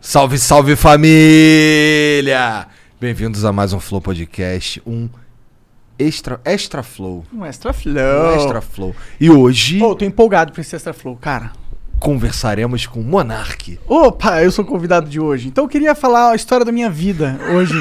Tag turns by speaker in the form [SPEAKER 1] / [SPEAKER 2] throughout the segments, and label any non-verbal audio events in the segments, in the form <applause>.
[SPEAKER 1] Salve, salve família! Bem-vindos a mais um Flow Podcast, um extra, extra flow.
[SPEAKER 2] Um extra
[SPEAKER 1] Um
[SPEAKER 2] flow.
[SPEAKER 1] extra flow. E hoje
[SPEAKER 2] Pô, tô empolgado pra esse extra flow, cara.
[SPEAKER 1] conversaremos com o Monark.
[SPEAKER 2] Opa, eu sou o convidado de hoje. Então eu queria falar a história da minha vida <laughs> hoje.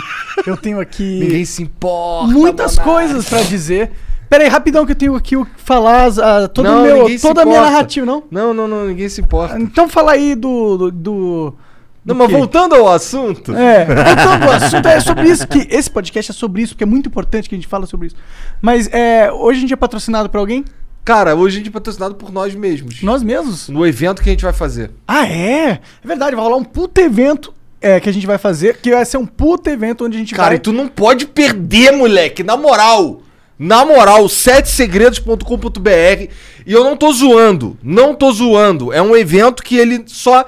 [SPEAKER 2] eu tenho aqui
[SPEAKER 1] Ninguém se importa.
[SPEAKER 2] muitas
[SPEAKER 1] Monark.
[SPEAKER 2] coisas pra dizer. Pera aí, rapidão que eu tenho aqui o que falar, as- a- todo
[SPEAKER 1] Não,
[SPEAKER 2] o
[SPEAKER 1] ninguém
[SPEAKER 2] meu,
[SPEAKER 1] se
[SPEAKER 2] toda a minha
[SPEAKER 1] importa.
[SPEAKER 2] narrativa, não?
[SPEAKER 1] Não, não, não, ninguém se importa.
[SPEAKER 2] Então fala aí do... do, do
[SPEAKER 1] Não,
[SPEAKER 2] do
[SPEAKER 1] mas
[SPEAKER 2] quê?
[SPEAKER 1] voltando ao assunto.
[SPEAKER 2] É, então o assunto é sobre isso, que esse podcast é sobre isso, porque é muito importante que a gente fala sobre isso. Mas é, hoje a gente é patrocinado por alguém?
[SPEAKER 1] Cara, hoje a gente é patrocinado por nós mesmos.
[SPEAKER 2] Nós mesmos?
[SPEAKER 1] No evento que a gente vai fazer.
[SPEAKER 2] Ah, é? É verdade, vai rolar um puta evento é, que a gente vai fazer, que vai ser um puta evento onde a gente
[SPEAKER 1] Cara,
[SPEAKER 2] vai...
[SPEAKER 1] e tu não pode perder, moleque, na moral. Na moral, 7segredos.com.br. E eu não tô zoando, não tô zoando. É um evento que ele só.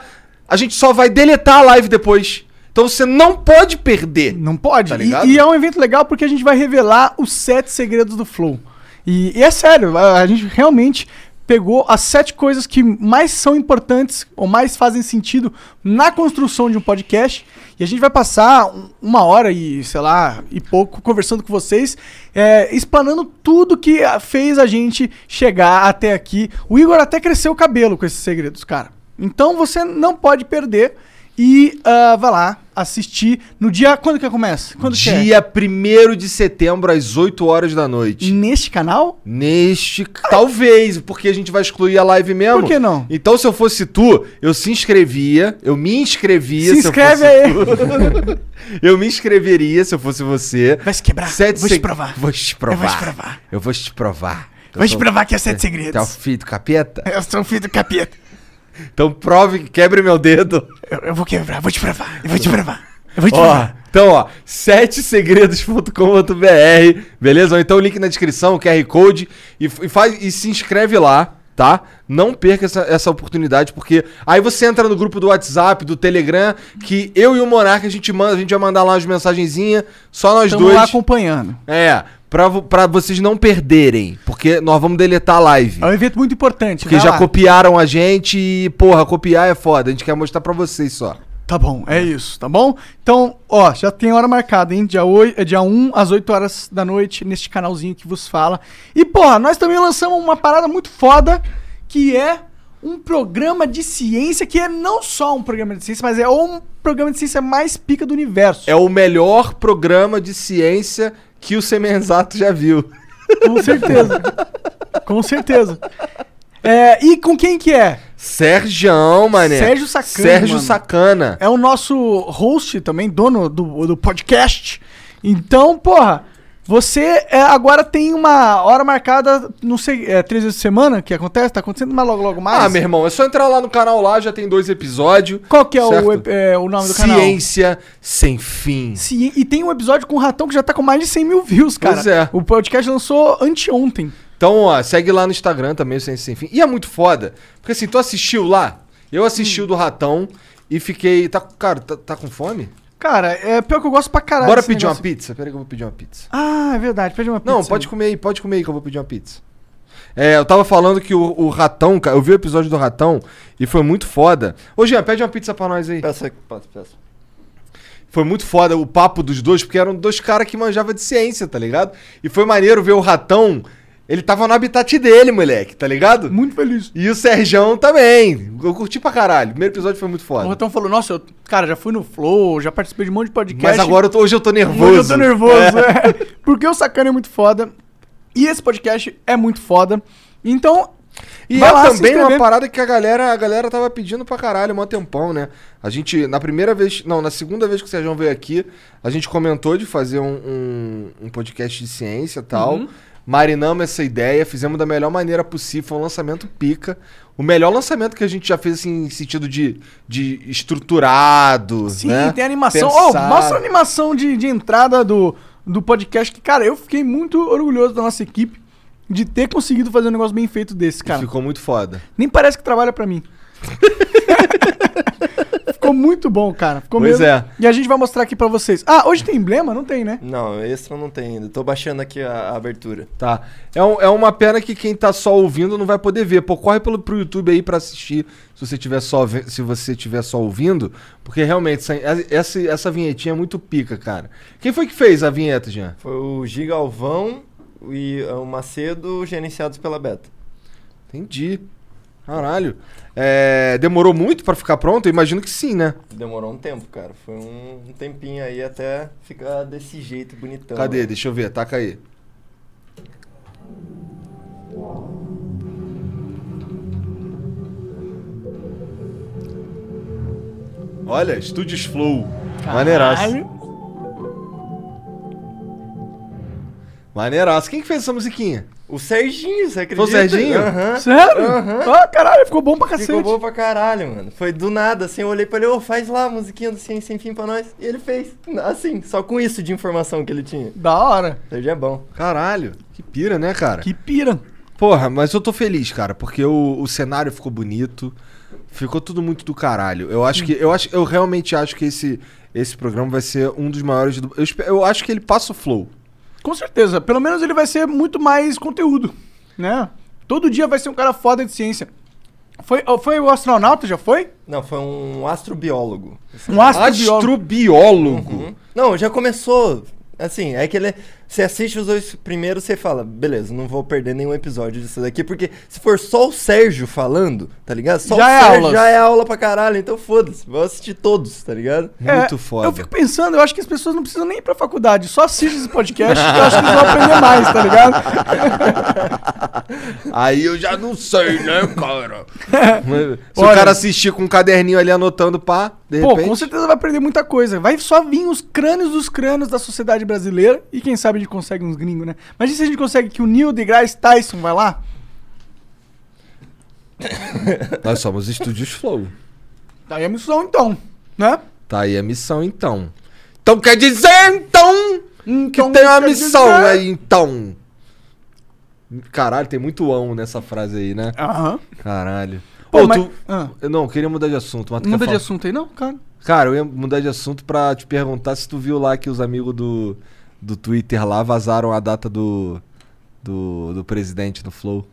[SPEAKER 1] A gente só vai deletar a live depois. Então você não pode perder.
[SPEAKER 2] Não pode.
[SPEAKER 1] Tá
[SPEAKER 2] E-
[SPEAKER 1] ligado?
[SPEAKER 2] e, é um evento legal porque a gente vai revelar os sete segredos do Flow. E, e é sério, a, a gente realmente pegou as sete coisas que mais são importantes ou mais fazem sentido na construção de um podcast. E a gente vai passar um- uma hora e, sei lá, e pouco conversando com vocês, é, explanando tudo que a- fez a gente chegar até aqui. O Igor até cresceu o cabelo com esses segredos, cara. Então você não pode perder. E ah, vai lá assistir no dia. Quando que começa? Quando que
[SPEAKER 1] Dia 1 de setembro, às 8 horas da
[SPEAKER 2] é?
[SPEAKER 1] noite.
[SPEAKER 2] Neste canal?
[SPEAKER 1] Neste. Talvez, porque a gente vai excluir a live mesmo.
[SPEAKER 2] Por que não?
[SPEAKER 1] Então, se eu fosse tu, eu se inscrevia, eu me inscrevia.
[SPEAKER 2] Se
[SPEAKER 1] eu
[SPEAKER 2] inscreve
[SPEAKER 1] fosse
[SPEAKER 2] aí.
[SPEAKER 1] tu. <laughs> Eu me inscreveria se eu fosse você.
[SPEAKER 2] Vai se quebrar.
[SPEAKER 1] Sete
[SPEAKER 2] Vou te
[SPEAKER 1] seg-
[SPEAKER 2] provar.
[SPEAKER 1] Vou te
[SPEAKER 2] Eu vou te
[SPEAKER 1] provar.
[SPEAKER 2] provar.
[SPEAKER 1] Eu vou te provar. Eu
[SPEAKER 2] Vou te
[SPEAKER 1] sou-
[SPEAKER 2] provar que é sete
[SPEAKER 1] Tá o
[SPEAKER 2] segredos.
[SPEAKER 1] filho do capeta?
[SPEAKER 2] Eu sou o filho do capeta.
[SPEAKER 1] Então prove, quebre meu dedo.
[SPEAKER 2] Eu, eu vou quebrar, vou te provar. Eu vou te provar. Eu vou
[SPEAKER 1] <laughs>
[SPEAKER 2] te
[SPEAKER 1] Ó,
[SPEAKER 2] provar.
[SPEAKER 1] então, ó, 7segredos.com.br, beleza? Ou então o link na descrição, QR Code, e, f- e faz, e se inscreve lá, tá? Não perca essa, essa oportunidade, porque aí você entra no grupo do WhatsApp, do Telegram, que eu e o Monarca a gente manda, a gente vai mandar lá umas mensagenzinhas, só nós
[SPEAKER 2] Estamos
[SPEAKER 1] dois.
[SPEAKER 2] lá acompanhando.
[SPEAKER 1] É, pra, vo- pra vocês não perderem, porque nós vamos deletar a live.
[SPEAKER 2] É um evento muito importante.
[SPEAKER 1] Porque
[SPEAKER 2] vai
[SPEAKER 1] já
[SPEAKER 2] lá.
[SPEAKER 1] copiaram a gente e, porra, copiar é foda. A gente quer mostrar pra vocês só.
[SPEAKER 2] Tá bom, é isso, tá bom? Então, ó, já tem hora marcada, hein? Dia, 8, dia 1 às 8 horas da noite, neste canalzinho que vos fala. E, porra, nós também lançamos uma parada muito foda, que é um programa de ciência, que é não só um programa de ciência, mas é um programa de ciência mais pica do universo.
[SPEAKER 1] É o melhor programa de ciência que o Semenzato já viu.
[SPEAKER 2] Com certeza. com certeza. É, e com quem que é?
[SPEAKER 1] Sergião, mané.
[SPEAKER 2] Sérgio Sacana,
[SPEAKER 1] Sérgio
[SPEAKER 2] mano.
[SPEAKER 1] Sacana.
[SPEAKER 2] É o nosso host também, dono do, do podcast. Então, porra, você é, agora tem uma hora marcada, não sei, é três vezes por semana que acontece? Tá acontecendo, mas logo, logo mais.
[SPEAKER 1] Ah, meu irmão, é só entrar lá no canal lá, já tem dois episódios.
[SPEAKER 2] Qual que é
[SPEAKER 1] Certo.
[SPEAKER 2] o, ep- é, o nome do canal?
[SPEAKER 1] Ciência sem fim.
[SPEAKER 2] Ci- E tem um episódio com o Ratão que já tá com mais de 100 mil views, cara.
[SPEAKER 1] Pois é.
[SPEAKER 2] O podcast lançou anteontem.
[SPEAKER 1] Então, ó, segue lá no Instagram também, o Ciência Sem Fim. E é muito foda, porque assim, tu assistiu lá, eu assisti
[SPEAKER 2] Hum.
[SPEAKER 1] o do Ratão e fiquei... Tá, cara, tá, tá com fome?
[SPEAKER 2] Cara, é pior que eu gosto pra caralho.
[SPEAKER 1] Bora
[SPEAKER 2] desse
[SPEAKER 1] pedir uma
[SPEAKER 2] negócio.
[SPEAKER 1] pizza? Peraí que eu vou pedir uma pizza.
[SPEAKER 2] Ah, é verdade, pede uma pizza.
[SPEAKER 1] Não, pode comer aí, pode comer aí que eu vou pedir uma pizza. É, eu tava falando que o, o ratão, cara, eu vi o episódio do ratão e foi muito foda. Ô, Jean, pede uma pizza pra nós aí.
[SPEAKER 3] Peça, peça, peça.
[SPEAKER 1] Foi muito foda o papo dos dois, porque eram dois caras que manjavam de ciência, tá ligado? E foi maneiro ver o ratão, ele tava no habitat dele, moleque, tá ligado?
[SPEAKER 2] Muito feliz.
[SPEAKER 1] E o Serjão também. Eu curti pra caralho. O primeiro episódio foi muito
[SPEAKER 2] O
[SPEAKER 1] foda.
[SPEAKER 2] Ratão falou, nossa, eu, cara, já fui no Flow, já participei de um monte de podcast. Um
[SPEAKER 1] Mas agora eu tô- hoje eu tô nervoso. né?
[SPEAKER 2] Hoje eu tô nervoso, é. <laughs> Porque o Sacana é muito foda. E esse podcast é muito foda. Então,
[SPEAKER 1] E
[SPEAKER 2] vai
[SPEAKER 1] é
[SPEAKER 2] lá se
[SPEAKER 1] também uma
[SPEAKER 2] inscrever.
[SPEAKER 1] parada que a galera, a galera tava pedindo pra caralho, mó tempão, né? A gente, na primeira vez, não, na segunda vez que o Sérgio veio aqui, a gente comentou de fazer um, um, um podcast de ciência e tal.
[SPEAKER 2] Uhum.
[SPEAKER 1] Marinamos essa ideia, fizemos da melhor maneira possível, foi um lançamento pica. O melhor lançamento que a gente já fez, assim, em sentido de, de estruturado,
[SPEAKER 2] Sim,
[SPEAKER 1] né?
[SPEAKER 2] tem animação. Ô,
[SPEAKER 1] Pensado.
[SPEAKER 2] mostra a animação de, de entrada do, do podcast. Que, cara, eu fiquei muito orgulhoso da nossa equipe de ter conseguido fazer um negócio bem feito desse, cara.
[SPEAKER 1] Ficou muito foda. <laughs>
[SPEAKER 2] Nem parece que trabalha pra mim. Ficou muito bom, cara. Ficou
[SPEAKER 1] Pois
[SPEAKER 2] mesmo.
[SPEAKER 1] é.
[SPEAKER 2] E a gente vai mostrar aqui pra vocês. Ah, hoje tem emblema? Não tem, né?
[SPEAKER 3] Não, extra não tem ainda. Tô baixando aqui a, a abertura.
[SPEAKER 1] Tá. É, um- é uma pena que quem tá só ouvindo não vai poder ver. Pô, corre pelo, pro YouTube aí pra assistir se você tiver só, ve- se você tiver só ouvindo. Porque realmente, essa, essa, essa vinhetinha é muito pica, cara. Quem foi que fez a vinheta, Jean?
[SPEAKER 3] Foi o Gigalvão e ah, o Macedo gerenciados pela Beta.
[SPEAKER 1] Entendi. Caralho. É, demorou muito pra ficar pronto? Eu imagino que sim, né?
[SPEAKER 3] Demorou um tempo, cara. Foi um, um tempinho aí até ficar desse jeito bonitão.
[SPEAKER 1] Cadê? Deixa eu ver, taca aí. Olha, Studios Flow. Maneiraço.
[SPEAKER 2] Caralho.
[SPEAKER 1] Maneiraço. Quem que fez essa musiquinha?
[SPEAKER 3] O Serginho, você
[SPEAKER 1] o
[SPEAKER 3] acredita?
[SPEAKER 1] Serginho? é
[SPEAKER 3] Aham.
[SPEAKER 2] Sério?
[SPEAKER 3] Aham.
[SPEAKER 2] Ah, caralho, ficou bom pra cacete.
[SPEAKER 3] Ficou bom pra caralho, mano. Foi do nada, assim, eu olhei pra ele, ô, faz lá a musiquinha do Ciência Sem Fim pra nós. E ele fez, assim, só com isso de informação que ele tinha.
[SPEAKER 2] Da hora.
[SPEAKER 3] Serginho é bom.
[SPEAKER 1] Caralho, que pira, né, cara?
[SPEAKER 2] Que pira.
[SPEAKER 1] Porra, mas eu tô feliz, cara, porque o, o cenário ficou bonito, ficou tudo muito do caralho. Eu acho que eu acho, eu realmente acho que esse esse programa vai ser um dos maiores do, eu, espe- eu acho que ele passa o flow.
[SPEAKER 2] Com certeza. Pelo menos ele vai ser muito mais conteúdo, né? Todo dia vai ser um cara foda de ciência. Foi, oh, foi o astronauta, já foi?
[SPEAKER 3] Não, foi um astrobiólogo.
[SPEAKER 2] Um astrobiólogo. Uhum.
[SPEAKER 1] Astrobiólogo.
[SPEAKER 3] Não, já começou. Assim, é que ele. Você assiste os dois primeiros, você fala, beleza, não vou perder nenhum episódio disso daqui, porque se for só o Sérgio falando, tá ligado? Só
[SPEAKER 2] Já
[SPEAKER 3] o
[SPEAKER 2] é
[SPEAKER 3] Sérgio
[SPEAKER 2] aula.
[SPEAKER 3] já é aula pra caralho, então foda-se, vou assistir todos, tá
[SPEAKER 1] <laughs>
[SPEAKER 3] ligado?
[SPEAKER 1] Muito
[SPEAKER 2] É,
[SPEAKER 1] foda.
[SPEAKER 2] Eu fico pensando, eu acho que as pessoas não precisam nem ir pra faculdade, só assistem esse podcast, que eu acho que eles vão aprender mais, tá ligado?
[SPEAKER 1] Aí eu já não sei, né,
[SPEAKER 2] <laughs>
[SPEAKER 1] cara? Mas Se o
[SPEAKER 2] Olha-
[SPEAKER 1] cara assistir com um caderninho ali anotando pá, <laughs> de
[SPEAKER 2] Pô,
[SPEAKER 1] repente.
[SPEAKER 2] com certeza vai aprender muita coisa. Vai só vir os crânios dos crânios da sociedade brasileira e quem sabe a gente consegue uns gringos, né? Imagina se a gente consegue que o Neil deGrasse Tyson vai lá.
[SPEAKER 1] Nós somos estúdios flow.
[SPEAKER 2] Daí é missão então, né?
[SPEAKER 1] Tá aí a missão então. Então quer dizer então que
[SPEAKER 2] Então,
[SPEAKER 1] tem uma
[SPEAKER 2] quer
[SPEAKER 1] missão
[SPEAKER 2] dizer-
[SPEAKER 1] aí então. Caralho, tem muito ão nessa frase aí, né?
[SPEAKER 2] Aham.
[SPEAKER 1] Caralho.
[SPEAKER 2] Pô,
[SPEAKER 1] Pô,
[SPEAKER 2] mas-
[SPEAKER 1] tu-
[SPEAKER 2] ah.
[SPEAKER 1] Eu Não, eu queria mudar de assunto. Mas tu
[SPEAKER 2] Muda
[SPEAKER 1] quer
[SPEAKER 2] de
[SPEAKER 1] falar-
[SPEAKER 2] assunto aí, não, cara.
[SPEAKER 1] Cara, eu ia mudar de assunto pra te perguntar se tu viu lá que os amigos do, do Twitter lá vazaram a data do, do, do presidente do Flow.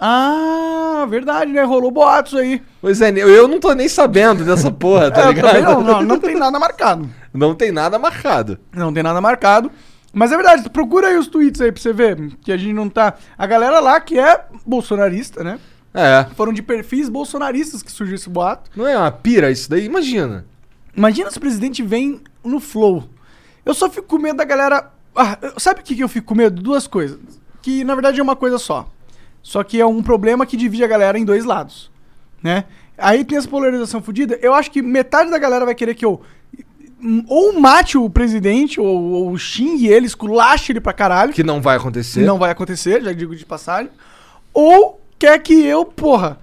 [SPEAKER 2] Ah, verdade, né? Rolou boatos aí.
[SPEAKER 1] Pois é, eu- eu não tô nem sabendo dessa porra, tá
[SPEAKER 2] <laughs> É, eu
[SPEAKER 1] ligado?
[SPEAKER 2] também não, não, não tem nada marcado.
[SPEAKER 1] Não tem nada marcado.
[SPEAKER 2] Não tem nada marcado. Mas é verdade, procura aí os tweets aí pra você ver que a gente não tá. A galera lá que é bolsonarista, né?
[SPEAKER 1] É.
[SPEAKER 2] Foram de perfis bolsonaristas que surgiu esse boato.
[SPEAKER 1] Não é uma pira isso daí? Imagina.
[SPEAKER 2] Imagina se o presidente vem no flow. Eu só fico com medo da galera. Ah, eu- sabe o que, que eu fico com medo? Duas coisas. Que na verdade é uma coisa só. Só que é um problema que divide a galera em dois lados. Né? Aí tem essa polarização fodida. Eu acho que metade da galera vai querer que eu hum, ou mate o presidente, ou, ou xingue ele, esculache ele pra caralho.
[SPEAKER 1] Que não vai acontecer.
[SPEAKER 2] Não vai acontecer, já digo de passagem. Ou quer que eu, porra,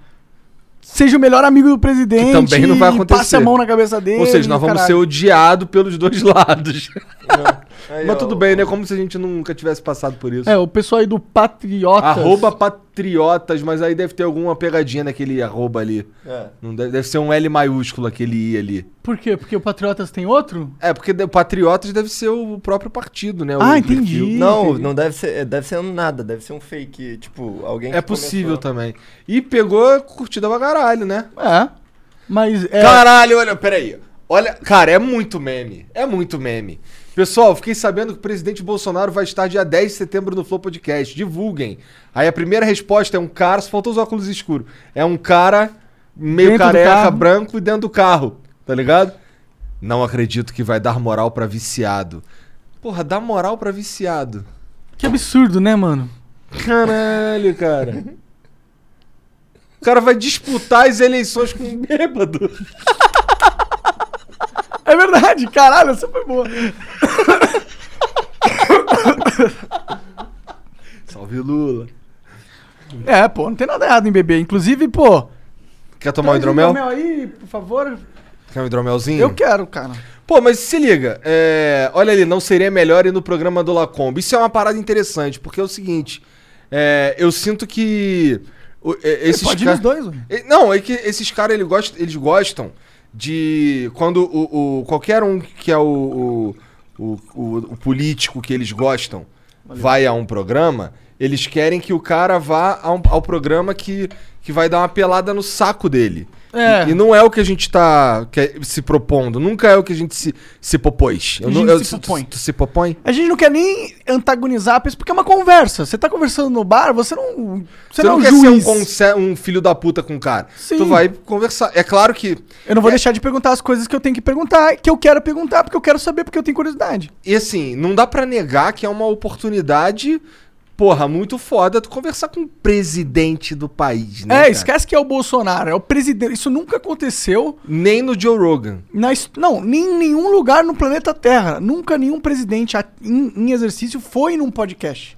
[SPEAKER 2] seja o melhor amigo do presidente.
[SPEAKER 1] Que também não vai
[SPEAKER 2] e Passe
[SPEAKER 1] acontecer.
[SPEAKER 2] a mão na cabeça dele.
[SPEAKER 1] Ou seja, nós vamos ser
[SPEAKER 2] o.
[SPEAKER 1] odiados pelos dois <laughs> lados.
[SPEAKER 3] Aí, ó,
[SPEAKER 1] Mas tudo bem, né? Como se a gente nunca tivesse passado por isso.
[SPEAKER 2] É, o pessoal aí do Patriota.
[SPEAKER 1] Arroba patriotas, mas aí deve ter alguma pegadinha naquele arroba ali.
[SPEAKER 3] É.
[SPEAKER 1] Não deve, deve ser um L maiúsculo aquele I ali.
[SPEAKER 2] Por quê? Porque o Patriotas tem outro?
[SPEAKER 1] É, porque de- patriotas deve ser o próprio partido, né? o
[SPEAKER 2] Ah, entendi.
[SPEAKER 1] perfil.
[SPEAKER 3] Não,
[SPEAKER 2] Entendi.
[SPEAKER 3] não deve ser, é, deve ser nada, deve ser um fake, tipo, alguém
[SPEAKER 1] É possível
[SPEAKER 3] tá?
[SPEAKER 1] também. E pegou curtida pra caralho, né?
[SPEAKER 2] É. Mas é.
[SPEAKER 1] Caralho, olha, peraí. Olha, cara, é muito meme. É muito meme. Pessoal, fiquei sabendo que o presidente Bolsonaro vai estar dia 10 de setembro no Flow Podcast. Divulguem. Aí a primeira resposta é um cara, só faltou os óculos escuros. É um cara meio
[SPEAKER 2] Dentro do
[SPEAKER 1] careca,
[SPEAKER 2] carro.
[SPEAKER 1] branco e dentro do carro, tá ligado? Não acredito que vai dar moral pra viciado. Porra, dá moral pra viciado.
[SPEAKER 2] Que absurdo, né, mano?
[SPEAKER 1] Caralho,
[SPEAKER 2] <laughs>
[SPEAKER 1] cara. O cara vai disputar as eleições com um bêbado.
[SPEAKER 2] É verdade, caralho, essa foi boa.
[SPEAKER 1] Salve Lula.
[SPEAKER 2] É, pô, não tem nada errado em beber. Inclusive, pô.
[SPEAKER 1] Quer tomar um hidromel?
[SPEAKER 2] aí, por favor.
[SPEAKER 1] Quer um hidromelzinho?
[SPEAKER 2] Eu quero, cara.
[SPEAKER 1] Pô, mas se liga, é, olha ali, não seria melhor ir no programa do Lacombe. Isso é uma parada interessante, porque é o seguinte, é, eu sinto que o- é, esses
[SPEAKER 2] Pode ir
[SPEAKER 1] ca-
[SPEAKER 2] nos dois, ué.
[SPEAKER 1] É, Não, é que esses caras ele gosta- eles gostam de quando o, o- qualquer um que é o, o, o- o- o político que eles gostam vai a um programa, eles querem que o cara vá a um- ao programa que, que vai dar uma pelada no saco dele.
[SPEAKER 2] É.
[SPEAKER 1] E, e não é o que a gente tá que- se propondo, nunca é o que a gente se, se propôs.
[SPEAKER 2] A
[SPEAKER 1] não-
[SPEAKER 2] gente se
[SPEAKER 1] tu- tu-
[SPEAKER 2] propõe.
[SPEAKER 1] tu se propõe?
[SPEAKER 2] A gente não quer nem antagonizar a pessoa, porque é uma conversa. Você tá conversando no bar, você não.
[SPEAKER 1] Você
[SPEAKER 2] Você,
[SPEAKER 1] não,
[SPEAKER 2] não, é um
[SPEAKER 1] quer
[SPEAKER 2] juiz.
[SPEAKER 1] ser um, conce- um filho da puta com o cara.
[SPEAKER 2] Sim.
[SPEAKER 1] Tu vai conversar. É claro que
[SPEAKER 2] Eu não vou
[SPEAKER 1] É.
[SPEAKER 2] deixar de perguntar as coisas que eu tenho que perguntar, que eu quero perguntar, porque eu quero saber, porque eu tenho curiosidade.
[SPEAKER 1] E assim, não dá pra negar que é uma oportunidade, porra, muito foda tu conversar com o presidente do país, né?
[SPEAKER 2] é,
[SPEAKER 1] cara?
[SPEAKER 2] esquece que é o Bolsonaro, é o presidente. Isso nunca aconteceu
[SPEAKER 1] Nem no Joe Rogan.
[SPEAKER 2] na. his- Não, nem em nenhum lugar no planeta Terra. Nunca nenhum presidente a- em, em exercício foi num podcast.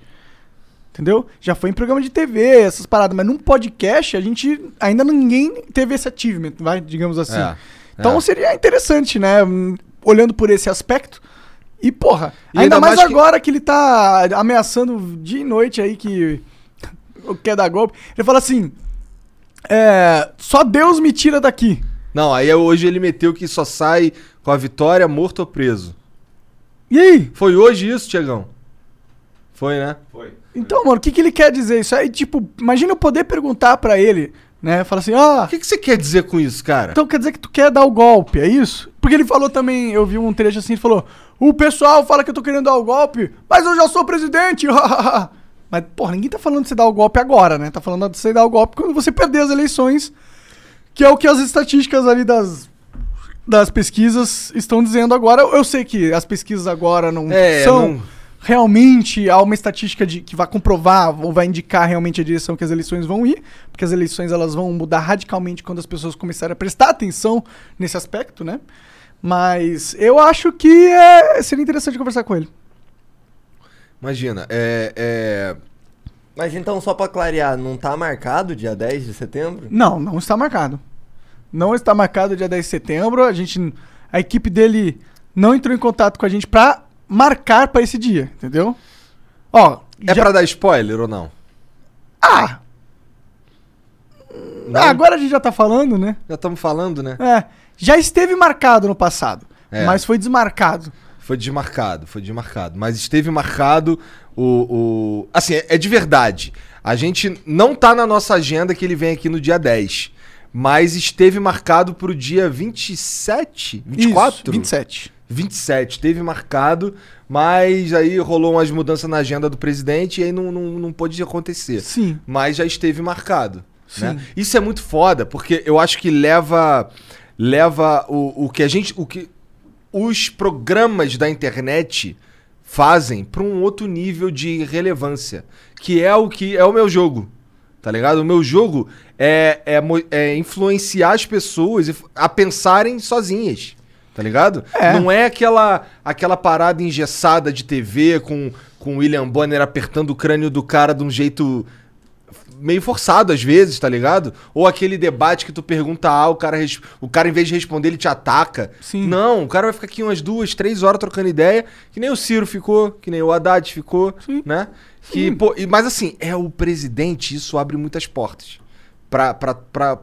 [SPEAKER 2] Entendeu? Já foi em programa de TV, essas paradas, mas num podcast a gente. Ainda ninguém teve esse achievement, vai, digamos assim.
[SPEAKER 1] É,
[SPEAKER 2] Então
[SPEAKER 1] é.
[SPEAKER 2] seria interessante, né? hum, Olhando por esse aspecto. E, porra,
[SPEAKER 1] E
[SPEAKER 2] ainda,
[SPEAKER 1] ainda
[SPEAKER 2] mais,
[SPEAKER 1] mais que-
[SPEAKER 2] agora que... ele tá ameaçando dia e noite aí que <laughs> quer dar golpe. Ele fala assim: é, só Deus me tira daqui.
[SPEAKER 1] Não, aí é hoje ele meteu que só sai com a vitória morto ou preso.
[SPEAKER 2] E aí?
[SPEAKER 1] Foi hoje isso, Tiagão? Foi, né?
[SPEAKER 2] Então, mano, o que, que ele quer dizer? Isso aí, tipo, imagina eu poder perguntar pra ele, né? Fala assim: ó,
[SPEAKER 1] O que, que você quer dizer com isso, cara?
[SPEAKER 2] Então quer dizer que tu quer dar o golpe, é isso? Porque ele falou também, eu vi um trecho assim, ele falou: o pessoal fala que eu tô querendo dar o golpe, mas eu já sou presidente! <laughs> mas, porra, ninguém tá falando de você dar o golpe agora, né? Tá falando de você dar o golpe quando você perder as eleições, que é o que as estatísticas ali das, das pesquisas estão dizendo agora. Eu eu sei que as pesquisas agora não
[SPEAKER 1] É,
[SPEAKER 2] Então, são.
[SPEAKER 1] não-
[SPEAKER 2] Realmente há uma estatística de, que vai comprovar ou vai indicar realmente a direção que as eleições vão ir, porque as eleições elas vão mudar radicalmente quando as pessoas começarem a prestar atenção nesse aspecto, né? Mas eu acho que é, seria interessante conversar com ele.
[SPEAKER 1] Imagina, é, é.
[SPEAKER 3] Mas então, só pra clarear, não tá marcado dia 10 de setembro?
[SPEAKER 2] Não, não está marcado. Não está marcado dia 10 de setembro. A gente, a equipe dele não entrou em contato com a gente pra marcar pra esse dia, entendeu? Ó,
[SPEAKER 1] É
[SPEAKER 2] já-
[SPEAKER 1] pra dar spoiler ou não?
[SPEAKER 2] ah,
[SPEAKER 1] Não?
[SPEAKER 2] agora a gente já tá falando, né?
[SPEAKER 1] Já estamos falando, né?
[SPEAKER 2] É, já esteve marcado no passado,
[SPEAKER 1] É.
[SPEAKER 2] mas foi desmarcado.
[SPEAKER 1] Foi desmarcado, foi desmarcado. Mas esteve marcado o. o... Assim, é, é de verdade. A gente não tá na nossa agenda que ele vem aqui no dia 10. Mas esteve marcado pro dia 27? 24?
[SPEAKER 2] Isso, 27.
[SPEAKER 1] 27, teve marcado, mas aí rolou umas mudanças na agenda do presidente e aí não, não, não pôde acontecer.
[SPEAKER 2] Sim.
[SPEAKER 1] Mas já esteve marcado. né?
[SPEAKER 2] Sim.
[SPEAKER 1] Isso é muito foda, porque eu acho que leva leva o, o que a gente. o que os programas da internet fazem para um outro nível de relevância. Que é o que é o meu jogo. Tá ligado? O meu jogo é, é, mo- é influenciar as pessoas e f- a pensarem sozinhas. Tá ligado?
[SPEAKER 2] É.
[SPEAKER 1] Não é aquela aquela parada engessada de TV com, com o William Bonner apertando o crânio do cara de um jeito meio forçado às vezes, tá ligado? Ou aquele debate que tu pergunta A, o cara, res- o cara em vez de responder, ele te ataca.
[SPEAKER 2] Sim.
[SPEAKER 1] Não, o cara vai ficar aqui umas duas, três horas trocando ideia, que nem o Ciro ficou, que nem o Haddad ficou, né? Que, pô, e- mas assim, é o presidente, isso abre muitas portas pra, pra, pra,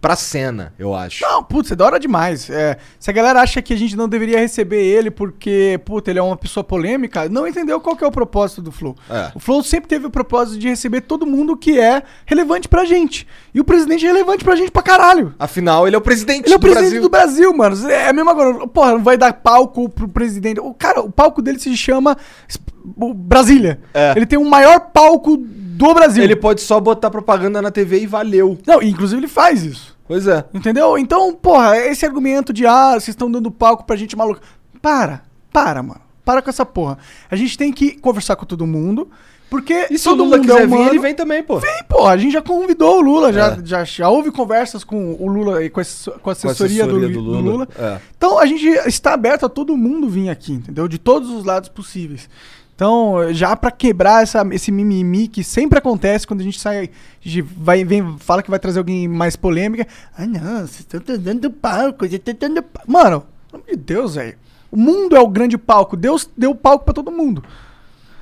[SPEAKER 1] pra cena, eu acho.
[SPEAKER 2] Não, putz, é da hora demais. É, se a galera acha que a gente não deveria receber ele porque, puta, ele é uma pessoa polêmica, não entendeu qual que é o propósito do Flow.
[SPEAKER 1] É.
[SPEAKER 2] O Flow sempre teve o propósito de receber todo mundo que é relevante pra gente. E o presidente é relevante pra gente pra caralho.
[SPEAKER 1] Afinal, ele é o presidente
[SPEAKER 2] Ele é o
[SPEAKER 1] do
[SPEAKER 2] presidente
[SPEAKER 1] Brasil.
[SPEAKER 2] do Brasil, mano. É a mesma coisa. Porra, não vai dar palco pro presidente. O cara, o palco dele se chama es- o Brasília.
[SPEAKER 1] É.
[SPEAKER 2] Ele tem o maior palco do Brasil.
[SPEAKER 1] Ele pode só botar propaganda na TV e valeu.
[SPEAKER 2] Não, e inclusive ele faz isso.
[SPEAKER 1] Pois é.
[SPEAKER 2] Entendeu? Então, porra, esse argumento de ah, vocês estão dando palco pra gente maluca. Para, para, mano. Para com essa porra. A gente tem que conversar com todo mundo, porque
[SPEAKER 1] E se
[SPEAKER 2] todo
[SPEAKER 1] o Lula
[SPEAKER 2] mundo
[SPEAKER 1] quiser
[SPEAKER 2] é humano.
[SPEAKER 1] vir, ele vem também, pô.
[SPEAKER 2] Vem, porra, a gente já convidou o Lula, já,
[SPEAKER 1] É.
[SPEAKER 2] já, já houve conversas com o Lula e com a, asso- com a assessoria, do, Lu- do Lula.
[SPEAKER 1] É.
[SPEAKER 2] Então a gente está aberto a todo mundo vir aqui, entendeu? De todos os lados possíveis. Então, já pra quebrar essa, esse mimimi que sempre acontece quando a gente sai, a gente vai, vem, fala que vai trazer alguém mais polêmica. Ah, não, vocês estão dando palco, vocês estão dando palco. Mano, pelo amor de Deus, velho. O mundo é o grande palco. Deus deu palco pra todo mundo.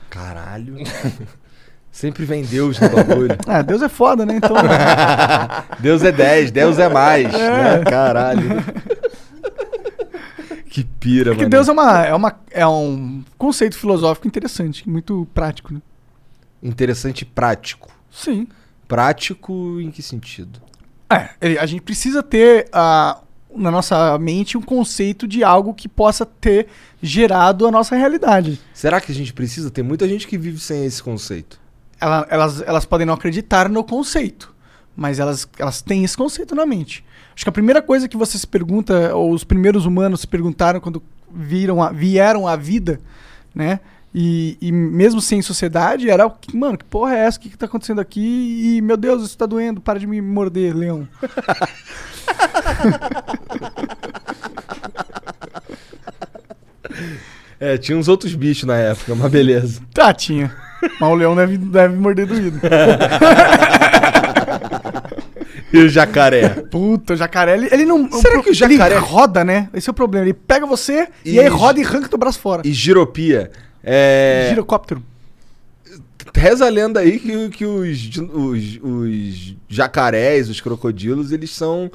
[SPEAKER 1] Caralho. <laughs> Sempre vem Deus no bagulho.
[SPEAKER 2] Ah, Deus é foda, né? Então,
[SPEAKER 3] É.
[SPEAKER 1] <laughs> Deus é 10, Deus é mais. né? Caralho. Que pira,
[SPEAKER 2] Porque
[SPEAKER 1] mano.
[SPEAKER 2] Deus é, uma, é, uma, é um conceito filosófico interessante, muito prático, né?
[SPEAKER 1] Interessante e prático.
[SPEAKER 2] Sim.
[SPEAKER 1] Prático em que sentido?
[SPEAKER 2] É, ele- a gente precisa ter ah, na nossa mente um conceito de algo que possa ter gerado a nossa realidade.
[SPEAKER 1] Será que a gente precisa? Tem muita gente que vive sem esse conceito.
[SPEAKER 2] Ela- elas, elas podem não acreditar no conceito, mas elas, elas têm esse conceito na mente. Acho que a primeira coisa que você se pergunta, ou os primeiros humanos se perguntaram quando viram a- vieram à vida, né? E, e mesmo sem sociedade, era o que, mano, que porra é essa? O que, que tá acontecendo aqui? E, meu Deus, isso tá doendo, para de me morder, leão.
[SPEAKER 1] É, tinha uns outros bichos na época, mas beleza.
[SPEAKER 2] <laughs>
[SPEAKER 1] <laughs>
[SPEAKER 2] Tá, tinha. Mas o leão deve, deve morder doído.
[SPEAKER 1] E o jacaré?
[SPEAKER 2] Puta, o jacaré, ele, ele não.
[SPEAKER 1] Será que o jacaré-
[SPEAKER 2] Ele roda, né? Esse é o problema. Ele pega você e,
[SPEAKER 1] E-
[SPEAKER 2] aí roda e arranca teu braço fora.
[SPEAKER 1] e giropia? É,
[SPEAKER 2] Girocóptero.
[SPEAKER 1] Reza a lenda aí que, que os, din- os, os jacarés, os crocodilos, eles são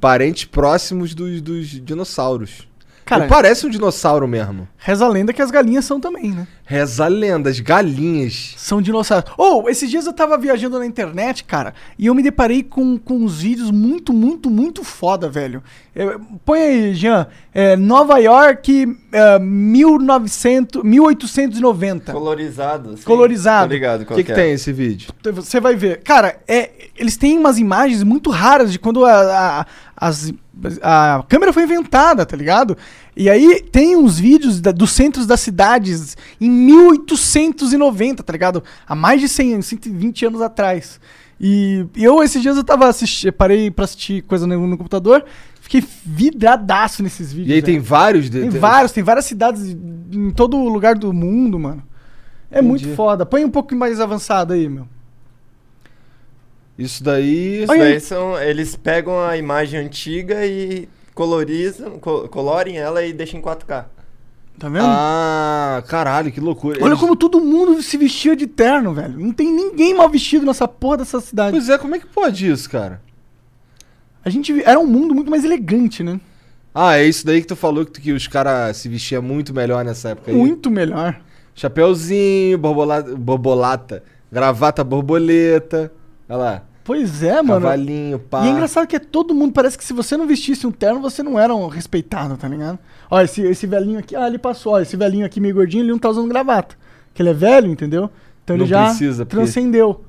[SPEAKER 1] parentes próximos dos, dos dinossauros.
[SPEAKER 2] Cara,
[SPEAKER 1] Ele parece um dinossauro mesmo.
[SPEAKER 2] reza a lenda que as galinhas são também, né?
[SPEAKER 1] Reza a lenda, as galinhas.
[SPEAKER 2] São dinossauros. Ou, esses dias eu tava viajando na internet, cara, e eu me deparei com, com uns vídeos muito, muito, muito foda, velho. É, põe aí, Jean. É, Nova York, é, 1900, 1890.
[SPEAKER 3] Colorizado. assim.
[SPEAKER 2] Colorizado.
[SPEAKER 3] Tô ligado
[SPEAKER 1] O
[SPEAKER 3] qual é.
[SPEAKER 1] que, que tem esse vídeo?
[SPEAKER 2] Então, Você vai ver. Cara, é, eles têm umas imagens muito raras de quando a, a- as- a câmera foi inventada, tá ligado? E aí tem uns vídeos da- dos centros das cidades em 1890, tá ligado? Há mais de 100 anos, 120 anos atrás. E eu, esses dias, eu tava assistindo, parei pra assistir coisa no, no computador, fiquei vidradaço nesses vídeos.
[SPEAKER 1] E aí
[SPEAKER 2] velho.
[SPEAKER 1] tem vários. de-
[SPEAKER 2] né? Tem
[SPEAKER 1] tem-
[SPEAKER 2] vários, tem várias cidades em todo lugar do mundo, mano. É muito foda. Põe um pouco mais avançado aí, meu.
[SPEAKER 1] Isso daí.
[SPEAKER 3] Isso
[SPEAKER 2] Olha
[SPEAKER 3] daí
[SPEAKER 2] aí.
[SPEAKER 3] são, eles pegam a imagem antiga e colorizam, co- colorem ela e deixam em 4K.
[SPEAKER 2] Tá vendo?
[SPEAKER 1] Ah, caralho, que loucura.
[SPEAKER 2] Olha
[SPEAKER 1] Eles-
[SPEAKER 2] como todo mundo se vestia de terno, velho. Não tem ninguém mal vestido nessa porra dessa cidade.
[SPEAKER 1] Pois é, como é que pode isso, cara?
[SPEAKER 2] A gente vi- era um mundo muito mais elegante, né?
[SPEAKER 1] Ah, é isso daí que tu falou que, tu- que os caras se vestiam muito melhor nessa época aí.
[SPEAKER 2] Muito melhor.
[SPEAKER 1] Chapeuzinho, borbolata, borbolata, gravata borboleta. Olha lá.
[SPEAKER 2] Pois é, mano.
[SPEAKER 1] Cavalinho, pá.
[SPEAKER 2] E é engraçado que é todo mundo. Parece que se você não vestisse um terno, você não era um respeitado, tá ligado? Ó, esse, esse velhinho aqui, ah, ele passou. Ó, esse velhinho aqui meio gordinho, ele não tá usando gravata. Porque ele é velho, entendeu? Então ele
[SPEAKER 1] Não
[SPEAKER 2] já
[SPEAKER 1] precisa, porque-
[SPEAKER 2] transcendeu.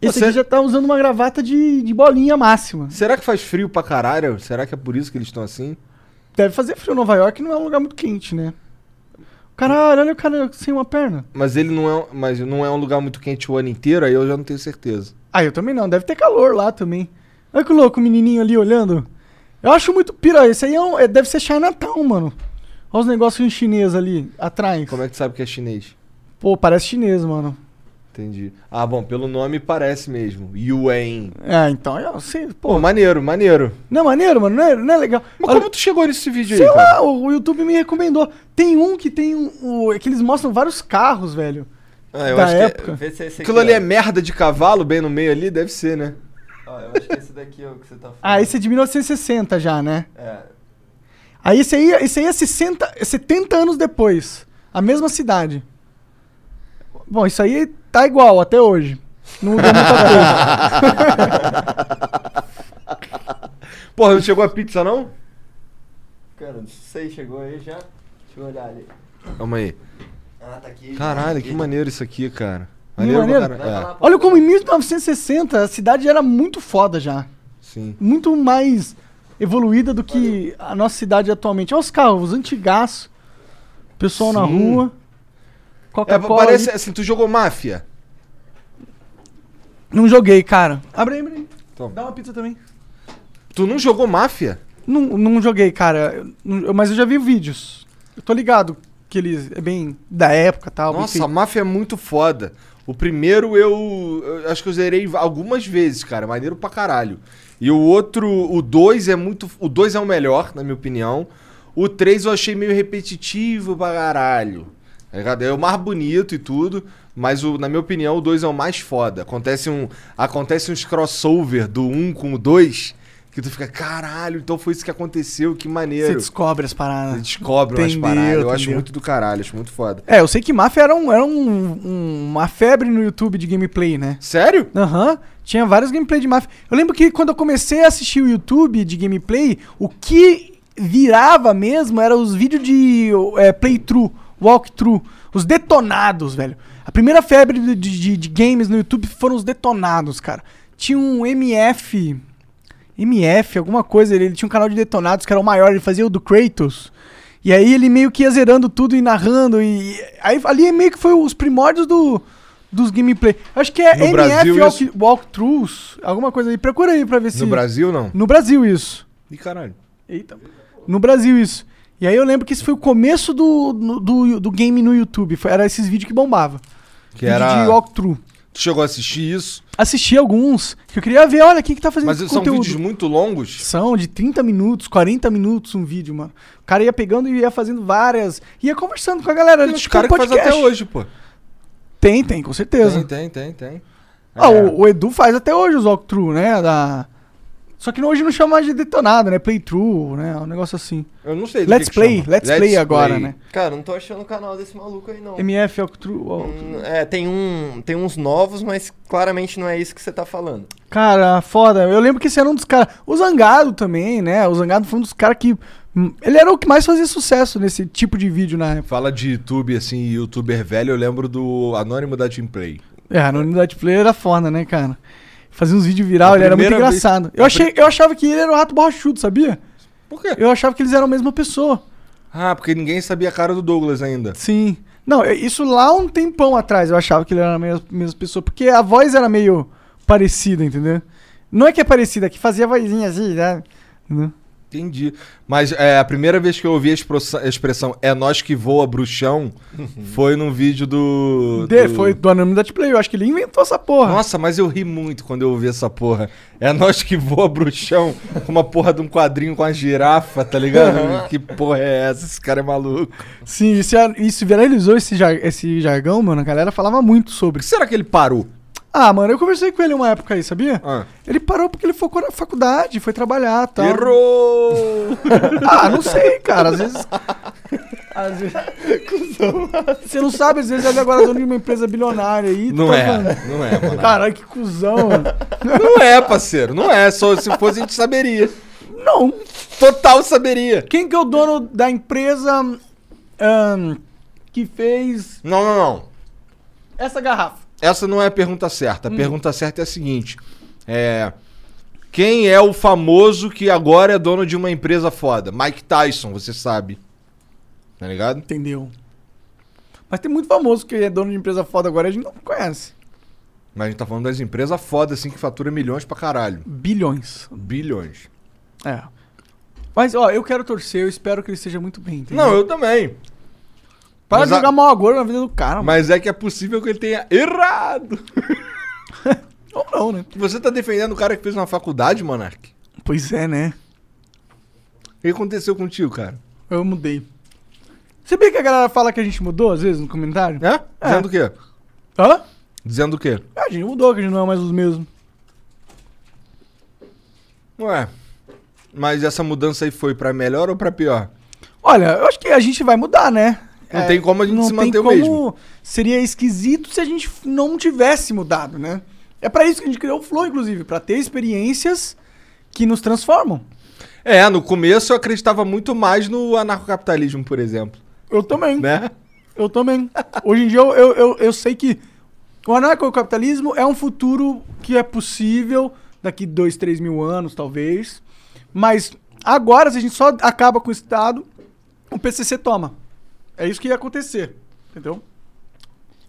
[SPEAKER 2] Esse
[SPEAKER 1] Você-
[SPEAKER 2] aqui já tá usando uma gravata de, de bolinha máxima.
[SPEAKER 1] Será que faz frio pra caralho? Será que é por isso que eles estão assim?
[SPEAKER 2] Deve fazer frio. Nova York não é um lugar muito quente, né? Caralho, olha o cara sem uma perna.
[SPEAKER 1] Mas ele não é, um- mas não é um lugar muito quente o ano inteiro, aí eu já não tenho certeza.
[SPEAKER 2] Ah, eu também não. Deve ter calor lá também. Olha que louco o menininho ali olhando. Eu acho muito pira. Esse aí é um- é- deve ser Chinatown, mano. Olha os negócios em chinês ali, atrás.
[SPEAKER 1] Como é que tu sabe que é chinês?
[SPEAKER 2] Pô, parece chinês, mano.
[SPEAKER 1] Entendi. Ah, bom, pelo nome parece mesmo. Yuen.
[SPEAKER 2] É, então, eu sei. Pô,
[SPEAKER 1] Pô, maneiro, maneiro.
[SPEAKER 2] não é maneiro, mano? Não é, não é legal.
[SPEAKER 1] Mas
[SPEAKER 2] Olha-
[SPEAKER 1] como tu chegou nesse vídeo
[SPEAKER 2] Sei
[SPEAKER 1] aí, cara?
[SPEAKER 2] lá, o, o YouTube me recomendou. Tem um que tem um, o- é que eles mostram vários carros, velho.
[SPEAKER 3] Ah, eu
[SPEAKER 2] Da
[SPEAKER 3] acho
[SPEAKER 2] época.
[SPEAKER 3] que. Vê se é esse
[SPEAKER 1] Aquilo
[SPEAKER 3] aqui,
[SPEAKER 1] ali é
[SPEAKER 3] ó.
[SPEAKER 1] merda de cavalo, bem no meio ali, deve ser, né?
[SPEAKER 3] Ó, eu acho que esse daqui é o que você tá falando.
[SPEAKER 2] Ah, esse é de 1960 já, né?
[SPEAKER 3] É.
[SPEAKER 2] Aí esse aí, esse aí é 60, é 70 anos depois. A mesma cidade. Bom, isso aí tá igual até hoje. Não mudou
[SPEAKER 1] <laughs>
[SPEAKER 2] muita coisa.
[SPEAKER 1] Porra, não chegou a pizza, não?
[SPEAKER 3] Cara, não sei, chegou aí já. Deixa eu olhar ali.
[SPEAKER 1] Calma aí.
[SPEAKER 3] Ah, tá aqui.
[SPEAKER 1] Caralho,
[SPEAKER 3] aqui.
[SPEAKER 1] que maneiro isso aqui, cara.
[SPEAKER 2] Não é
[SPEAKER 1] Maneiro, pra
[SPEAKER 2] maneiro?
[SPEAKER 1] caralho.
[SPEAKER 3] Vai
[SPEAKER 1] É,
[SPEAKER 3] lá, pô.
[SPEAKER 2] Olha como em 1960 a cidade era muito foda já.
[SPEAKER 1] É, sim.
[SPEAKER 2] Muito mais evoluída do que a nossa cidade atualmente. Olha os carros, antigaço. Pessoal na
[SPEAKER 1] Sim.
[SPEAKER 2] rua.
[SPEAKER 1] É,
[SPEAKER 2] Coca-Cola.
[SPEAKER 1] parece assim, tu jogou máfia.
[SPEAKER 2] Não joguei, cara. Abre aí, abre aí.
[SPEAKER 1] Toma.
[SPEAKER 2] Dá uma pizza também.
[SPEAKER 1] Tu não jogou máfia?
[SPEAKER 2] Não, não joguei, cara. Eu- eu- mas eu já vi vídeos. Eu tô ligado que ele é bem da época e tal. bem
[SPEAKER 1] Nossa, a
[SPEAKER 2] feito.
[SPEAKER 1] máfia é muito foda. O primeiro eu, eu acho que eu zerei algumas vezes, cara, maneiro pra caralho. E o outro, o 2 é muito, o 2 é o melhor, na minha opinião. O 3 eu achei meio repetitivo pra caralho. tá ligado? É o mais bonito e tudo, mas o- na minha opinião o 2 é o mais foda. Acontece um acontece uns crossover do 1 um com o 2 que tu fica, caralho, então foi isso que aconteceu, que
[SPEAKER 2] Você
[SPEAKER 1] maneiro.
[SPEAKER 2] descobre as paradas.
[SPEAKER 1] Você descobre umas
[SPEAKER 2] Entendeu,
[SPEAKER 1] paradas. Eu acho
[SPEAKER 2] entendeu.
[SPEAKER 1] muito do caralho, acho muito foda.
[SPEAKER 2] É, eu sei que máfia era, um, era um- um- uma febre no YouTube de gameplay, né?
[SPEAKER 1] Sério?
[SPEAKER 2] Aham, tinha vários gameplay de máfia. Eu lembro que quando eu comecei a assistir o YouTube de gameplay, o que virava mesmo era os vídeos de é, playthrough, walkthrough, os detonados, velho. A primeira febre de, de- de games no YouTube foram os detonados, cara. Tinha um MF. MF, alguma coisa, ele, ele tinha um canal de detonados que era o maior, ele fazia o do Kratos. E aí ele meio que ia zerando tudo e narrando. E aí ali meio que foi os primórdios do, dos gameplay. Acho que é
[SPEAKER 1] No
[SPEAKER 2] MF
[SPEAKER 1] Brasil,
[SPEAKER 2] walk, Walkthroughs, alguma coisa aí. Procura aí pra ver se.
[SPEAKER 1] No Brasil, não?
[SPEAKER 2] No Brasil, isso.
[SPEAKER 1] Ih, caralho.
[SPEAKER 2] Eita. No Brasil, isso. E aí eu lembro que esse foi o começo do, no- do, do game no YouTube. Foi- era esses vídeos que bombava.
[SPEAKER 1] Que
[SPEAKER 2] Vídeo
[SPEAKER 1] era.
[SPEAKER 2] de walkthrough.
[SPEAKER 1] Tu chegou a assistir isso?
[SPEAKER 2] Assisti alguns, que eu queria ver, olha, quem que tá fazendo
[SPEAKER 1] Mas
[SPEAKER 2] esse
[SPEAKER 1] são
[SPEAKER 2] conteúdo.
[SPEAKER 1] vídeos muito longos.
[SPEAKER 2] São de 30 minutos, 40 minutos um vídeo, mano. O cara ia pegando e ia fazendo várias. Ia conversando com a galera.
[SPEAKER 1] Tem
[SPEAKER 2] tipo
[SPEAKER 1] uns caras que fazem
[SPEAKER 2] podcast.
[SPEAKER 1] até hoje, pô.
[SPEAKER 2] Tem, tem, com certeza.
[SPEAKER 1] Tem, tem, tem, tem.
[SPEAKER 2] Ah,
[SPEAKER 1] É.
[SPEAKER 2] o, o Edu faz até hoje os walkthrough, né? Da... Só que hoje não chama mais de detonado, né? Playthrough, né? Um negócio assim.
[SPEAKER 1] Eu não sei. do
[SPEAKER 2] Let's
[SPEAKER 1] que que
[SPEAKER 2] play,
[SPEAKER 1] chama.
[SPEAKER 2] let's, play agora, né?
[SPEAKER 3] Cara, não tô achando o canal desse maluco aí, não.
[SPEAKER 2] MF walkthrough. walkthrough.
[SPEAKER 3] Hum, É, tem, um, tem uns novos, mas claramente não é isso que você tá falando.
[SPEAKER 2] Cara, foda. Eu lembro que esse era um dos caras. O Zangado também, né? O Zangado foi um dos caras que. hum, Ele era o que mais fazia sucesso nesse tipo de vídeo na época.
[SPEAKER 1] Fala de YouTube, assim, youtuber velho, eu lembro do Anônimo da Team Play.
[SPEAKER 2] É, a Unidade Player era foda, né, cara? Fazia uns vídeos viral,
[SPEAKER 1] A
[SPEAKER 2] ele era muito
[SPEAKER 1] primeira vez-
[SPEAKER 2] engraçado. Eu,
[SPEAKER 1] a
[SPEAKER 2] achei, eu achava que ele era o Rato Borrachudo, sabia?
[SPEAKER 1] Por quê?
[SPEAKER 2] Eu achava que eles eram a mesma pessoa.
[SPEAKER 1] Ah, porque ninguém sabia a cara do Douglas ainda.
[SPEAKER 2] Sim. Não, eu- isso lá um tempão atrás eu achava que ele era a mesma, mesma pessoa, porque a voz era meio parecida, entendeu? Não é que é parecida, é que fazia vozinha assim, né? Entendeu?
[SPEAKER 1] Entendi. Mas é, a primeira vez que eu ouvi a expressão, a expressão é nós que voa bruxão foi num vídeo do.
[SPEAKER 2] Uhum. De-
[SPEAKER 1] do-
[SPEAKER 2] Foi do Anonymous Play, eu acho que ele inventou essa porra.
[SPEAKER 1] Nossa, mas eu ri muito quando eu ouvi essa porra. É nós que voa bruxão com uma porra de um quadrinho com a girafa, tá ligado? que porra é essa? Esse cara é maluco.
[SPEAKER 2] Sim, isso, é- isso viralizou esse, jar- esse jargão, mano. A galera falava muito
[SPEAKER 1] Por
[SPEAKER 2] sobre.
[SPEAKER 1] que será que ele parou?
[SPEAKER 2] Ah, mano, eu conversei com ele uma época aí, sabia?
[SPEAKER 1] Ah.
[SPEAKER 2] Ele parou porque ele focou na faculdade, foi trabalhar tal. <laughs>
[SPEAKER 1] Errou!
[SPEAKER 2] Ah, não sei, cara. Às vezes. <laughs> Às vezes. Você não sabe, às vezes ele agora é dono de uma empresa bilionária aí. tu
[SPEAKER 1] não
[SPEAKER 2] tá
[SPEAKER 1] é,
[SPEAKER 2] falando.
[SPEAKER 1] não é, mano.
[SPEAKER 2] Caralho, que cuzão, mano.
[SPEAKER 1] Não é, parceiro, não é. Só se fosse a gente saberia.
[SPEAKER 2] Não.
[SPEAKER 1] Total saberia.
[SPEAKER 2] Quem que é o dono da empresa ahn, que fez
[SPEAKER 1] Não, não, não.
[SPEAKER 2] essa garrafa?
[SPEAKER 1] Essa não é a pergunta certa. A
[SPEAKER 2] Hum.
[SPEAKER 1] pergunta certa é a seguinte: é, Quem é o famoso que agora é dono de uma empresa foda? Mike Tyson, você sabe. Tá ligado?
[SPEAKER 2] Entendeu? Mas tem muito famoso que é dono de empresa foda agora, a gente não conhece.
[SPEAKER 1] Mas a gente tá falando das empresas foda, assim, que fatura milhões pra caralho.
[SPEAKER 2] Bilhões.
[SPEAKER 1] Bilhões.
[SPEAKER 2] É. Mas, ó, eu quero torcer, eu espero que ele esteja muito bem. entendeu?
[SPEAKER 1] Não, eu também.
[SPEAKER 2] Para
[SPEAKER 1] Mas
[SPEAKER 2] de
[SPEAKER 1] a-
[SPEAKER 2] jogar mal agora na vida do cara, mano.
[SPEAKER 1] <laughs> Mas é que é possível que ele tenha errado.
[SPEAKER 2] Ou não, né?
[SPEAKER 1] Você tá defendendo o cara que fez uma faculdade, Monark?
[SPEAKER 2] Pois é, né?
[SPEAKER 1] O que aconteceu contigo, cara?
[SPEAKER 2] Eu mudei. Você bem que a galera fala que a gente mudou, às vezes, no comentário?
[SPEAKER 1] É?
[SPEAKER 2] É.
[SPEAKER 1] Dizendo o quê?
[SPEAKER 2] Hã?
[SPEAKER 1] Dizendo o quê?
[SPEAKER 2] A gente mudou, que a gente não é mais os mesmos.
[SPEAKER 1] Ué. Mas essa mudança aí foi pra melhor ou pra pior?
[SPEAKER 2] Olha, eu acho que a gente vai mudar, né?
[SPEAKER 1] Não tem como a gente
[SPEAKER 2] não
[SPEAKER 1] se
[SPEAKER 2] tem
[SPEAKER 1] manter o
[SPEAKER 2] como-
[SPEAKER 1] mesmo.
[SPEAKER 2] Seria esquisito se a gente não tivesse mudado, né? É pra isso que a gente criou o Flow, inclusive, pra ter experiências que nos transformam.
[SPEAKER 1] É, no começo eu acreditava muito mais no anarcocapitalismo, por exemplo.
[SPEAKER 2] Eu também.
[SPEAKER 1] Né?
[SPEAKER 2] Eu também. Hoje em dia eu, eu, eu, eu sei que o anarcocapitalismo é um futuro que é possível daqui dois, três mil anos, talvez. Mas agora, se a gente só acaba com o Estado, o PCC toma. É isso que ia acontecer. Entendeu?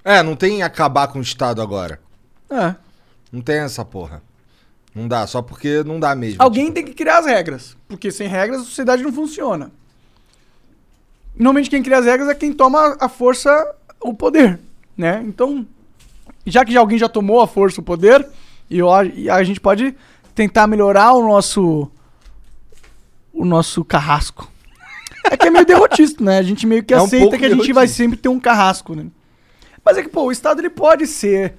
[SPEAKER 1] É, não tem acabar com o Estado agora.
[SPEAKER 2] É.
[SPEAKER 1] Não tem essa porra. Não dá, só porque não dá mesmo.
[SPEAKER 2] Alguém tem que criar as regras. Porque sem regras a sociedade não funciona. Normalmente quem cria as regras é quem toma a força, o poder, né? Então, já que já alguém já tomou a força, o poder, e eu a- e a gente pode tentar melhorar o nosso o nosso carrasco. É que é meio derrotista, né? A gente meio que
[SPEAKER 1] É um
[SPEAKER 2] aceita
[SPEAKER 1] pouco
[SPEAKER 2] que a gente vai
[SPEAKER 1] derrotista.
[SPEAKER 2] sempre ter um carrasco, né? Mas é que, pô, o Estado ele pode ser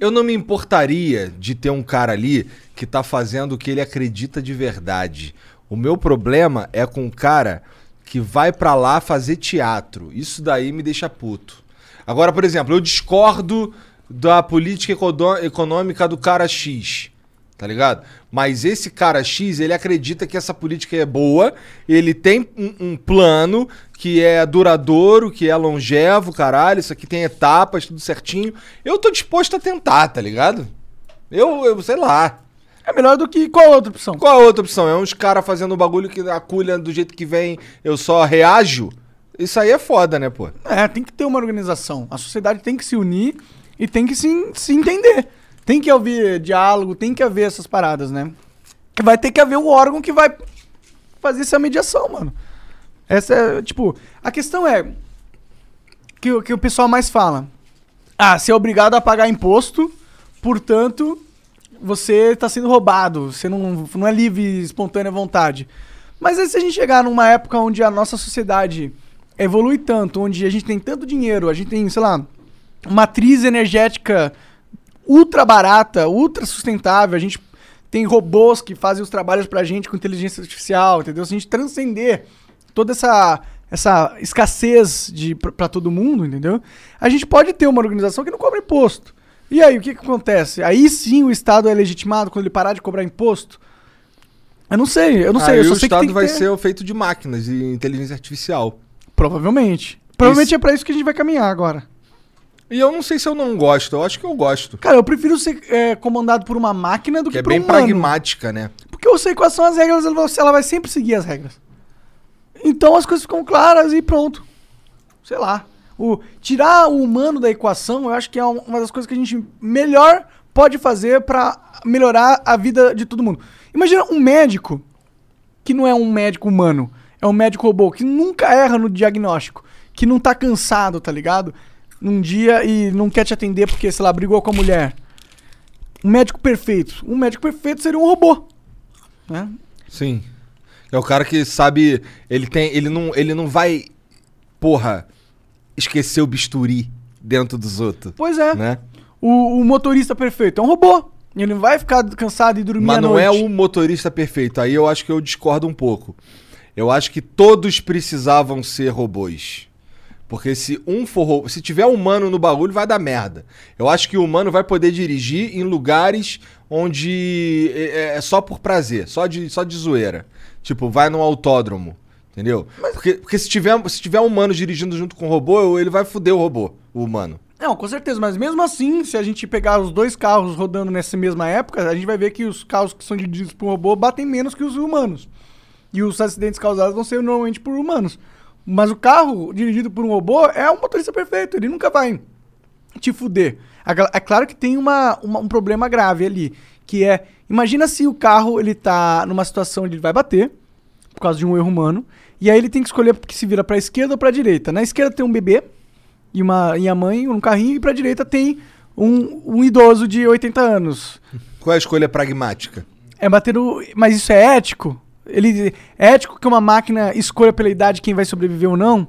[SPEAKER 1] Eu não me importaria de ter um cara ali que tá fazendo o que ele acredita de verdade. O meu problema é com um cara que vai pra lá fazer teatro. Isso daí me deixa puto. Agora, por exemplo, eu discordo da política econo- econômica do cara X. Tá ligado? Mas esse cara X, ele acredita que essa política é boa, ele tem um, um plano que é duradouro, que é longevo, caralho, isso aqui tem etapas, tudo certinho. Eu tô disposto a tentar, tá ligado? Eu, eu sei lá.
[SPEAKER 2] É melhor do que qual outra opção?
[SPEAKER 1] Qual a outra opção? É uns caras fazendo um bagulho que aculha do jeito que vem, eu só reajo? Isso aí é foda, né, pô?
[SPEAKER 2] É, tem que ter uma organização. A sociedade tem que se unir e tem que se, se entender. Tem que haver diálogo, tem que haver essas paradas, né? Que vai ter que haver um órgão que vai fazer essa mediação, mano. Essa é, tipo, a questão é que, o- que o pessoal mais fala. Ah, você é obrigado a pagar imposto, portanto, você está sendo roubado, você não, não é livre, espontânea vontade. Mas aí se a gente chegar numa época onde a nossa sociedade evolui tanto, onde a gente tem tanto dinheiro, a gente tem, sei lá, matriz energética ultra barata, ultra sustentável, a gente tem robôs que fazem os trabalhos pra gente com inteligência artificial, entendeu? Se a gente transcender toda essa essa escassez de para todo mundo, entendeu? A gente pode ter uma organização que não cobra imposto. E aí, o que, que acontece? Aí sim o Estado é legitimado quando ele parar de cobrar imposto? Eu não sei, eu não sei.
[SPEAKER 1] aí
[SPEAKER 2] Eu só
[SPEAKER 1] o
[SPEAKER 2] sei que
[SPEAKER 1] Estado
[SPEAKER 2] tem que
[SPEAKER 1] vai
[SPEAKER 2] ter-
[SPEAKER 1] ser feito de máquinas e inteligência artificial.
[SPEAKER 2] Provavelmente. Provavelmente é pra isso que a gente vai caminhar agora.
[SPEAKER 1] E eu não sei se eu não gosto, eu acho que eu gosto.
[SPEAKER 2] Cara, eu prefiro ser é, comandado por uma máquina do
[SPEAKER 1] Que
[SPEAKER 2] que,
[SPEAKER 1] é
[SPEAKER 2] por um
[SPEAKER 1] bem
[SPEAKER 2] humano.
[SPEAKER 1] pragmática, né?
[SPEAKER 2] Porque eu sei quais são as regras, ela vai- ela vai sempre seguir as regras. Então as coisas ficam claras e pronto. Sei lá. O, tirar o humano da equação, eu acho que é um- uma das coisas que a gente melhor pode fazer pra melhorar a vida de todo mundo. Imagina um médico que não é um médico humano, é um médico robô, que nunca erra no diagnóstico, que não tá cansado, tá ligado? Num dia e não quer te atender porque, sei lá, brigou com a mulher. Um médico perfeito. Um médico perfeito seria um robô. Né?
[SPEAKER 1] Sim. É o cara que sabe. Ele tem. Ele não, ele não vai, porra, esquecer o bisturi dentro dos outros.
[SPEAKER 2] Pois é.
[SPEAKER 1] Né?
[SPEAKER 2] O, o motorista perfeito é um robô. Ele não vai ficar cansado e dormir
[SPEAKER 1] Mas
[SPEAKER 2] à
[SPEAKER 1] não
[SPEAKER 2] noite.
[SPEAKER 1] é o motorista perfeito. Aí eu acho que eu discordo um pouco. Eu acho que todos precisavam ser robôs. Porque se um for robô, se tiver humano no bagulho, vai dar merda. Eu acho que o humano vai poder dirigir em lugares onde é, é- é só por prazer, só de, só de zoeira. Tipo, vai num autódromo. Entendeu? Porque, porque se, tiver, se tiver um humano dirigindo junto com o robô, ele vai foder o robô, o humano.
[SPEAKER 2] Não, com certeza, mas mesmo assim, se a gente pegar os dois carros rodando nessa mesma época, a gente vai ver que os carros que são dirigidos por um robô batem menos que os humanos. E os acidentes causados vão ser normalmente por humanos. Mas o carro dirigido por um robô é um motorista perfeito, ele nunca vai te fuder. A gal- É claro que tem uma, uma- um problema grave ali, que é, imagina se o carro ele tá numa situação onde ele vai bater, por causa de um erro humano, e aí ele tem que escolher porque se vira pra esquerda ou pra direita. Na esquerda tem um bebê e, uma, e a mãe um carrinho, e pra direita tem um, um idoso de 80 anos.
[SPEAKER 1] Qual é a escolha pragmática?
[SPEAKER 2] É bater no. Mas isso é ético? Ele, é ético que uma máquina escolha pela idade quem vai sobreviver ou não?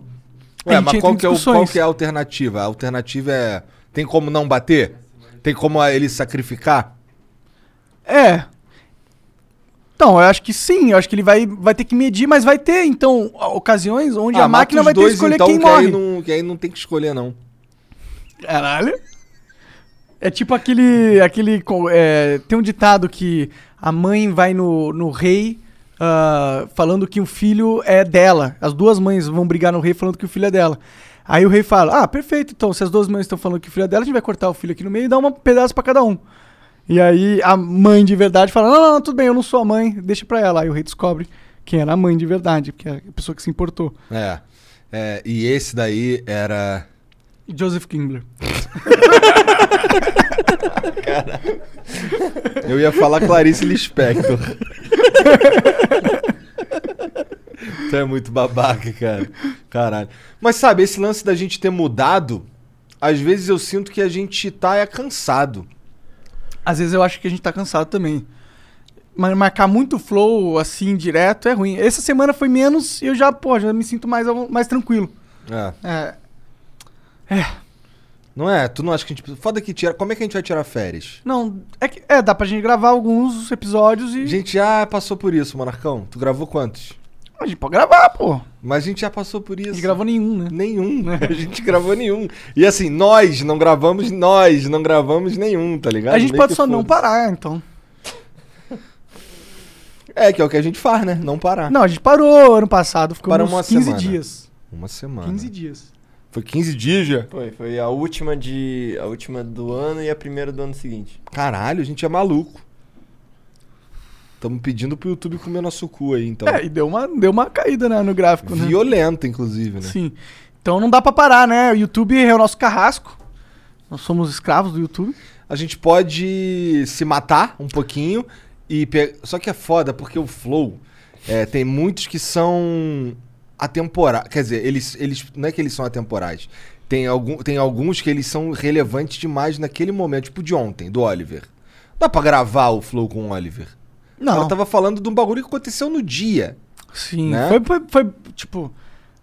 [SPEAKER 2] A
[SPEAKER 1] Ué,
[SPEAKER 2] gente
[SPEAKER 1] mas
[SPEAKER 2] entra
[SPEAKER 1] qual
[SPEAKER 2] em
[SPEAKER 1] que, é o, qual
[SPEAKER 2] discussões.
[SPEAKER 1] que é a alternativa? A alternativa é. Tem como não bater? Tem como ah, ele sacrificar?
[SPEAKER 2] É. Então, eu acho que sim, eu acho que ele vai, vai ter que medir, mas vai ter, então, ocasiões onde a
[SPEAKER 1] Ah, mata
[SPEAKER 2] máquina
[SPEAKER 1] os
[SPEAKER 2] vai ter que
[SPEAKER 1] dois,
[SPEAKER 2] escolher
[SPEAKER 1] então,
[SPEAKER 2] quem
[SPEAKER 1] que
[SPEAKER 2] morre.
[SPEAKER 1] Aí não, que aí não tem que escolher, não.
[SPEAKER 2] Caralho. É tipo aquele. aquele co- é, tem um ditado que a mãe vai no, no rei ah, falando que o filho é dela. As duas mães vão brigar no rei falando que o filho é dela. Aí o rei fala: Ah, perfeito, então, se as duas mães estão falando que o filho é dela, a gente vai cortar o filho aqui no meio e dar um pedaço pra cada um. E aí a mãe de verdade fala: não, não, não, tudo bem, eu não sou a mãe, deixa pra ela. Aí o rei descobre quem era a mãe de verdade, porque é a pessoa que se importou.
[SPEAKER 1] É. É, e esse daí era.
[SPEAKER 2] Joseph Kimbler.
[SPEAKER 1] Eu ia falar Clarice <laughs> Lispector. tu é muito babaca, cara. Caralho. Mas sabe, esse lance da gente ter mudado, às vezes eu sinto que a gente tá é cansado.
[SPEAKER 2] Às vezes eu acho que a gente tá cansado também. Mas marcar muito flow, assim, direto, é ruim. Essa semana foi menos e eu já, pô, já me sinto mais, ao- mais tranquilo.
[SPEAKER 1] É.
[SPEAKER 2] É,
[SPEAKER 1] Não é? Tu não acha que a gente precisa. Foda que tira. Como é que a gente vai tirar férias?
[SPEAKER 2] Não, é, que, é, dá pra gente gravar alguns episódios e.
[SPEAKER 1] A gente já passou por isso, Monarcão. Tu gravou quantos?
[SPEAKER 2] A gente pode gravar, pô. A
[SPEAKER 1] Mas a gente já passou por isso.
[SPEAKER 2] gente gravou nenhum, né?
[SPEAKER 1] nenhum.
[SPEAKER 2] <laughs>
[SPEAKER 1] A gente gravou nenhum. E assim, nós não gravamos, nós não gravamos nenhum, tá ligado?
[SPEAKER 2] a gente
[SPEAKER 1] Meio
[SPEAKER 2] pode
[SPEAKER 1] que
[SPEAKER 2] só não
[SPEAKER 1] foda-se.
[SPEAKER 2] parar, então.
[SPEAKER 1] É, que é o que a gente faz, né? Não parar.
[SPEAKER 2] Não, a gente parou ano passado, ficou
[SPEAKER 1] Parou
[SPEAKER 2] uns
[SPEAKER 1] uma
[SPEAKER 2] 15
[SPEAKER 1] semana.
[SPEAKER 2] dias.
[SPEAKER 1] Uma semana.
[SPEAKER 2] 15 dias.
[SPEAKER 1] Foi 15 dias já?
[SPEAKER 3] Foi, foi a última de. a última do ano e a primeira do ano seguinte.
[SPEAKER 1] Caralho, a gente é maluco. Tamo pedindo pro YouTube comer nosso cu aí, então.
[SPEAKER 2] É, e deu uma, deu uma caída né, no gráfico, né?
[SPEAKER 1] Violenta, inclusive, né?
[SPEAKER 2] Sim. Então não dá pra parar, né? O YouTube é o nosso carrasco. Nós somos escravos do YouTube.
[SPEAKER 1] A gente pode se matar um pouquinho e pe- só que é foda porque o flow é, tem muitos que são atemporais, quer dizer, eles, eles não é que eles são atemporais. Tem, algum, tem alguns que eles são relevantes demais naquele momento, tipo de ontem, do Oliver. Não dá pra gravar o flow com o Oliver. Ela
[SPEAKER 2] Não.
[SPEAKER 1] tava falando de um bagulho que aconteceu no dia.
[SPEAKER 2] Sim.
[SPEAKER 1] né?
[SPEAKER 2] Foi, foi, foi, tipo.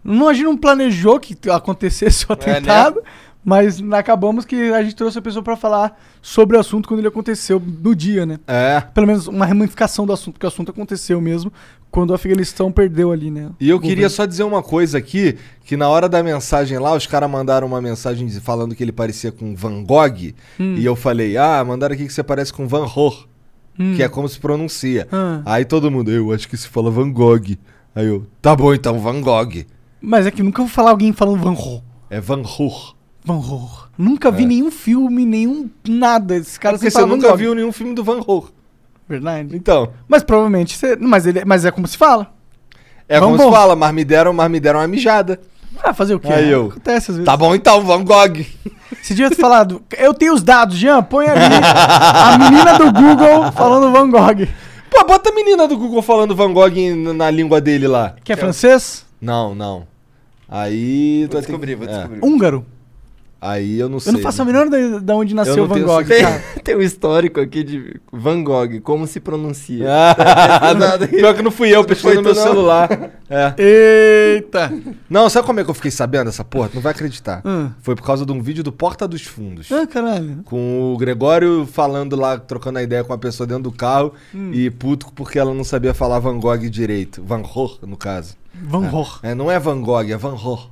[SPEAKER 2] Não, a gente não planejou que acontecesse o
[SPEAKER 1] É, né?
[SPEAKER 2] atentado, mas acabamos que a gente trouxe a pessoa pra falar sobre o assunto quando ele aconteceu no dia, né?
[SPEAKER 1] É.
[SPEAKER 2] Pelo menos uma ramificação do assunto, porque o assunto aconteceu mesmo quando o Afeganistão perdeu ali, né?
[SPEAKER 1] E eu
[SPEAKER 2] O
[SPEAKER 1] queria só dizer uma coisa aqui, que na hora da mensagem lá, os caras mandaram uma mensagem diz- falando que ele parecia com Van Gogh,
[SPEAKER 2] Hum.
[SPEAKER 1] e eu falei, ah, mandaram aqui que você parece com Van Gogh,
[SPEAKER 2] Hum.
[SPEAKER 1] que é como se pronuncia.
[SPEAKER 2] Ah.
[SPEAKER 1] Aí todo mundo, eu acho que se fala Van Gogh. Aí eu, tá bom então, Van Gogh.
[SPEAKER 2] Mas é que nunca vou falar alguém falando Van Gogh.
[SPEAKER 1] É Van Gogh.
[SPEAKER 2] Van Gogh. Nunca vi nenhum filme, nenhum nada. Esse cara
[SPEAKER 1] É. Porque você
[SPEAKER 2] sempre fala Van
[SPEAKER 1] nunca
[SPEAKER 2] Gogh.
[SPEAKER 1] viu nenhum filme do Van Gogh.
[SPEAKER 2] Verdade.
[SPEAKER 1] Então,
[SPEAKER 2] Mas provavelmente você. Mas, ele, mas é como se fala.
[SPEAKER 1] é
[SPEAKER 2] Van
[SPEAKER 1] como se
[SPEAKER 2] Gogh.
[SPEAKER 1] fala, mas me deram, mas me deram uma mijada.
[SPEAKER 2] Ah, fazer o quê?
[SPEAKER 1] Aí eu.
[SPEAKER 2] Acontece às vezes.
[SPEAKER 1] Tá bom então, Van Gogh.
[SPEAKER 2] Você devia ter falado. Eu tenho os dados, Jean, põe ali. a menina do Google falando Van Gogh.
[SPEAKER 1] Pô, bota a menina do Google falando Van Gogh em- na língua dele lá.
[SPEAKER 2] Que é francês?
[SPEAKER 1] Não, não. Aí. tu vai ter
[SPEAKER 3] Vou
[SPEAKER 1] que-
[SPEAKER 3] descobrir, vou
[SPEAKER 1] é.
[SPEAKER 3] descobrir.
[SPEAKER 2] Húngaro.
[SPEAKER 1] Aí eu não sei.
[SPEAKER 2] Eu não faço a
[SPEAKER 1] <laughs> né?
[SPEAKER 2] menor ideia de onde nasceu
[SPEAKER 1] não
[SPEAKER 2] Van
[SPEAKER 1] tenho
[SPEAKER 2] Gogh,
[SPEAKER 1] certeza. <laughs>
[SPEAKER 2] cara.
[SPEAKER 3] <laughs> Tem, tem um histórico aqui de Van Gogh, como se pronuncia.
[SPEAKER 1] Ah, não, Pior que não fui eu, pesquisei no meu
[SPEAKER 3] Foi tu, não?
[SPEAKER 1] celular. É.
[SPEAKER 2] Eita!
[SPEAKER 1] Não, sabe como é que eu fiquei sabendo essa porra? Tu Não vai acreditar.
[SPEAKER 2] Hum.
[SPEAKER 1] Foi por causa de um vídeo do Porta dos Fundos.
[SPEAKER 2] Ah, caralho.
[SPEAKER 1] Com o Gregório falando lá, trocando a ideia com a pessoa dentro do carro
[SPEAKER 2] Hum.
[SPEAKER 1] e puto porque ela não sabia falar Van Gogh direito. Van Gogh, no caso.
[SPEAKER 2] Van Gogh.
[SPEAKER 1] É, não é Van Gogh, é Van Gogh.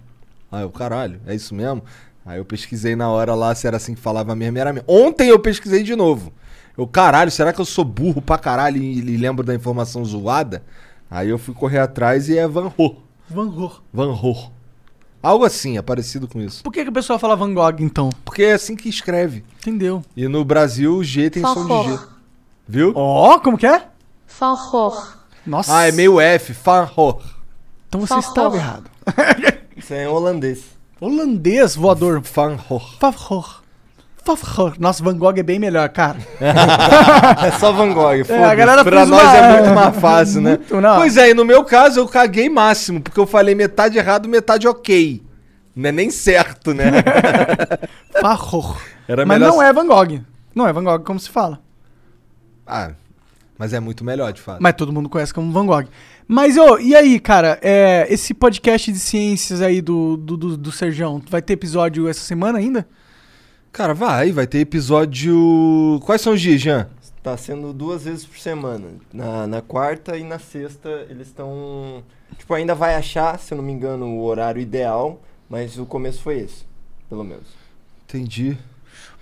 [SPEAKER 1] Aí eu, caralho, é isso mesmo? Aí eu pesquisei na hora lá se era assim que falava mesmo, era mesmo. Ontem eu pesquisei de novo. Eu, caralho, será que eu sou burro pra caralho e, e lembro da informação zoada? Aí eu fui correr atrás e é Van Gogh.
[SPEAKER 2] Van Gogh.
[SPEAKER 1] Van Gogh. Algo assim, é parecido com isso.
[SPEAKER 2] Por que, que o pessoal fala Van Gogh, então?
[SPEAKER 1] Porque é assim que escreve.
[SPEAKER 2] Entendeu?
[SPEAKER 1] E no Brasil o G tem som de G. Viu?
[SPEAKER 2] Ó, como que é?
[SPEAKER 4] Farror.
[SPEAKER 2] Nossa.
[SPEAKER 1] Ah, é meio F, Van Gogh.
[SPEAKER 2] Então você
[SPEAKER 4] Farror.
[SPEAKER 2] estava errado.
[SPEAKER 3] <laughs> Isso é em holandês.
[SPEAKER 2] Holandês voador.
[SPEAKER 1] Van Gogh.
[SPEAKER 2] Favor. Favor. Nossa, Van Gogh é bem melhor, cara.
[SPEAKER 3] É só Van Gogh, foda-se.
[SPEAKER 2] a galera- Ela
[SPEAKER 1] pra
[SPEAKER 2] fez
[SPEAKER 1] nós
[SPEAKER 2] uma-
[SPEAKER 1] é muito mais fácil, né?
[SPEAKER 2] Muito, não.
[SPEAKER 1] Pois é, e no meu caso eu caguei máximo, porque eu falei metade errado, metade ok. Não é nem certo,
[SPEAKER 2] <laughs>
[SPEAKER 1] né?
[SPEAKER 2] Favor.
[SPEAKER 1] Era
[SPEAKER 2] Mas
[SPEAKER 1] É melhor-
[SPEAKER 2] não é Van Gogh. Não é Van Gogh como se fala.
[SPEAKER 1] Ah, mas é muito melhor, de fato.
[SPEAKER 2] Mas todo mundo conhece como Van Gogh. Mas, ô, e aí, cara? é, esse podcast de ciências aí do, do, do, do Serjão, vai ter episódio essa semana ainda?
[SPEAKER 1] Cara, vai, vai ter episódio. Quais são os dias, Jean?
[SPEAKER 3] Tá sendo duas vezes por semana. Na, na quarta e na sexta eles estão. Tipo, ainda vai achar, se eu não me engano, o horário ideal, mas o começo foi esse, pelo menos.
[SPEAKER 1] Entendi.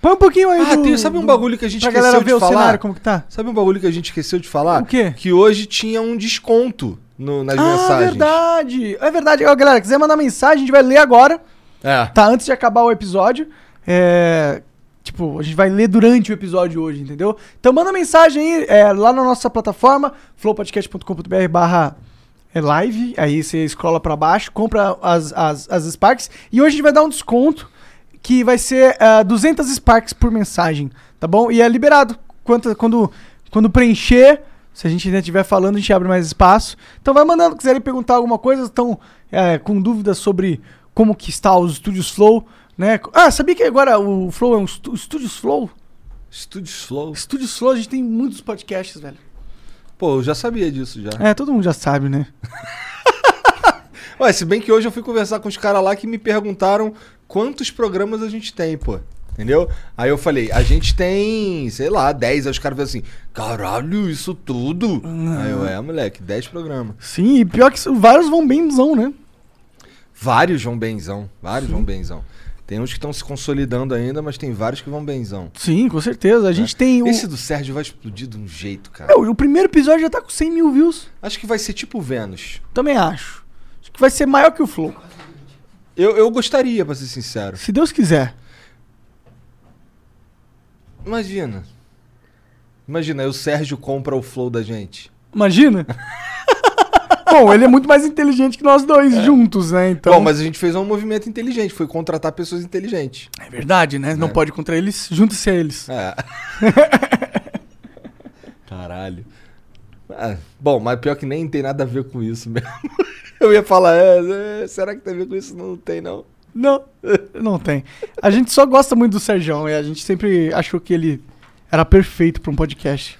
[SPEAKER 2] Põe um pouquinho aí
[SPEAKER 1] Ah,
[SPEAKER 2] do-
[SPEAKER 1] tem, sabe um
[SPEAKER 2] do-
[SPEAKER 1] bagulho que a gente
[SPEAKER 2] Pra
[SPEAKER 1] esqueceu
[SPEAKER 2] galera
[SPEAKER 1] de
[SPEAKER 2] ver o
[SPEAKER 1] falar?
[SPEAKER 2] cenário, como que tá?
[SPEAKER 1] Sabe um bagulho que a gente esqueceu de falar?
[SPEAKER 2] O quê?
[SPEAKER 1] Que hoje tinha um desconto no- nas
[SPEAKER 2] Ah,
[SPEAKER 1] mensagens.
[SPEAKER 2] verdade. É verdade. Ó, galera, quiser mandar mensagem, a gente vai ler agora.
[SPEAKER 1] É.
[SPEAKER 2] Tá, antes de acabar o episódio, é. Tipo, a gente vai ler durante o episódio hoje, entendeu? Então manda mensagem aí é, lá na nossa plataforma, flowpodcast.com.br barra é, live. Aí você escrola pra baixo, compra as, as, as Sparks. E hoje a gente vai dar um desconto que vai ser ah, 200 Sparks por mensagem, tá bom? E é liberado. Quanto, quando, quando preencher, se a gente ainda estiver falando, a gente abre mais espaço. Então vai mandando, quiserem perguntar alguma coisa, estão é, com dúvidas sobre como que está os estúdios Flow, né? Ah, sabia que agora o Flow é um estu- estúdios Flow?
[SPEAKER 1] Studio Slow.
[SPEAKER 2] Estúdios Flow, a gente tem muitos podcasts, velho.
[SPEAKER 1] Pô, eu já sabia disso já.
[SPEAKER 2] É, todo mundo já sabe, né?
[SPEAKER 1] Ué, se bem que hoje eu fui conversar com os caras lá que me perguntaram quantos programas a gente tem, pô. Entendeu? Aí eu falei, a gente tem, sei lá, 10. Aí os caras falaram assim, caralho, isso tudo? Aí eu, é, moleque, 10 programas.
[SPEAKER 2] Sim, e pior que isso, vários vão bemzão, né?
[SPEAKER 1] Vários vão benzão, vários vão benzão. Tem uns que estão se consolidando ainda, mas tem vários que vão benzão.
[SPEAKER 2] Sim, com certeza. A gente tem o.
[SPEAKER 1] Esse do Sérgio vai explodir de um jeito, cara.
[SPEAKER 2] É. Meu, o primeiro episódio já tá com 100 mil views.
[SPEAKER 1] Acho que vai ser tipo o Vênus.
[SPEAKER 2] Também acho. Acho que vai ser maior que o Flow.
[SPEAKER 1] Eu, eu gostaria, pra ser sincero.
[SPEAKER 2] Se Deus quiser.
[SPEAKER 1] Imagina. Imagina, aí o Sérgio compra o flow da gente. <laughs>
[SPEAKER 2] Imagina? Bom, ele é muito mais inteligente que nós dois juntos, né? Então.
[SPEAKER 1] É. Bom, mas a gente fez um movimento inteligente, foi contratar pessoas inteligentes.
[SPEAKER 2] É verdade, né? Não pode contra eles, junta-se a eles. <laughs>
[SPEAKER 1] É. Caralho. Ah, bom, mas pior que nem tem nada a ver com isso mesmo. <laughs> Eu ia falar, é, é, será que tem a ver com isso? Não tem, não.
[SPEAKER 2] Não, <laughs> não tem. A gente só gosta muito do Sergião e a gente sempre achou que ele era perfeito pra um podcast.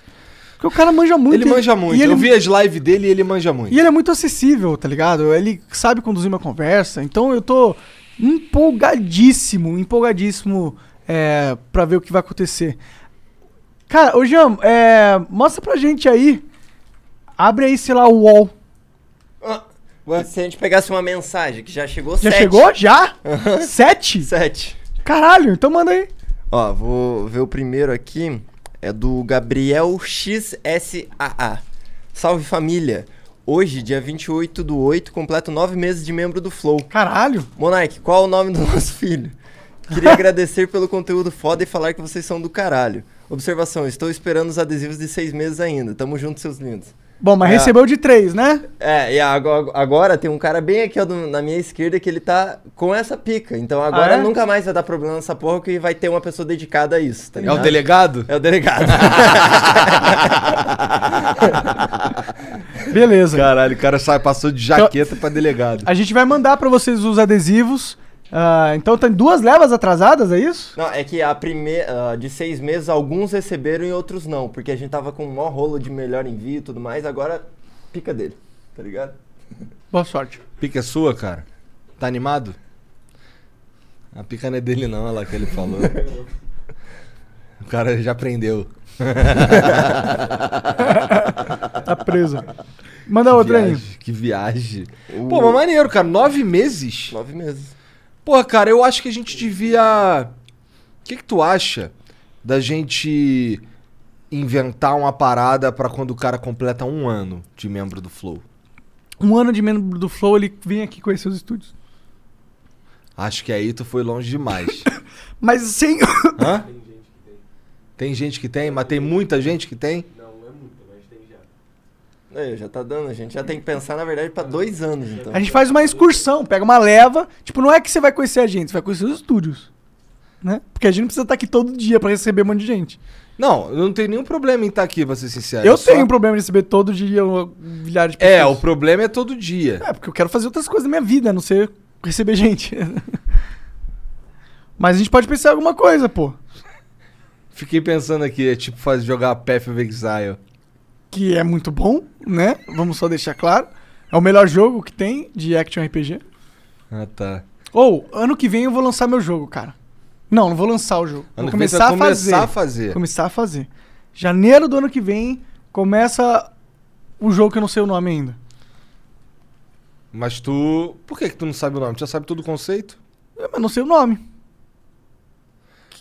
[SPEAKER 2] Porque o cara manja muito.
[SPEAKER 1] ele manja muito.
[SPEAKER 2] E ele,
[SPEAKER 1] Eu vi as lives dele e ele manja muito.
[SPEAKER 2] e ele é muito acessível, tá ligado? Ele sabe conduzir uma conversa. Então eu tô empolgadíssimo, empolgadíssimo é, pra ver o que vai acontecer. Cara, ô Jean, é, mostra pra gente aí. Abre aí, sei lá, o wall.
[SPEAKER 3] Ah, ué, se a gente pegasse uma mensagem que já chegou
[SPEAKER 2] Já
[SPEAKER 3] sete.
[SPEAKER 2] chegou? Já? Sete?
[SPEAKER 3] Sete.
[SPEAKER 2] Caralho, então manda aí.
[SPEAKER 3] Ó, vou ver o primeiro aqui. É do Gabriel XSAA. Salve família! Hoje, dia 28 do 8, completo nove meses de membro do Flow.
[SPEAKER 2] Caralho.
[SPEAKER 3] Monark, qual o nome do <laughs> nosso filho? Queria agradecer pelo conteúdo foda e falar que vocês são do caralho. Observação, estou esperando os adesivos de seis meses ainda. Tamo junto, seus lindos.
[SPEAKER 2] Bom, mas
[SPEAKER 3] É.
[SPEAKER 2] recebeu de três, né?
[SPEAKER 3] É, e ago- agora tem um cara bem aqui ó, do- na minha esquerda que ele tá com essa pica. Então agora
[SPEAKER 2] Ah, é?
[SPEAKER 3] nunca mais vai dar problema nessa porra, porque vai ter uma pessoa dedicada a isso, tá
[SPEAKER 1] É o
[SPEAKER 3] ligado?
[SPEAKER 1] delegado?
[SPEAKER 3] É o delegado.
[SPEAKER 2] Beleza.
[SPEAKER 1] Caralho, o cara sai, passou
[SPEAKER 2] Então-
[SPEAKER 1] de jaqueta pra delegado.
[SPEAKER 2] A gente vai mandar pra vocês os adesivos. Ah, então tem duas levas atrasadas, é isso?
[SPEAKER 3] <laughs> não, é que a primeira, de seis meses, alguns receberam e outros não, porque a gente tava com o maior rolo de melhor envio e tudo mais, agora pica dele, tá ligado?
[SPEAKER 2] Boa sorte.
[SPEAKER 1] Pica é sua, cara? Tá animado? A pica não é dele, não, olha lá que ele
[SPEAKER 2] <laughs>
[SPEAKER 1] falou. o cara já aprendeu.
[SPEAKER 2] Tá preso. Manda outra aí.
[SPEAKER 1] viagem, Que viagem. Pô, mas maneiro, cara. Nove meses?
[SPEAKER 3] Nove meses.
[SPEAKER 1] Porra, cara, eu acho que a gente devia. O que, que tu acha da gente inventar uma parada pra quando o cara completa um ano de membro do Flow?
[SPEAKER 2] Um ano de membro do Flow, ele vem aqui conhecer os estúdios.
[SPEAKER 1] Acho que aí tu foi longe <coughs> demais.
[SPEAKER 2] Mas <laughs> sem.
[SPEAKER 1] Hã? Tem gente que tem, mas tem muita gente que tem.
[SPEAKER 3] Aí, já tá dando, a gente já tem que pensar, na verdade, pra dois anos, então.
[SPEAKER 2] A gente faz uma excursão, pega uma leva. Tipo, não é que você vai conhecer a gente, você vai conhecer os estúdios. Né? Porque a gente não precisa estar aqui todo dia pra receber um monte de gente.
[SPEAKER 1] Não, eu não tenho nenhum problema em estar aqui, pra ser sincero.
[SPEAKER 2] eu
[SPEAKER 1] É, só-
[SPEAKER 2] tenho um problema de receber todo dia um milhar de pessoas.
[SPEAKER 1] É, o problema é todo dia.
[SPEAKER 2] É, porque eu quero fazer outras coisas na minha vida, a não ser receber gente. <laughs> Mas a gente pode pensar em alguma coisa, pô.
[SPEAKER 1] Fiquei pensando aqui, é tipo fazer jogar Path of Exile.
[SPEAKER 2] Que é muito bom, né? Vamos só deixar claro. É o melhor jogo que tem de action RPG.
[SPEAKER 1] Ah, tá.
[SPEAKER 2] Ou, ano que vem eu vou lançar meu jogo, cara. Não, não vou lançar o jogo.
[SPEAKER 1] Ano
[SPEAKER 2] vou
[SPEAKER 1] que vem você
[SPEAKER 2] começar
[SPEAKER 1] vai
[SPEAKER 2] a fazer.
[SPEAKER 1] começar a fazer.
[SPEAKER 2] Começar a fazer. Janeiro do ano que vem começa o jogo que eu não sei o nome ainda.
[SPEAKER 1] Mas tu. Por que, que tu não sabe o nome? Tu já sabe todo o conceito?
[SPEAKER 2] Eu É, mas não sei o nome.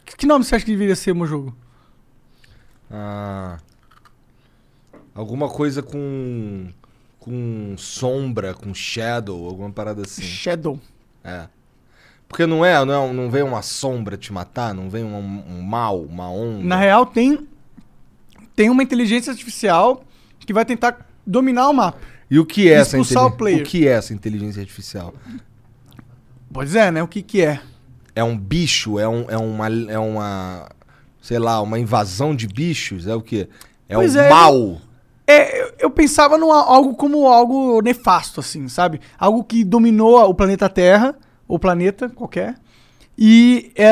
[SPEAKER 2] Que, que nome você acha que deveria ser meu jogo?
[SPEAKER 1] Ah. Alguma coisa com. Com sombra, com shadow, alguma parada assim.
[SPEAKER 2] Shadow.
[SPEAKER 1] É. Porque não é, não, é um- não vem uma sombra te matar, não vem um, um mal, uma onda.
[SPEAKER 2] Na real, tem, tem uma inteligência artificial que vai tentar dominar o mapa.
[SPEAKER 1] E o que é essa
[SPEAKER 2] Expulsar o
[SPEAKER 1] intelig-
[SPEAKER 2] player.
[SPEAKER 1] O que é essa inteligência artificial?
[SPEAKER 2] Pois é, né? O que que é?
[SPEAKER 1] É um bicho? É, um, é, uma, é uma. Sei lá, uma invasão de bichos? É o quê? É
[SPEAKER 2] Pois
[SPEAKER 1] o
[SPEAKER 2] é,
[SPEAKER 1] mal.
[SPEAKER 2] É, eu, eu pensava num a- algo como algo nefasto, assim, sabe? Algo que dominou o planeta Terra, ou planeta qualquer. E é,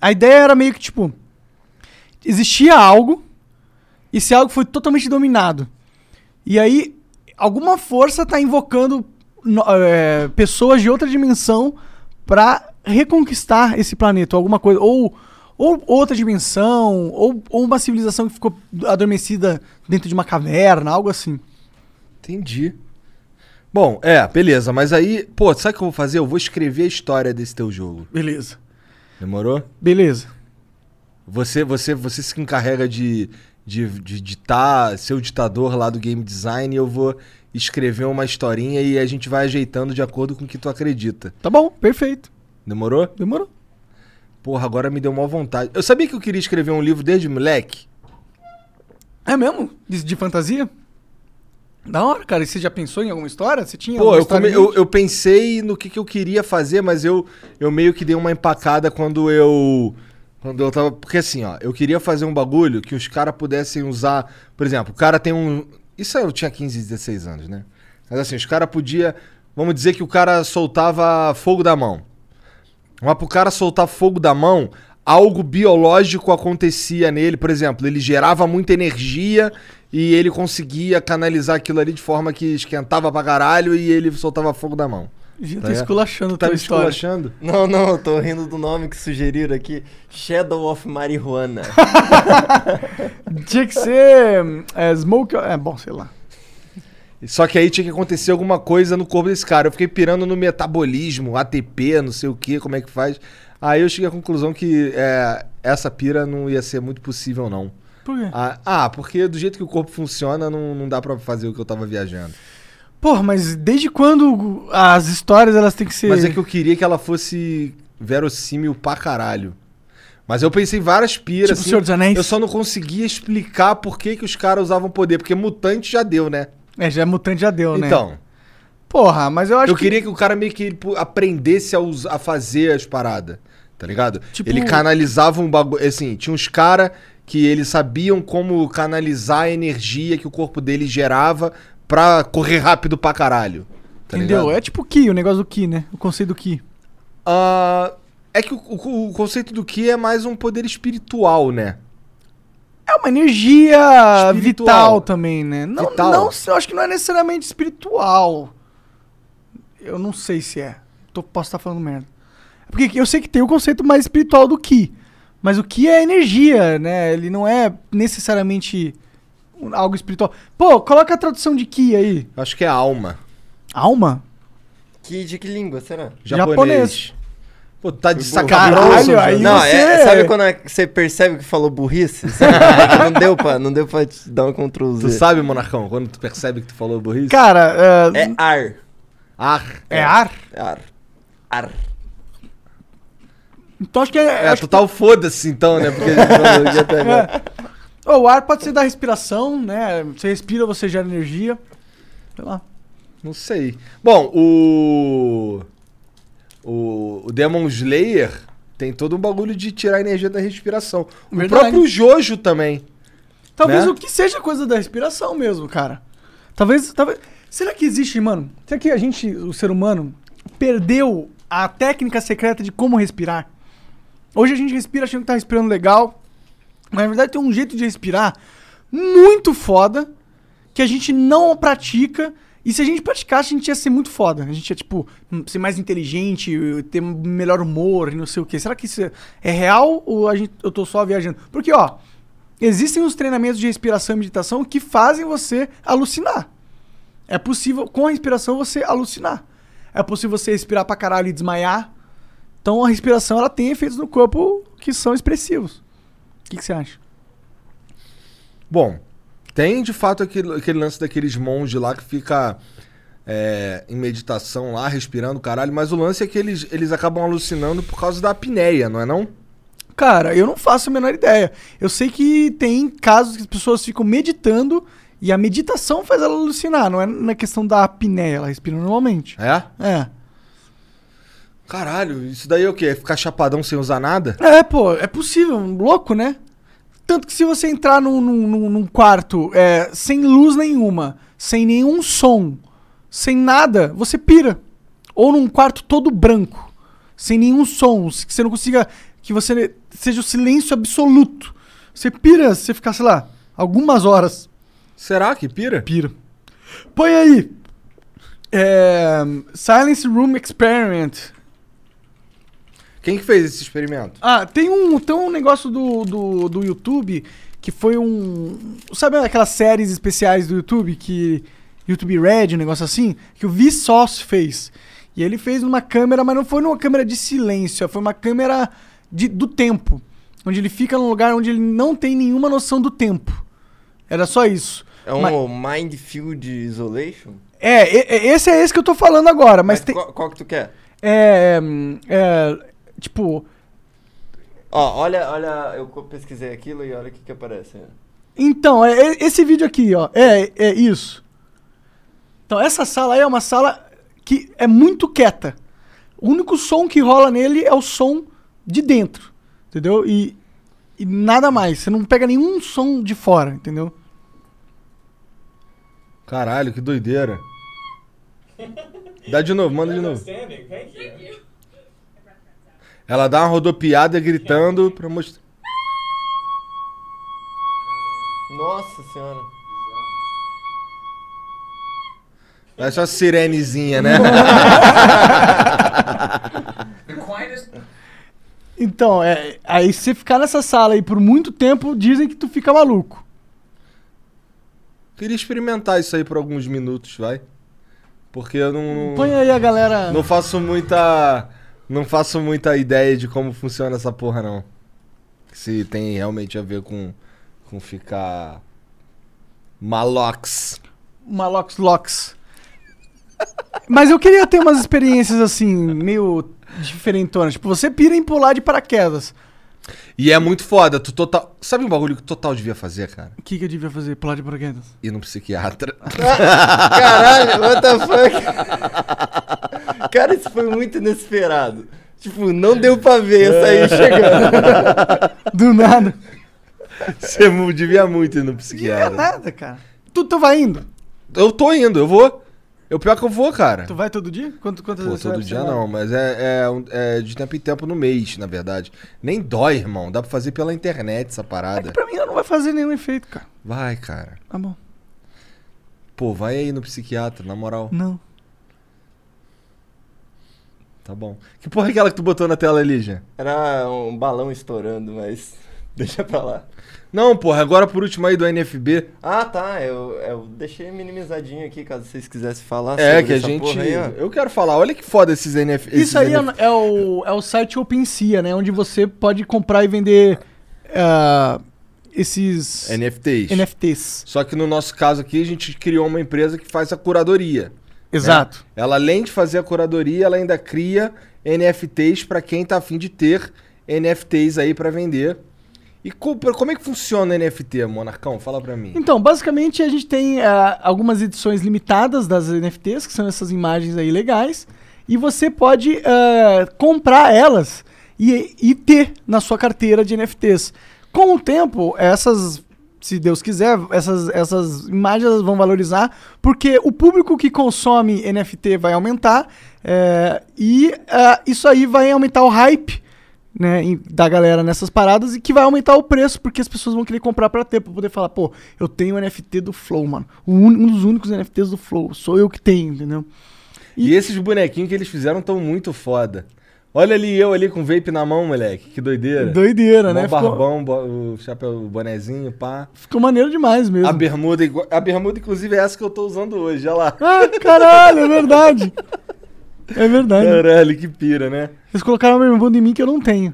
[SPEAKER 2] a ideia era meio que, tipo, existia algo, esse algo foi totalmente dominado. E aí, alguma força tá invocando no- é, pessoas de outra dimensão pra reconquistar esse planeta, ou alguma coisa, ou, ou outra dimensão, ou, ou uma civilização que ficou adormecida dentro de uma caverna, algo assim.
[SPEAKER 1] Entendi. Bom, é, beleza, mas aí, pô, sabe o que eu vou fazer? Eu vou escrever a história desse teu jogo.
[SPEAKER 2] Beleza.
[SPEAKER 1] Demorou?
[SPEAKER 2] Beleza.
[SPEAKER 1] Você você você se encarrega de, de, de ditar, ser o ditador lá do game design, e eu vou escrever uma historinha e a gente vai ajeitando de acordo com o que tu acredita.
[SPEAKER 2] Tá bom, perfeito.
[SPEAKER 1] Demorou?
[SPEAKER 2] Demorou.
[SPEAKER 1] Porra, agora me deu maior vontade. Eu sabia que eu queria escrever um livro desde moleque.
[SPEAKER 2] É mesmo? De, de fantasia? Da hora, cara. E você já pensou em alguma história? Você tinha
[SPEAKER 1] Pô,
[SPEAKER 2] alguma
[SPEAKER 1] eu,
[SPEAKER 2] história
[SPEAKER 1] come-
[SPEAKER 2] em
[SPEAKER 1] eu,
[SPEAKER 2] mente?
[SPEAKER 1] eu pensei no que, que eu queria fazer, mas eu, eu meio que dei uma empacada quando eu. Quando eu tava. Porque assim, ó, eu queria fazer um bagulho que os caras pudessem usar. Por exemplo, o cara tem um. Isso eu tinha 15, 16 anos, né? Mas assim, os caras podia. Vamos dizer que o cara soltava fogo da mão. Mas pro cara soltar fogo da mão, algo biológico acontecia nele. Por exemplo, ele gerava muita energia e ele conseguia canalizar aquilo ali de forma que esquentava pra caralho e ele soltava fogo da mão.
[SPEAKER 2] Eu tô
[SPEAKER 1] Tá, é?
[SPEAKER 2] esculachando a
[SPEAKER 1] Tá
[SPEAKER 2] tua
[SPEAKER 1] me
[SPEAKER 2] história.
[SPEAKER 1] esculachando?
[SPEAKER 3] Não, não, eu tô rindo do nome que sugeriram aqui. Shadow of Marijuana.
[SPEAKER 2] Tinha que ser é, Smoke. É bom, sei lá.
[SPEAKER 1] Só que aí tinha que acontecer alguma coisa no corpo desse cara. Eu fiquei pirando no metabolismo, ATP, não sei o que, como é que faz. Aí eu cheguei à conclusão que é, essa pira não ia ser muito possível, não.
[SPEAKER 2] Por quê?
[SPEAKER 1] Ah, ah, porque do jeito que o corpo funciona, não, não dá pra fazer o que eu tava viajando.
[SPEAKER 2] Porra, mas desde quando as histórias elas têm que ser.
[SPEAKER 1] Mas é que eu queria que ela fosse verossímil pra caralho. Mas eu pensei em várias piras. assim.
[SPEAKER 2] Tipo o Senhor dos Anéis?
[SPEAKER 1] Eu só não conseguia explicar por que, que os caras usavam poder. Porque mutante já deu, né?
[SPEAKER 2] É, já mutante já deu, né?
[SPEAKER 1] Então,
[SPEAKER 2] Porra, mas eu acho
[SPEAKER 1] eu queria que o cara meio que ele pu- aprendesse a, us- a fazer as paradas. Tá ligado?
[SPEAKER 2] Tipo-
[SPEAKER 1] Ele canalizava um bagulho. Assim, tinha uns caras que eles sabiam como canalizar a energia que o corpo dele gerava pra correr rápido pra caralho.
[SPEAKER 2] que.
[SPEAKER 1] Tá
[SPEAKER 2] Entendeu?
[SPEAKER 1] ligado?
[SPEAKER 2] É tipo o Ki, o negócio do Ki, né? O conceito do Ki.
[SPEAKER 1] Ah, é que o, o- o conceito do Ki é mais um poder espiritual, né?
[SPEAKER 2] É uma energia
[SPEAKER 1] Espiritual.
[SPEAKER 2] vital também, né? Não,
[SPEAKER 1] Vital.
[SPEAKER 2] não, eu acho que não é necessariamente espiritual. Eu não sei se é. Tô, posso estar falando merda. Porque eu sei que tem o conceito mais espiritual do Ki. Mas o Ki é energia, né? Ele não é necessariamente um- algo espiritual. Pô, coloca a tradução de Ki aí.
[SPEAKER 1] Eu Acho que é alma.
[SPEAKER 2] Alma?
[SPEAKER 3] que, de que língua será?
[SPEAKER 1] Japonês. Pô, tá de
[SPEAKER 3] Foi
[SPEAKER 1] sacanagem.
[SPEAKER 2] Caralho,
[SPEAKER 1] José.
[SPEAKER 2] aí
[SPEAKER 1] Não,
[SPEAKER 3] Não, é-
[SPEAKER 2] você-
[SPEAKER 3] sabe quando é que você percebe que falou burrice? Sabe? É que não, deu pra, não deu pra te dar um Ctrl
[SPEAKER 1] Tu
[SPEAKER 3] Z.
[SPEAKER 1] sabe, Monarcão, quando tu percebe que tu falou burrice? ah,
[SPEAKER 2] Cara, é,
[SPEAKER 3] É ar.
[SPEAKER 1] Ar.
[SPEAKER 2] é ar?
[SPEAKER 3] Ar. Ar.
[SPEAKER 2] Então acho que é.
[SPEAKER 1] É,
[SPEAKER 2] acho
[SPEAKER 1] tu tá o foda-se então, né? Porque a gente falou aqui até agora.
[SPEAKER 2] que- Ô, o ar pode ser da respiração, né? Você respira, você gera energia. Sei lá.
[SPEAKER 1] Não sei. Bom, o... o. o Demon Slayer tem todo um bagulho de tirar a energia da respiração. O
[SPEAKER 2] Verdade.
[SPEAKER 1] próprio Jojo também.
[SPEAKER 2] Talvez
[SPEAKER 1] né?
[SPEAKER 2] o que seja coisa da respiração mesmo, cara. Talvez, talvez. Será que existe, mano? Será que a gente, o ser humano, perdeu a técnica secreta de como respirar? Hoje a gente respira achando que tá respirando legal. Mas na verdade tem um jeito de respirar muito foda que a gente não pratica. E se a gente praticasse, a gente ia ser muito foda. A gente ia, tipo, ser mais inteligente, ter um melhor humor e não sei o quê. Será que isso é- é real ou a gente, eu tô só viajando? Porque, ó, existem os treinamentos de respiração e meditação que fazem você alucinar. É possível, com a respiração, você alucinar. É possível você respirar pra caralho e desmaiar. Então a respiração ela tem efeitos no corpo que são expressivos. O que, que você acha?
[SPEAKER 1] Bom, tem de fato aquele, aquele lance daqueles monges lá que fica é, em meditação lá, respirando caralho, mas o lance é que eles, eles acabam alucinando por causa da apneia, não é não?
[SPEAKER 2] Cara, eu não faço a menor ideia. Eu sei que tem casos que as pessoas ficam meditando e a meditação faz ela alucinar, não é na questão da apneia, ela respira normalmente.
[SPEAKER 1] É?
[SPEAKER 2] É.
[SPEAKER 1] Caralho, isso daí é o quê? É ficar chapadão sem usar nada?
[SPEAKER 2] É, pô, é possível, louco, né? Tanto que se você entrar num, num- num- num quarto é, sem luz nenhuma, sem nenhum som, sem nada, você pira. Ou num quarto todo branco, sem nenhum som, se- que você não consiga. que você seja o silêncio absoluto. Você pira se você ficar, sei lá, algumas horas.
[SPEAKER 1] Será que pira?
[SPEAKER 2] Pira. Põe aí! É, Silence Room Experiment.
[SPEAKER 1] Quem que fez esse experimento?
[SPEAKER 2] Ah, tem um, tem um negócio do, do, do YouTube que foi um. Sabe aquelas séries especiais do YouTube que. YouTube Red, um negócio assim? Que o Vsauce fez. E ele fez numa câmera, mas não foi numa câmera de silêncio, foi uma câmera de, do tempo. Onde ele fica num lugar onde ele não tem nenhuma noção do tempo. Era só isso.
[SPEAKER 3] É um
[SPEAKER 2] Mas-
[SPEAKER 3] Mindfield Isolation?
[SPEAKER 2] É, e- e- esse é esse que eu tô falando agora, mas,
[SPEAKER 3] Mas,
[SPEAKER 2] tem.
[SPEAKER 3] qual, qual que tu quer?
[SPEAKER 2] É, hum, é, Tipo,
[SPEAKER 3] Ó, olha, olha, eu co- pesquisei aquilo e olha o que que aparece.
[SPEAKER 2] Então, é, é- esse vídeo aqui, ó. É, é isso. Então, essa sala aí é uma sala que é muito quieta. O único som que rola nele é o som de dentro. Entendeu? E, e nada mais. Você não pega nenhum som de fora, entendeu?
[SPEAKER 1] Caralho, que doideira. Dá de novo, manda de novo. Ela dá uma rodopiada gritando pra mostrar.
[SPEAKER 3] Nossa senhora.
[SPEAKER 1] É só sirenezinha, né?
[SPEAKER 4] The quietest
[SPEAKER 2] Então, é, aí se você ficar nessa sala aí por muito tempo, dizem que tu fica maluco.
[SPEAKER 1] Queria experimentar isso aí por alguns minutos, vai. Porque eu não.
[SPEAKER 2] Põe aí a galera.
[SPEAKER 1] Não faço muita. Não faço muita ideia de como funciona essa porra, não. Se tem realmente a ver com. Com ficar. Malox.
[SPEAKER 2] Malox Locks. Mas eu queria ter umas experiências assim, meio diferentonas. Tipo, você pira em pular de paraquedas.
[SPEAKER 1] E é muito foda. Tu total. Sabe um bagulho que total devia fazer, cara?
[SPEAKER 2] O que, que eu devia fazer? Pular de paraquedas?
[SPEAKER 1] Ir num psiquiatra.
[SPEAKER 3] Caralho, what the fuck? <laughs> Cara, isso foi muito inesperado. Tipo, não deu pra ver, eu saí chegando.
[SPEAKER 2] <laughs> Do nada.
[SPEAKER 1] Você mu- devia muito ir no
[SPEAKER 2] É
[SPEAKER 1] psiquiatra.
[SPEAKER 2] nada, cara. Tu, tu vai indo?
[SPEAKER 1] Eu tô indo, eu vou. Eu pior que eu vou, cara.
[SPEAKER 2] Tu vai todo dia? Quanto, quantas
[SPEAKER 1] Pô,
[SPEAKER 2] vezes você vai
[SPEAKER 1] todo
[SPEAKER 2] por
[SPEAKER 1] dia
[SPEAKER 2] semana?
[SPEAKER 1] não, mas é, é um- é de tempo em tempo no mês, na verdade. Nem dói, irmão. Dá pra fazer pela internet essa
[SPEAKER 2] É que
[SPEAKER 1] parada.
[SPEAKER 2] pra mim não vai fazer nenhum efeito, cara.
[SPEAKER 1] Vai, cara.
[SPEAKER 2] Tá bom.
[SPEAKER 1] Pô, vai aí no psiquiatra, na moral.
[SPEAKER 2] Não.
[SPEAKER 1] Tá bom. Que porra é aquela que tu botou na tela ali, Jean?
[SPEAKER 3] Era um balão estourando, mas <laughs> deixa pra lá.
[SPEAKER 1] Não, porra, agora por último aí do NFB.
[SPEAKER 3] Ah, tá, eu, eu deixei minimizadinho aqui, caso vocês quisessem falar
[SPEAKER 1] é,
[SPEAKER 3] sobre
[SPEAKER 1] que a
[SPEAKER 3] essa
[SPEAKER 1] gente.
[SPEAKER 3] porra aí, ó.
[SPEAKER 1] eu quero falar, olha que foda esses NF. esses
[SPEAKER 2] Isso aí é,
[SPEAKER 1] NF
[SPEAKER 2] é o, é o site OpenSea, né? Onde você pode comprar e vender ah, esses
[SPEAKER 1] NFTs.
[SPEAKER 2] NFTs.
[SPEAKER 1] Só que no nosso caso aqui, a gente criou uma empresa que faz a curadoria.
[SPEAKER 2] Exato.
[SPEAKER 1] Ela, além de fazer a curadoria, ela ainda cria NFTs para quem tá afim de ter NFTs aí para vender. E co- como é que funciona NFT, Monarcão? Fala para mim.
[SPEAKER 2] Então, basicamente a gente tem ah, algumas edições limitadas das NFTs, que são essas imagens aí legais, e você pode ah, comprar elas e, e ter na sua carteira de NFTs. Com o tempo, essas, se Deus quiser, essas, essas imagens elas vão valorizar, porque o público que consome NFT vai aumentar, eh, e ah, isso aí vai aumentar o hype né, em- da galera nessas paradas e que vai aumentar o preço, porque as pessoas vão querer comprar pra ter, pra poder falar, pô, eu tenho o NFT do Flow, mano. O ún- um dos únicos NFTs do Flow, sou eu que tenho, entendeu?
[SPEAKER 1] E... esses bonequinhos que eles fizeram tão muito foda. Olha ali eu ali com vape na mão, moleque. Que doideira.
[SPEAKER 2] Doideira,
[SPEAKER 1] É. Mó
[SPEAKER 2] né? Ficou,
[SPEAKER 1] barbão, bo- o chapéu, o bonezinho, pá.
[SPEAKER 2] ficou maneiro demais mesmo.
[SPEAKER 1] A bermuda, igua- a bermuda, inclusive, é essa que eu tô usando hoje, olha lá.
[SPEAKER 2] Ah, caralho, é verdade. É verdade.
[SPEAKER 1] Caralho, que pira, né?
[SPEAKER 2] Eles colocaram uma bermuda em mim que eu não tenho.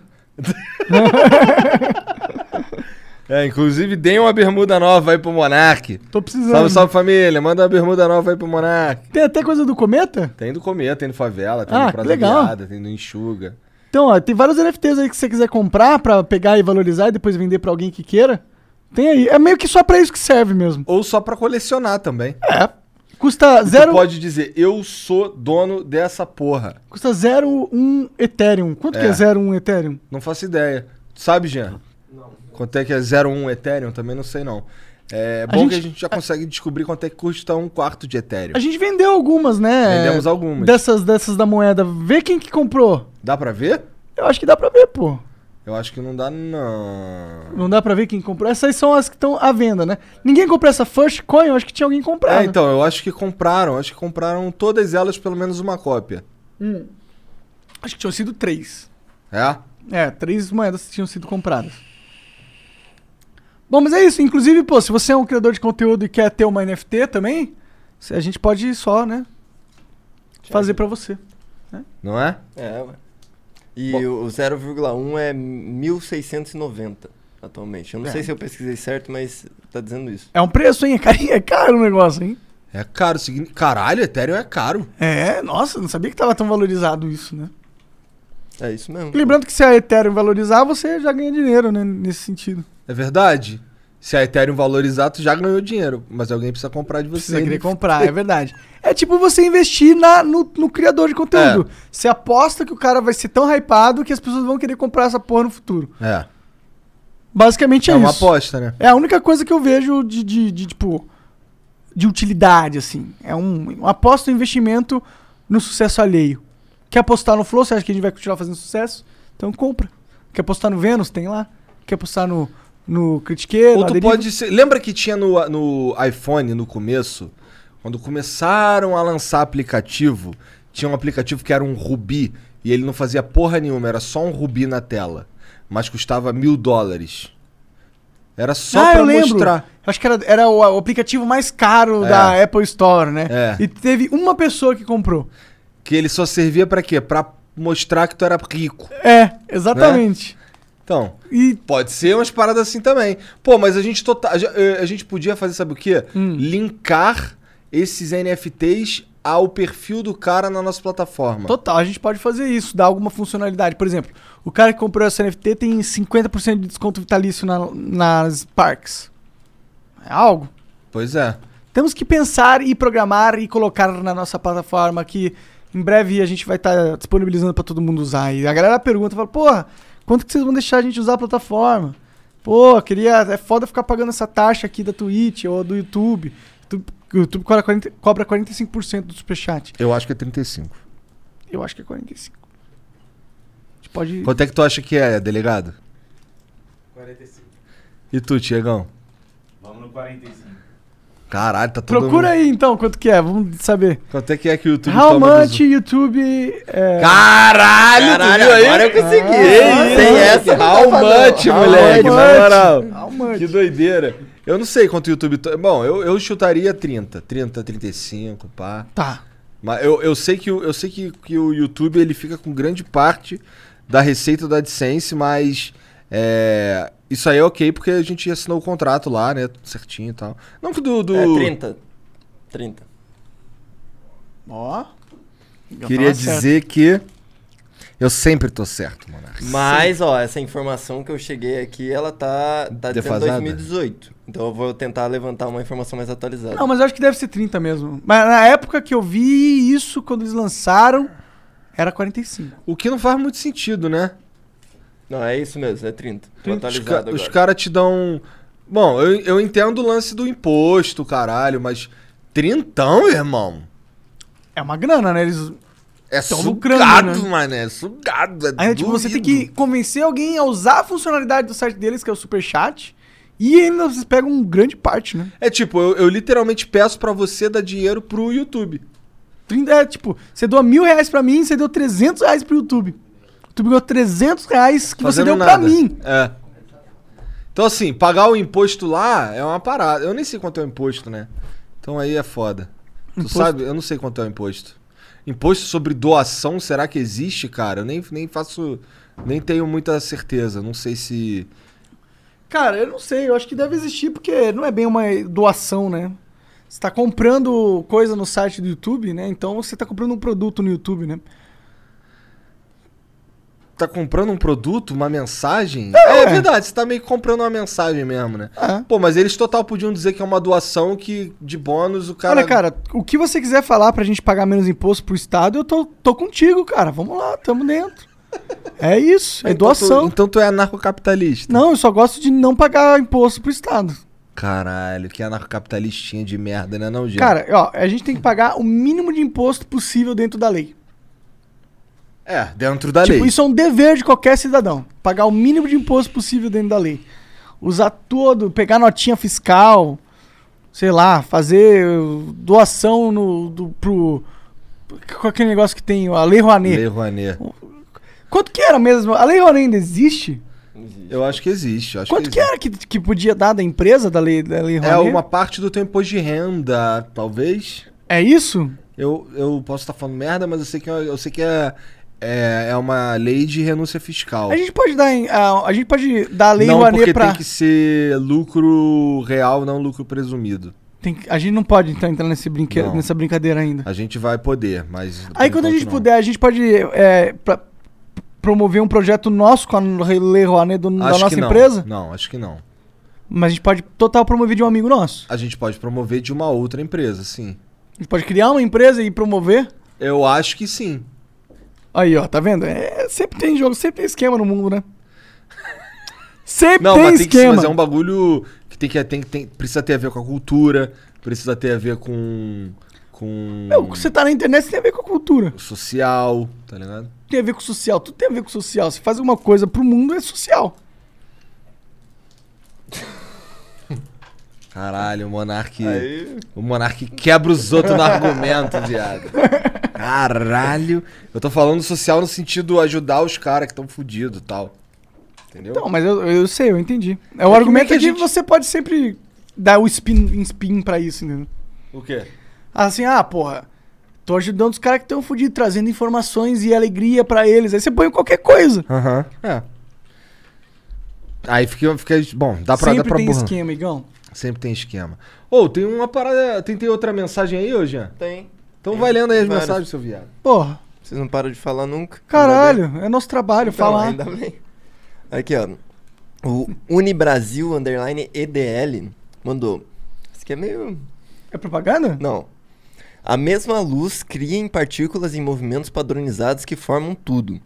[SPEAKER 1] É, inclusive, dei uma bermuda nova aí pro Monark.
[SPEAKER 2] Tô precisando.
[SPEAKER 1] Salve, salve família. Manda uma bermuda nova aí pro Monark.
[SPEAKER 2] Tem até coisa do Cometa?
[SPEAKER 1] Tem do Comer, tem do Favela, tá tem
[SPEAKER 2] Ah,
[SPEAKER 1] do
[SPEAKER 2] que
[SPEAKER 1] Praça
[SPEAKER 2] legal.
[SPEAKER 1] Viada, tem do Enxuga.
[SPEAKER 2] Então, ó, tem vários NFTs aí que você quiser comprar pra pegar e valorizar e depois vender pra alguém que queira. Tem aí. É meio que só pra isso que serve mesmo.
[SPEAKER 1] Ou só pra colecionar também.
[SPEAKER 2] É. Custa
[SPEAKER 1] Tu
[SPEAKER 2] zero,
[SPEAKER 1] pode dizer, eu sou dono dessa porra.
[SPEAKER 2] custa 0,1 Ethereum. Quanto que
[SPEAKER 1] É.
[SPEAKER 2] é 0,1 Ethereum?
[SPEAKER 1] Não faço ideia. Tu sabe, Jean?
[SPEAKER 3] Não.
[SPEAKER 1] Quanto é que é 01 Ethereum? Também não sei, não. É bom
[SPEAKER 2] gente-
[SPEAKER 1] que a gente já consegue descobrir quanto é que custa um quarto de Ethereum.
[SPEAKER 2] A gente vendeu algumas, né?
[SPEAKER 1] Vendemos algumas.
[SPEAKER 2] Dessas, dessas da moeda. Vê quem que comprou.
[SPEAKER 1] Dá pra ver?
[SPEAKER 2] Eu acho que dá pra ver, pô.
[SPEAKER 1] Eu acho que não dá, não.
[SPEAKER 2] Não dá pra ver quem comprou. Essas são as que estão à venda, né? Ninguém comprou essa First Coin, eu acho que tinha alguém comprado.
[SPEAKER 1] É, então, eu acho que compraram. Acho que compraram todas elas pelo menos uma cópia.
[SPEAKER 2] Acho que tinham sido três.
[SPEAKER 1] É?
[SPEAKER 2] É, três moedas tinham sido compradas. Bom, mas é isso. Inclusive, pô, se você é um criador de conteúdo e quer ter uma NFT também, se- a gente pode só, né, fazer pra você.
[SPEAKER 1] Não é?
[SPEAKER 3] É, ué. E
[SPEAKER 1] Bom.
[SPEAKER 3] o 0,1 é 1690 atualmente. Eu não
[SPEAKER 1] É.
[SPEAKER 3] sei se eu pesquisei certo, mas tá dizendo isso.
[SPEAKER 2] É um preço, hein? É caro, <laughs> é caro o negócio, hein?
[SPEAKER 1] É caro. signi- Caralho, Ethereum é caro.
[SPEAKER 2] É, nossa, não sabia que tava tão valorizado isso, né?
[SPEAKER 3] É isso mesmo.
[SPEAKER 2] Lembrando que se a Ethereum valorizar, você já ganha dinheiro, né, nesse sentido.
[SPEAKER 1] É verdade? Se a Ethereum valorizar, tu já ganhou dinheiro. Mas alguém precisa comprar de você. né?
[SPEAKER 2] Precisa querer comprar,
[SPEAKER 1] <laughs>
[SPEAKER 2] é verdade. É tipo você investir na, no, no criador de
[SPEAKER 1] É.
[SPEAKER 2] conteúdo. Você aposta que o cara vai ser tão hypado que as pessoas vão querer comprar essa porra no futuro.
[SPEAKER 1] É.
[SPEAKER 2] Basicamente é,
[SPEAKER 1] É uma
[SPEAKER 2] isso.
[SPEAKER 1] aposta, né?
[SPEAKER 2] É a única coisa que eu vejo de, de, de, tipo, de utilidade, assim. É um, um aposta um investimento no sucesso alheio. Quer apostar no Flow? Você acha que a gente vai continuar fazendo sucesso? Então compra. Quer apostar no Vênus? Tem lá. Quer apostar no, no Critiqueiro?
[SPEAKER 1] Ou
[SPEAKER 2] na
[SPEAKER 1] tu
[SPEAKER 2] Deriva?
[SPEAKER 1] pode ser. Lembra que tinha no, no iPhone no começo? Quando começaram a lançar aplicativo, tinha um aplicativo que era um Rubi e ele não fazia porra nenhuma, era só um Rubi na tela. Mas custava mil dólares. Era só
[SPEAKER 2] ah,
[SPEAKER 1] pra
[SPEAKER 2] eu lembro.
[SPEAKER 1] mostrar.
[SPEAKER 2] Acho que era, era o, o aplicativo mais caro
[SPEAKER 1] É.
[SPEAKER 2] da Apple Store, né?
[SPEAKER 1] É.
[SPEAKER 2] E teve uma pessoa que comprou.
[SPEAKER 1] Que ele só servia pra quê? Pra mostrar que tu era rico.
[SPEAKER 2] É, exatamente.
[SPEAKER 1] Então,
[SPEAKER 2] E
[SPEAKER 1] Pode ser umas paradas assim também. Pô, mas a gente total, a, a gente podia fazer, sabe o quê? Linkar esses NFTs ao perfil do cara na nossa plataforma.
[SPEAKER 2] total, a gente pode fazer isso, dar alguma funcionalidade. Por exemplo, o cara que comprou essa NFT tem 50% de desconto vitalício na- nas parques. É algo.
[SPEAKER 1] Pois é.
[SPEAKER 2] Temos que pensar e programar e colocar na nossa plataforma que em breve a gente vai estar disponibilizando para todo mundo usar. E a galera pergunta, fala, porra, quanto que vocês vão deixar a gente usar a plataforma? Pô, queria. É foda ficar pagando essa taxa aqui da Twitch ou do YouTube. Tu- O YouTube cobra 40 cobra 45% do superchat.
[SPEAKER 1] Eu acho que é 35.
[SPEAKER 2] Eu acho que é 45%. A gente pode.
[SPEAKER 1] Quanto é que tu acha que é, delegado?
[SPEAKER 5] 45.
[SPEAKER 1] E tu, Tiagão?
[SPEAKER 5] Vamos no 45.
[SPEAKER 1] Caralho, tá todo
[SPEAKER 2] Procura
[SPEAKER 1] mundo-
[SPEAKER 2] aí então quanto que é, vamos saber.
[SPEAKER 1] Quanto é que é que o YouTube
[SPEAKER 2] How
[SPEAKER 1] toma
[SPEAKER 2] much
[SPEAKER 1] dos-
[SPEAKER 2] YouTube. É...
[SPEAKER 1] Caralho,
[SPEAKER 3] Caralho,
[SPEAKER 1] tu viu aí? Ah,
[SPEAKER 3] agora eu consegui.
[SPEAKER 1] Que
[SPEAKER 3] Sem
[SPEAKER 1] isso?
[SPEAKER 3] essa, não
[SPEAKER 1] How
[SPEAKER 3] dá pra
[SPEAKER 1] much,
[SPEAKER 3] não. How
[SPEAKER 1] moleque?
[SPEAKER 2] much?
[SPEAKER 1] Na moral.
[SPEAKER 2] How much?
[SPEAKER 1] Que doideira. Eu não sei quanto o YouTube. to- Bom, eu, eu chutaria 30. 30, 35, pá.
[SPEAKER 2] Tá.
[SPEAKER 1] Mas eu, eu sei, que, o- eu sei que, que o YouTube ele fica com grande parte da receita da AdSense, mas é, isso aí é ok porque a gente assinou o contrato lá, né? Tudo certinho e tal. Não que do. do
[SPEAKER 3] É 30. 30.
[SPEAKER 2] Ó.
[SPEAKER 1] Queria
[SPEAKER 2] Tá certo.
[SPEAKER 1] dizer que. Eu sempre tô certo, Monark.
[SPEAKER 3] Mas, ó, essa informação que eu cheguei aqui, ela tá, tá dizendo
[SPEAKER 1] Defasada?
[SPEAKER 3] 2018. Então eu vou tentar levantar uma informação mais atualizada.
[SPEAKER 2] Não, mas eu acho que deve ser 30 mesmo. Mas na época que eu vi isso, quando eles lançaram, era 45.
[SPEAKER 1] O que não faz muito sentido, né?
[SPEAKER 3] Não, é isso mesmo, é 30. Tô
[SPEAKER 1] Os, ca-
[SPEAKER 3] atualizado
[SPEAKER 1] os
[SPEAKER 3] agora.
[SPEAKER 1] caras te dão. um, Bom, eu, eu entendo o lance do imposto, caralho, mas. Trintão, irmão?
[SPEAKER 2] É uma grana, né? Eles...
[SPEAKER 1] É
[SPEAKER 2] Tão lucrando,
[SPEAKER 1] sugado,
[SPEAKER 2] né?
[SPEAKER 1] mano. É sugado. É
[SPEAKER 2] Ainda, tipo, você tem
[SPEAKER 1] doído.
[SPEAKER 2] que convencer alguém a usar a funcionalidade do site deles, que é o Superchat, e ainda vocês pegam um grande parte, né?
[SPEAKER 1] É tipo, eu, eu literalmente peço pra você dar dinheiro pro YouTube.
[SPEAKER 2] 30, é, tipo, você doa mil reais pra mim, você deu 300 reais pro YouTube. O YouTube ganhou 300 reais que você
[SPEAKER 1] Fazendo
[SPEAKER 2] deu pra
[SPEAKER 1] nada.
[SPEAKER 2] mim.
[SPEAKER 1] É. Então, assim, pagar o imposto lá é uma parada. Eu nem sei quanto é o imposto, né? Então aí é foda. Tu
[SPEAKER 2] Imposto-
[SPEAKER 1] sabe? Eu não sei quanto é o imposto. Imposto sobre doação, será que existe, cara? Eu nem, nem faço. Nem tenho muita certeza. Não sei se.
[SPEAKER 2] Cara, eu não sei, eu acho que deve existir, porque não é bem uma doação, né? Você tá comprando coisa no site do YouTube, né? Então você tá comprando um produto no YouTube, né?
[SPEAKER 1] Tá comprando um produto, uma mensagem? É, verdade, você tá meio que comprando uma mensagem mesmo, né?
[SPEAKER 2] É.
[SPEAKER 1] Pô, mas eles total podiam dizer que é uma doação que de bônus o cara.
[SPEAKER 2] Olha, cara, o que você quiser falar pra gente pagar menos imposto pro Estado, eu tô, tô contigo, cara. Vamos lá, tamo dentro. É isso, é
[SPEAKER 1] Então tu-
[SPEAKER 2] doação.
[SPEAKER 1] Então tu é anarcocapitalista.
[SPEAKER 2] Não, eu só gosto de não pagar imposto pro Estado.
[SPEAKER 1] Caralho, que anarcocapitalistinha de merda, né, não, Diego?
[SPEAKER 2] Cara, ó, a gente tem que pagar o mínimo de imposto possível dentro da lei.
[SPEAKER 1] É, dentro da
[SPEAKER 2] Tipo,
[SPEAKER 1] lei.
[SPEAKER 2] isso é um dever de qualquer cidadão. Pagar o mínimo de imposto possível dentro da lei. Usar todo, pegar notinha fiscal, sei lá, fazer doação no, do, pro. Qual é aquele negócio que tem? A Lei Rouanet.
[SPEAKER 1] Lei Rouanet.
[SPEAKER 2] Quanto que era mesmo? A Lei Rouanet ainda existe?
[SPEAKER 3] Não existe.
[SPEAKER 1] Eu acho que existe. eu Acho
[SPEAKER 2] Quanto que
[SPEAKER 1] existe.
[SPEAKER 2] era que, que podia dar da empresa da Lei, da lei
[SPEAKER 1] É
[SPEAKER 2] Rouanet?
[SPEAKER 1] uma parte do teu imposto de renda, talvez.
[SPEAKER 2] É isso?
[SPEAKER 1] Eu, eu posso estar falando merda, mas eu sei que, é- eu sei que é, é, é uma lei de renúncia fiscal.
[SPEAKER 2] A gente pode dar em- a, a gente pode dar a Lei
[SPEAKER 1] não
[SPEAKER 2] Rouanet
[SPEAKER 1] porque
[SPEAKER 2] pra.
[SPEAKER 1] tem que ser lucro real, não lucro presumido.
[SPEAKER 2] tem que- A gente não pode então entrar nesse brinque...
[SPEAKER 1] Não.
[SPEAKER 2] nessa brincadeira ainda.
[SPEAKER 1] A gente vai poder, mas. por
[SPEAKER 2] Aí quando a
[SPEAKER 1] enquanto
[SPEAKER 2] gente
[SPEAKER 1] não.
[SPEAKER 2] puder, a gente pode é, pra- promover um projeto nosso com a Lei Rouanet do- da
[SPEAKER 1] Acho
[SPEAKER 2] nossa
[SPEAKER 1] que não.
[SPEAKER 2] empresa,
[SPEAKER 1] Não, acho que não.
[SPEAKER 2] mas a gente pode total promover de um amigo nosso.
[SPEAKER 1] A gente pode promover de uma outra empresa, sim.
[SPEAKER 2] A gente pode criar uma empresa e promover.
[SPEAKER 1] Eu acho que sim.
[SPEAKER 2] Aí, ó, tá vendo? É, sempre tem jogo, sempre tem esquema no mundo, né? Sempre
[SPEAKER 1] Não,
[SPEAKER 2] tem
[SPEAKER 1] mas, tem que,
[SPEAKER 2] esquema.
[SPEAKER 1] mas é um bagulho que tem que tem, tem, precisa ter a ver com a cultura, precisa ter a ver com com
[SPEAKER 2] Meu, você tá na internet, isso tem a ver com a cultura.
[SPEAKER 1] social, tá ligado?
[SPEAKER 2] Tem a ver com o social, tudo tem a ver com o social. Se faz alguma coisa pro mundo, é social.
[SPEAKER 1] Caralho, o Monark,
[SPEAKER 3] Aí-
[SPEAKER 1] o Monark quebra os outros no argumento, viado. Caralho. Eu tô falando social no sentido ajudar os caras que estão fudidos, e tal. Entendeu?
[SPEAKER 2] Não, Então, mas eu, eu sei, eu entendi. É o
[SPEAKER 1] que
[SPEAKER 2] argumento
[SPEAKER 1] muita
[SPEAKER 2] que
[SPEAKER 1] gente-
[SPEAKER 2] você pode sempre dar o spin, um spin pra isso, entendeu?
[SPEAKER 1] O quê?
[SPEAKER 2] Assim, ah, porra, tô ajudando os caras que estão fudidos, trazendo informações e alegria pra eles. Aí você põe qualquer coisa.
[SPEAKER 1] Aham. É. Aí fica, fica bom, dá pra
[SPEAKER 2] Sempre
[SPEAKER 1] dá pra
[SPEAKER 2] tem
[SPEAKER 1] burra.
[SPEAKER 2] esquema, amigão.
[SPEAKER 1] Sempre tem esquema. Ô, tem uma parada, tem, tem outra mensagem aí, ô Jean?
[SPEAKER 3] Tem.
[SPEAKER 1] Então
[SPEAKER 3] Tem
[SPEAKER 1] vai lendo aí as
[SPEAKER 3] várias.
[SPEAKER 1] mensagens, seu viado.
[SPEAKER 2] Porra,
[SPEAKER 3] Vocês não param de falar nunca. Ainda
[SPEAKER 2] caralho, é nosso trabalho
[SPEAKER 3] bem. Então,
[SPEAKER 2] falar.
[SPEAKER 3] Ainda bem. Aqui, ó. O Unibrasil, underline EDL, mandou. Isso aqui é meio...
[SPEAKER 2] É propaganda?
[SPEAKER 3] Não. A mesma luz cria em partículas em movimentos padronizados que formam tudo.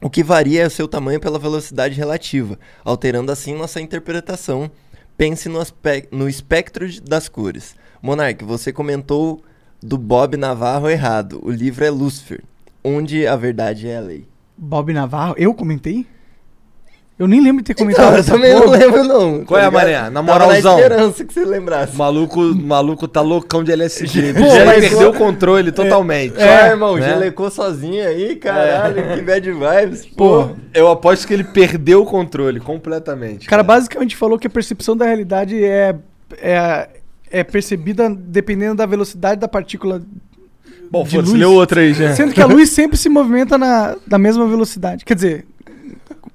[SPEAKER 3] O que varia é o seu tamanho pela velocidade relativa, alterando assim nossa interpretação. Pense no, aspe- no espectro de- das cores. Monark, você comentou do Bob Navarro errado. O livro é Lucifer, onde a verdade é a lei.
[SPEAKER 2] Bob Navarro, eu comentei? Eu nem lembro de ter comentado.
[SPEAKER 3] Então, eu
[SPEAKER 2] essa
[SPEAKER 3] também não
[SPEAKER 2] porra.
[SPEAKER 3] lembro, não.
[SPEAKER 1] Tá
[SPEAKER 3] Tá
[SPEAKER 1] Qual é,
[SPEAKER 3] ligado?
[SPEAKER 1] Maria? Na
[SPEAKER 3] Tava
[SPEAKER 1] moralzão.
[SPEAKER 3] Na esperança que você lembrasse.
[SPEAKER 1] O maluco, o maluco tá loucão de LSD.
[SPEAKER 3] Pô,
[SPEAKER 1] Já
[SPEAKER 3] mas
[SPEAKER 1] perdeu
[SPEAKER 3] o-
[SPEAKER 1] o controle totalmente.
[SPEAKER 3] É, irmão,
[SPEAKER 1] Né? É.
[SPEAKER 3] gelecou sozinho aí, caralho, que bad vibes,
[SPEAKER 2] Porra.
[SPEAKER 3] pô. <laughs>
[SPEAKER 1] Eu aposto que ele perdeu o controle completamente.
[SPEAKER 2] O cara basicamente falou que a percepção da realidade é, é, é percebida dependendo da velocidade da partícula.
[SPEAKER 1] Bom,
[SPEAKER 2] de
[SPEAKER 1] foda-se,
[SPEAKER 2] luz.
[SPEAKER 1] leu outra aí, Jean.
[SPEAKER 2] Sendo que a luz sempre se movimenta na, da mesma velocidade. Quer dizer,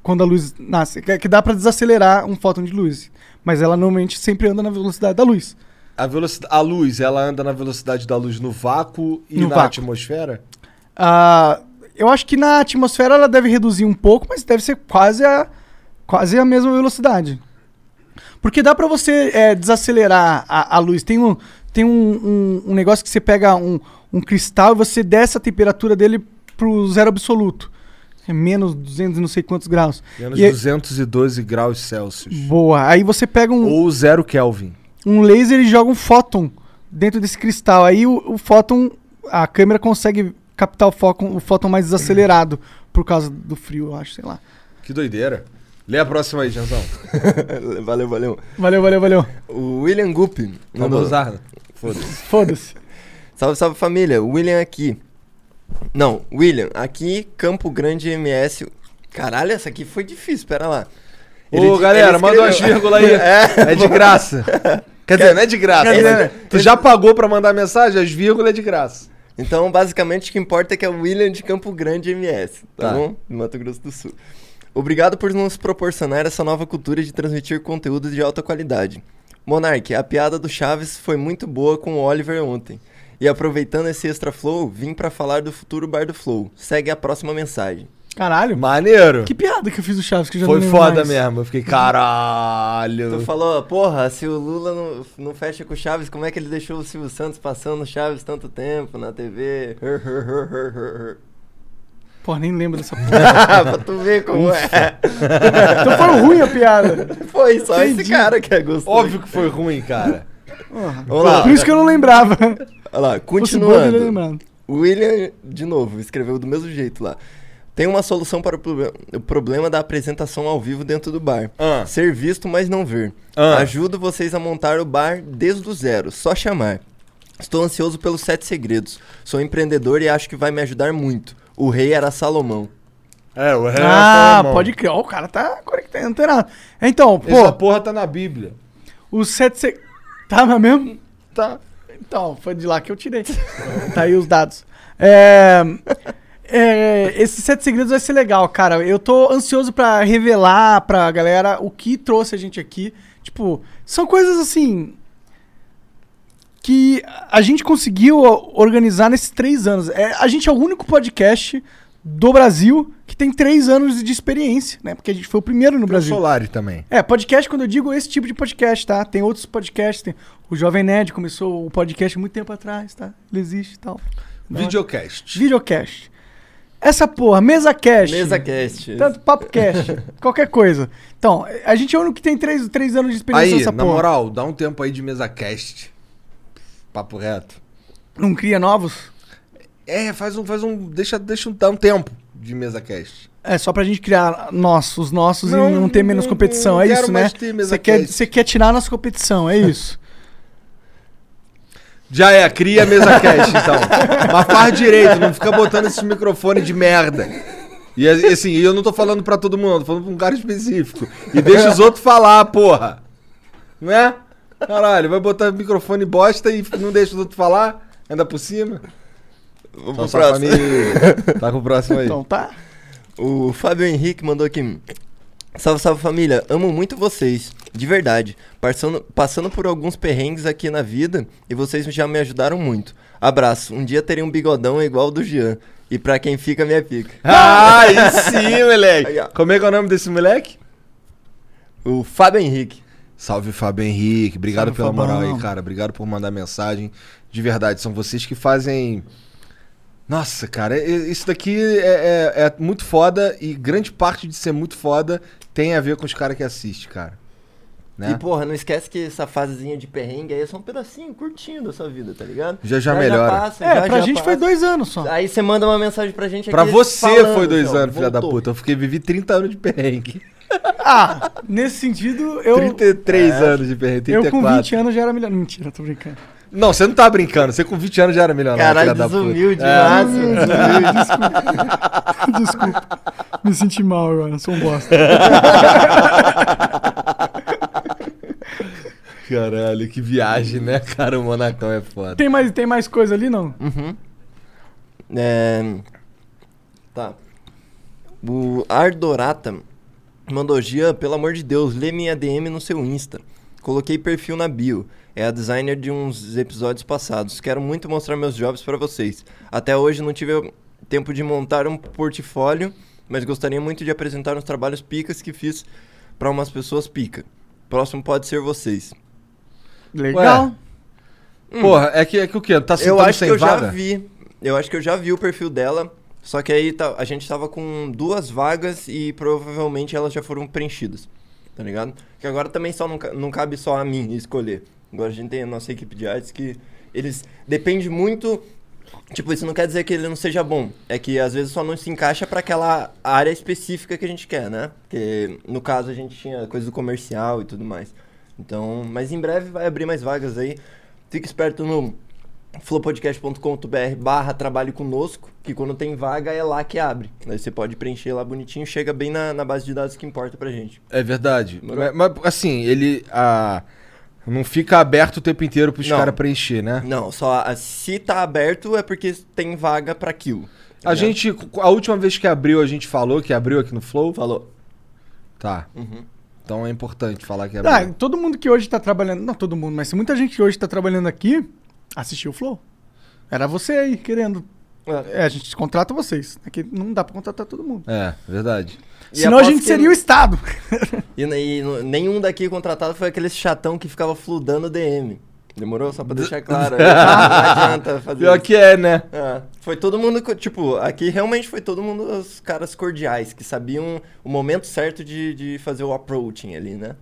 [SPEAKER 2] quando a luz nasce. Que, que dá pra desacelerar um fóton de luz. Mas ela normalmente sempre anda na velocidade da luz.
[SPEAKER 1] A, veloci- a luz, ela anda na velocidade da luz no vácuo e
[SPEAKER 2] No
[SPEAKER 1] na
[SPEAKER 2] vácuo.
[SPEAKER 1] atmosfera?
[SPEAKER 2] Ah, eu acho que na atmosfera ela deve reduzir um pouco, mas deve ser quase a, quase a mesma velocidade. Porque dá pra você é, desacelerar a, a luz. Tem, um, tem um, um- um negócio que você pega um, um cristal e você desce a temperatura dele pro zero absoluto. É menos 200 e não sei quantos graus.
[SPEAKER 1] Menos
[SPEAKER 2] E-
[SPEAKER 1] 212 graus Celsius.
[SPEAKER 2] Boa. Aí você pega um,
[SPEAKER 1] Ou zero Kelvin.
[SPEAKER 2] um laser e joga um fóton dentro desse cristal. Aí o, o fóton, a câmera consegue captar o fóton, o fóton mais desacelerado por causa do frio, eu acho, sei lá.
[SPEAKER 1] Que doideira. Lê a próxima aí, Janzão.
[SPEAKER 3] valeu, valeu.
[SPEAKER 2] Valeu, valeu, valeu.
[SPEAKER 3] O William Gup
[SPEAKER 1] Vamos
[SPEAKER 3] mandou.
[SPEAKER 1] usar? né?
[SPEAKER 2] <laughs>
[SPEAKER 1] Foda-se.
[SPEAKER 2] Foda-se.
[SPEAKER 3] Salve, salve família, William aqui. Não, William, aqui Campo Grande MS. Caralho, essa aqui foi difícil, pera lá.
[SPEAKER 1] Ô,
[SPEAKER 3] di-
[SPEAKER 1] galera, manda umas
[SPEAKER 3] escreveu-
[SPEAKER 1] vírgulas aí.
[SPEAKER 3] <laughs> É,
[SPEAKER 1] É de graça. Quer dizer, não é de graça.
[SPEAKER 3] Quer dizer,
[SPEAKER 1] né? Tu já pagou pra mandar mensagem? As vírgulas é de graça.
[SPEAKER 3] Então, basicamente, o que importa é que é o William de Campo Grande MS, tá,
[SPEAKER 1] Tá.
[SPEAKER 3] bom? Do Mato Grosso do Sul. Obrigado por nos proporcionar essa nova cultura de transmitir conteúdo de alta qualidade. Monark, a piada do Chaves foi muito boa com o Oliver ontem. E aproveitando esse extra flow, vim pra falar do futuro Bar do Flow. Segue a próxima mensagem.
[SPEAKER 2] Caralho.
[SPEAKER 1] Maneiro.
[SPEAKER 2] Que piada que eu fiz do Chaves que eu já
[SPEAKER 1] Foi
[SPEAKER 2] não lembro
[SPEAKER 1] foda
[SPEAKER 2] mais.
[SPEAKER 1] mesmo. Eu fiquei,
[SPEAKER 3] Tu
[SPEAKER 1] caralho.
[SPEAKER 3] falou, porra, se o Lula não, não fecha com o Chaves, como é que ele deixou o Silvio Santos passando o Chaves tanto tempo na TV?
[SPEAKER 2] Porra, nem lembro dessa porra.
[SPEAKER 3] <laughs> pra tu ver como é.
[SPEAKER 2] então foi ruim a piada.
[SPEAKER 3] Foi só esse
[SPEAKER 2] Entendi.
[SPEAKER 3] cara que é gostoso.
[SPEAKER 1] Óbvio que foi ruim, cara.
[SPEAKER 3] Vamos lá.
[SPEAKER 2] Por isso que eu não lembrava.
[SPEAKER 3] Olha lá,
[SPEAKER 2] Fosse boa, eu teria
[SPEAKER 3] continuando.
[SPEAKER 2] lembrado.
[SPEAKER 3] William, de novo, escreveu do mesmo jeito lá. Tem uma solução para o, proble- o problema da apresentação ao vivo dentro do bar.
[SPEAKER 1] Ah.
[SPEAKER 3] Ser visto, mas não ver.
[SPEAKER 1] Ah.
[SPEAKER 3] Ajudo vocês a montar o bar desde o zero. Só chamar. Estou ansioso pelos sete segredos. Sou empreendedor e acho que vai me ajudar muito. O rei era Salomão.
[SPEAKER 1] É, o resto.
[SPEAKER 2] Ah,
[SPEAKER 1] irmão.
[SPEAKER 2] pode crer. Ó, o cara tá conectado, não tem nada. Então,
[SPEAKER 1] Essa
[SPEAKER 2] pô,
[SPEAKER 1] porra tá na Bíblia.
[SPEAKER 2] os sete segredos. Tá mas mesmo?
[SPEAKER 1] Tá.
[SPEAKER 2] Então, foi de lá que eu tirei. <laughs> tá aí os dados. É, é, esses sete segredos vai ser legal, cara. Eu tô ansioso pra revelar pra galera o que trouxe a gente aqui. Tipo, são coisas assim. Que a gente conseguiu organizar nesses três anos. É, a gente é o único podcast do Brasil que tem três anos de experiência, né? Porque a gente foi o primeiro no
[SPEAKER 1] O
[SPEAKER 2] Brasil.
[SPEAKER 1] Solari também.
[SPEAKER 2] É, podcast, quando eu digo esse tipo de podcast, tá? Tem outros podcasts, tem... o Jovem Nerd começou o podcast muito tempo atrás, tá? Ele existe e tal. Então,
[SPEAKER 1] Videocast.
[SPEAKER 2] Videocast. Essa porra, mesa cast.
[SPEAKER 3] Mesa cast.
[SPEAKER 2] Tanto papo
[SPEAKER 1] <laughs>
[SPEAKER 2] cast, qualquer coisa. Então, a gente é o único que tem três, três anos de experiência
[SPEAKER 1] Aí,
[SPEAKER 2] nessa
[SPEAKER 1] na
[SPEAKER 2] porra.
[SPEAKER 1] moral, dá um tempo aí de mesa cast. Papo reto.
[SPEAKER 2] Não cria novos?
[SPEAKER 1] É, faz um. Faz um deixa, deixa um, dá um tempo de mesa cast.
[SPEAKER 2] É só pra gente criar nós, os nossos
[SPEAKER 1] Não,
[SPEAKER 2] e não ter menos
[SPEAKER 1] não-
[SPEAKER 2] competição,
[SPEAKER 1] não
[SPEAKER 2] é
[SPEAKER 1] quero
[SPEAKER 2] isso, né?
[SPEAKER 1] mais ter mesa
[SPEAKER 2] Você quer,
[SPEAKER 1] cast.
[SPEAKER 2] você quer tirar a nossa competição, é isso.
[SPEAKER 1] Já é, cria mesa cast, então. Mas faz direito, não fica botando esses microfones de merda. E assim, eu não tô falando pra todo mundo, tô falando pra um cara específico. E deixa os outros falar, porra. Né? Caralho, vai botar microfone bosta e não deixa os outros falar? Ainda por cima?
[SPEAKER 3] Vamos
[SPEAKER 1] Então,
[SPEAKER 3] pro
[SPEAKER 1] tá,
[SPEAKER 3] próximo.
[SPEAKER 1] com tá com o próximo aí.
[SPEAKER 2] Então, tá?
[SPEAKER 3] O Fábio Henrique mandou aqui. Salve, salve família. Amo muito vocês, de verdade. Passando, passando por alguns perrengues aqui na vida e vocês já me ajudaram muito. Abraço. Um dia terei um bigodão igual o do Jean. E pra quem fica, minha pica.
[SPEAKER 1] Ah, aí sim, moleque.
[SPEAKER 3] Aí, ó.
[SPEAKER 1] Como é que é o nome desse moleque?
[SPEAKER 3] O Fábio Henrique.
[SPEAKER 1] Salve, Fábio Henrique. Obrigado
[SPEAKER 2] Salve,
[SPEAKER 1] pela moral
[SPEAKER 2] Fabão.
[SPEAKER 1] aí, cara. Obrigado por mandar mensagem. De verdade, são vocês que fazem. Nossa, cara, e- isso daqui é, é- é muito foda e grande parte de ser muito foda tem a ver com os caras que assistem, cara. Né?
[SPEAKER 3] E porra, não esquece que essa fasezinha de perrengue aí é só um pedacinho curtinho da sua vida, tá ligado?
[SPEAKER 1] Já já melhora.
[SPEAKER 3] passa,
[SPEAKER 2] É,
[SPEAKER 3] já-
[SPEAKER 2] pra
[SPEAKER 3] já
[SPEAKER 2] gente foi
[SPEAKER 3] passa.
[SPEAKER 2] dois anos só.
[SPEAKER 3] Aí você manda uma mensagem pra gente
[SPEAKER 1] pra
[SPEAKER 3] aqui
[SPEAKER 1] você
[SPEAKER 3] falando,
[SPEAKER 1] foi dois
[SPEAKER 3] assim, ó,
[SPEAKER 1] anos, filha da
[SPEAKER 3] voltou.
[SPEAKER 1] puta. Eu fiquei, vivi 30 anos de perrengue.
[SPEAKER 2] Ah, nesse sentido, eu...
[SPEAKER 1] 33
[SPEAKER 3] É.
[SPEAKER 1] anos de perrengue,
[SPEAKER 2] Eu com 20
[SPEAKER 1] 34.
[SPEAKER 2] anos já era milionário. Mentira, tô
[SPEAKER 3] <laughs>
[SPEAKER 2] brincando.
[SPEAKER 1] Não, você não tá brincando. Você com 20 anos já era milionário,
[SPEAKER 3] Caralho,
[SPEAKER 1] filha da puta. É.
[SPEAKER 3] desumilde, máximo. Desumilde.
[SPEAKER 2] Desculpa. <laughs> Me senti mal agora, sou um bosta.
[SPEAKER 1] Caralho, que viagem, né, cara? O Monacão é foda.
[SPEAKER 2] Tem mais, tem mais coisa ali, não?
[SPEAKER 3] Uhum. É... Tá. O Ardorata mandou Gia, pelo amor de Deus, lê minha DM no seu Insta. Coloquei perfil na bio. É a designer de uns episódios passados. Quero muito mostrar meus jobs pra vocês. Até hoje não tive tempo de montar um portfólio, mas gostaria muito de apresentar uns trabalhos picas que fiz pra umas pessoas pica. Próximo pode ser vocês.
[SPEAKER 2] Legal.
[SPEAKER 1] Ué. Porra, é que, é que o quê? Tá
[SPEAKER 3] Hum. Eu
[SPEAKER 1] sentando
[SPEAKER 3] acho que
[SPEAKER 1] sem
[SPEAKER 3] eu
[SPEAKER 1] vaga?
[SPEAKER 3] já vi. Eu acho que eu já vi o perfil dela. Só que aí tá- a gente tava com duas vagas e provavelmente elas já foram preenchidas. Tá ligado? Que agora também só não, ca- não cabe só a mim escolher. Agora a gente tem a nossa equipe de artes que eles depende muito. Tipo, isso não quer dizer que ele não seja bom. É que às vezes só não se encaixa pra aquela área específica que a gente quer, né? Porque no caso a gente tinha coisa do comercial e tudo mais. Então, mas em breve vai abrir mais vagas aí. Fique esperto no flowpodcast.com.br barra trabalho conosco, que quando tem vaga é lá que abre. Aí você pode preencher lá bonitinho, chega bem na, na base de dados que importa pra gente.
[SPEAKER 1] É verdade. Mas,
[SPEAKER 3] Moral.
[SPEAKER 1] mas, assim, ele ah, não fica aberto o tempo inteiro pros
[SPEAKER 3] Não.
[SPEAKER 1] caras preencher, né?
[SPEAKER 3] Não, só a- se tá aberto é porque tem vaga pra aquilo. tá
[SPEAKER 1] A
[SPEAKER 3] ligado?
[SPEAKER 1] gente, a última vez que abriu, a gente falou que abriu aqui no Flow?
[SPEAKER 3] falou.
[SPEAKER 1] Tá. Então é importante falar que
[SPEAKER 2] Ah,
[SPEAKER 1] abriu.
[SPEAKER 2] todo mundo que hoje tá trabalhando. Não todo mundo, mas se muita gente que hoje tá trabalhando aqui assistiu o Flow. Era você aí, querendo. É, a gente contrata vocês. É que não dá pra contratar todo mundo.
[SPEAKER 1] É, verdade.
[SPEAKER 3] E
[SPEAKER 2] Senão a
[SPEAKER 3] aposto
[SPEAKER 2] gente
[SPEAKER 3] que-
[SPEAKER 2] seria o Estado.
[SPEAKER 3] E, e no- nenhum daqui contratado foi aquele chatão que ficava fludando DM. Demorou? Só pra
[SPEAKER 2] <laughs>
[SPEAKER 3] deixar claro. aí. não adianta fazer
[SPEAKER 1] Pior
[SPEAKER 3] isso.
[SPEAKER 1] que é, né?
[SPEAKER 3] É, foi todo mundo, co- tipo, aqui realmente foi todo mundo os caras cordiais, que sabiam o momento certo de, de fazer o approaching ali, né?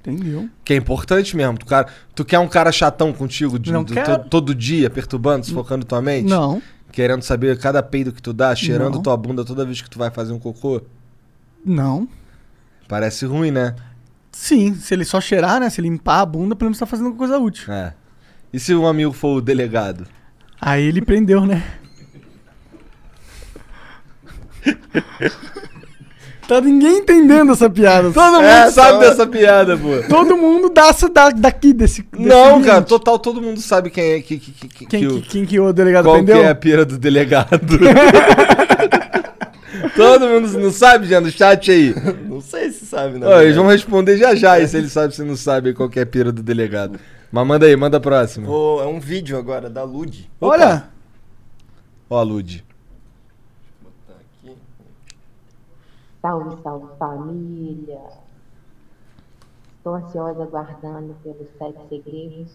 [SPEAKER 2] Entendeu?
[SPEAKER 1] Que é importante mesmo. Tu, cara, tu quer um cara chatão contigo de-
[SPEAKER 2] Não
[SPEAKER 1] do-
[SPEAKER 2] quero.
[SPEAKER 1] to- todo dia, perturbando, sufocando tua mente?
[SPEAKER 2] Não.
[SPEAKER 1] querendo saber cada peido que tu dá, cheirando
[SPEAKER 2] Não.
[SPEAKER 1] tua bunda toda vez que tu vai fazer um cocô?
[SPEAKER 2] Não.
[SPEAKER 1] Parece ruim, né?
[SPEAKER 2] Sim, se ele só cheirar, né? Se ele limpar a bunda, pelo menos tá fazendo alguma coisa útil.
[SPEAKER 1] É. E se um amigo for o delegado?
[SPEAKER 2] Aí ele prendeu, né? tá ninguém entendendo essa piada. Todo mundo
[SPEAKER 1] É, sabe
[SPEAKER 2] sabe.
[SPEAKER 1] dessa piada, pô.
[SPEAKER 2] Todo mundo dá essa da, daqui desse. desse
[SPEAKER 1] Não,
[SPEAKER 2] ambiente.
[SPEAKER 1] cara, total, todo mundo sabe quem é que, que, que, que-
[SPEAKER 2] Quem
[SPEAKER 1] que
[SPEAKER 2] que,
[SPEAKER 1] o-
[SPEAKER 2] quem que o delegado
[SPEAKER 1] qual que
[SPEAKER 2] prendeu?
[SPEAKER 1] é a pira do delegado. <laughs> todo mundo não sabe, já no chat aí.
[SPEAKER 3] Não sei se sabe, não. É.
[SPEAKER 1] Ó, eles vão responder já já, e se eles sabem, se não sabe qual que é a pira do delegado. Mas manda aí, manda a próxima.
[SPEAKER 3] Pô, é um vídeo agora da Lud.
[SPEAKER 2] Olha,
[SPEAKER 1] Ó, a Lud.
[SPEAKER 3] Tá aqui.
[SPEAKER 6] Salve, salve família! Estou ansiosa aguardando pelos sete segredos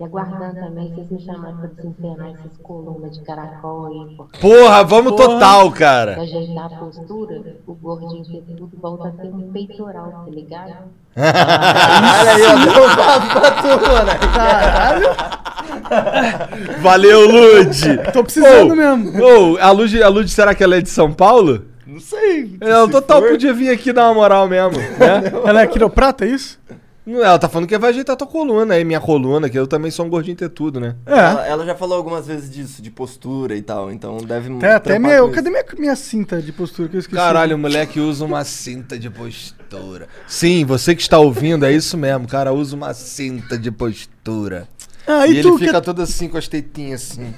[SPEAKER 6] e aguardando também vocês me chamarem para desempenhar essas colunas de caracol aí, porque
[SPEAKER 1] Porra, vamos total, cara.
[SPEAKER 6] se ajeitar a postura, o gordinho ter tudo volta a ter um peitoral, tá ligado?
[SPEAKER 3] Olha aí, ó, deu um papo pra tu, né?
[SPEAKER 1] Valeu, Lud!
[SPEAKER 2] <laughs> tô precisando
[SPEAKER 1] Ô,
[SPEAKER 2] mesmo.
[SPEAKER 1] ô, a, Lud, a Lud, será que ela é de São Paulo?
[SPEAKER 3] Não sei.
[SPEAKER 1] Ela
[SPEAKER 3] se
[SPEAKER 1] É, um total
[SPEAKER 3] for.
[SPEAKER 1] podia vir aqui dar uma moral mesmo,
[SPEAKER 3] <laughs>
[SPEAKER 1] né?
[SPEAKER 2] Ela é quiroprata, é isso?
[SPEAKER 1] Não, Ela tá falando que vai ajeitar tua coluna aí, minha coluna, que eu também sou um gordinho ter tudo, né?
[SPEAKER 2] É.
[SPEAKER 3] Ela, ela já falou algumas vezes disso, de postura e tal, então deve
[SPEAKER 2] Até, É, até
[SPEAKER 3] trampar
[SPEAKER 2] minha,
[SPEAKER 3] com isso.
[SPEAKER 2] cadê minha, minha cinta de postura que eu esqueci?
[SPEAKER 1] Caralho, o moleque usa uma cinta de postura. Sim, você que está ouvindo, é isso mesmo, cara, usa uma cinta de postura.
[SPEAKER 2] Ah,
[SPEAKER 1] E,
[SPEAKER 2] e,
[SPEAKER 1] ele
[SPEAKER 2] tu?
[SPEAKER 1] fica
[SPEAKER 2] que...
[SPEAKER 1] todo assim, com as tetinhas assim.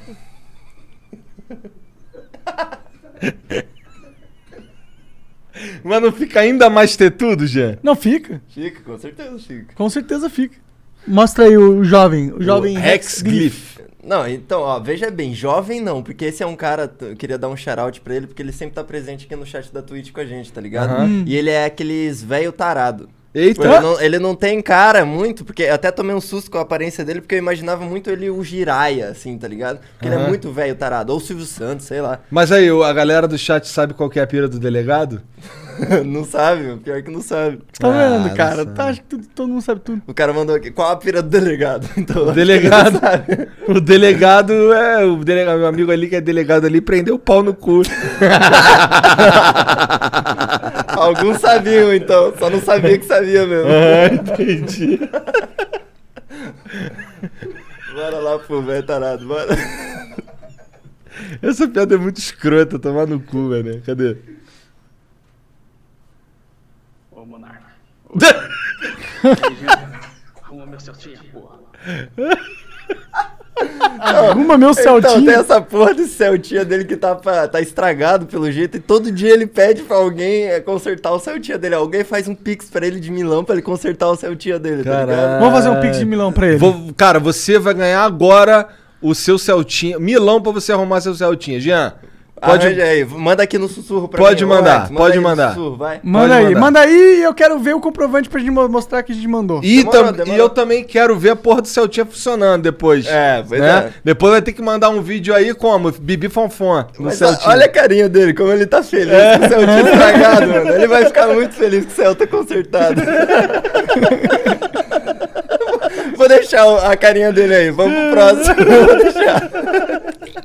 [SPEAKER 1] Mas não fica ainda mais ter tudo, Jean?
[SPEAKER 2] Não, fica.
[SPEAKER 3] Fica, com certeza, fica.
[SPEAKER 2] Com certeza fica. Mostra aí o jovem. O jovem
[SPEAKER 1] Rex Glyph.
[SPEAKER 3] Não, então, ó, veja bem, jovem não, porque esse é um cara, t- eu queria dar um shout pra ele, porque ele sempre tá presente aqui no chat da Twitch com a gente, tá ligado?
[SPEAKER 1] Aham.
[SPEAKER 3] E ele é aqueles velho tarado. Tipo,
[SPEAKER 1] Eita.
[SPEAKER 3] Ele não, ele não tem cara muito, porque eu até tomei um susto com a aparência dele, porque eu imaginava muito ele o Jiraya, assim, tá ligado? Porque ele
[SPEAKER 1] Aham.
[SPEAKER 3] é muito velho tarado, ou o Silvio Santos, sei lá. <laughs>
[SPEAKER 1] Mas aí, o- a galera do chat sabe qual que é a pira do delegado?
[SPEAKER 3] não sabe, o pior que não sabe.
[SPEAKER 2] Tá
[SPEAKER 1] Ah,
[SPEAKER 2] vendo, cara?
[SPEAKER 1] não
[SPEAKER 2] Tá,
[SPEAKER 1] sei.
[SPEAKER 2] acho que tu- todo mundo sabe tudo.
[SPEAKER 3] O cara mandou aqui, qual a pira do delegado? <laughs> Então,
[SPEAKER 1] O
[SPEAKER 3] acho que ele
[SPEAKER 1] delegado.
[SPEAKER 3] sabe.
[SPEAKER 1] O delegado é. O delegado, meu amigo ali que é delegado ali prendeu o pau no
[SPEAKER 3] <laughs>
[SPEAKER 1] cu.
[SPEAKER 3] <laughs> Alguns sabiam, então, só não sabia que sabia mesmo.
[SPEAKER 1] entendi.
[SPEAKER 3] Bora lá pro velho tarado, bora.
[SPEAKER 1] Essa piada é muito escrota, tomar no cu, velho. Cadê?
[SPEAKER 7] Ô, Monarca. Arruma meu certinho, porra.
[SPEAKER 2] Arruma meu
[SPEAKER 3] Então,
[SPEAKER 2] Celtinho.
[SPEAKER 3] tem essa porra do Celtinha dele que tá, pra- tá estragado pelo jeito, e todo dia ele pede pra alguém eh, consertar o Celtinha dele. Alguém faz um pix pra ele de Milão pra ele consertar o Celtinha dele, tá ligado?
[SPEAKER 2] Vamos fazer um pix de milão pra ele.
[SPEAKER 1] <laughs> Vou- cara, você vai ganhar agora o seu Celtinha. Milão pra você arrumar seu Celtinha. Jean, pode.
[SPEAKER 3] Arranja aí, manda aqui no sussurro pra
[SPEAKER 1] Pode
[SPEAKER 3] mim.
[SPEAKER 1] mandar,
[SPEAKER 3] Alex,
[SPEAKER 1] pode
[SPEAKER 3] aí no
[SPEAKER 1] mandar.
[SPEAKER 3] Sussurro, vai.
[SPEAKER 2] Manda
[SPEAKER 1] pode
[SPEAKER 2] aí,
[SPEAKER 1] mandar.
[SPEAKER 2] manda aí e eu quero ver o comprovante pra gente mo- mostrar que a gente mandou.
[SPEAKER 1] E,
[SPEAKER 3] Demorou,
[SPEAKER 1] tam-
[SPEAKER 3] demorou.
[SPEAKER 1] e eu também quero ver a porra do Celtinha funcionando depois. né?
[SPEAKER 3] É, pois é.
[SPEAKER 1] Depois vai ter que mandar um vídeo aí como? Bibi Fonfon no É.
[SPEAKER 3] Mas
[SPEAKER 1] Celtinha.
[SPEAKER 3] ó, olha a carinha dele, como ele tá feliz com o
[SPEAKER 1] <laughs>
[SPEAKER 3] Celtinha estragado, mano. Ele vai ficar muito feliz que o
[SPEAKER 1] <laughs>
[SPEAKER 3] Celta consertado. Vou deixar o- a carinha dele aí, vamos pro próximo.
[SPEAKER 1] <laughs>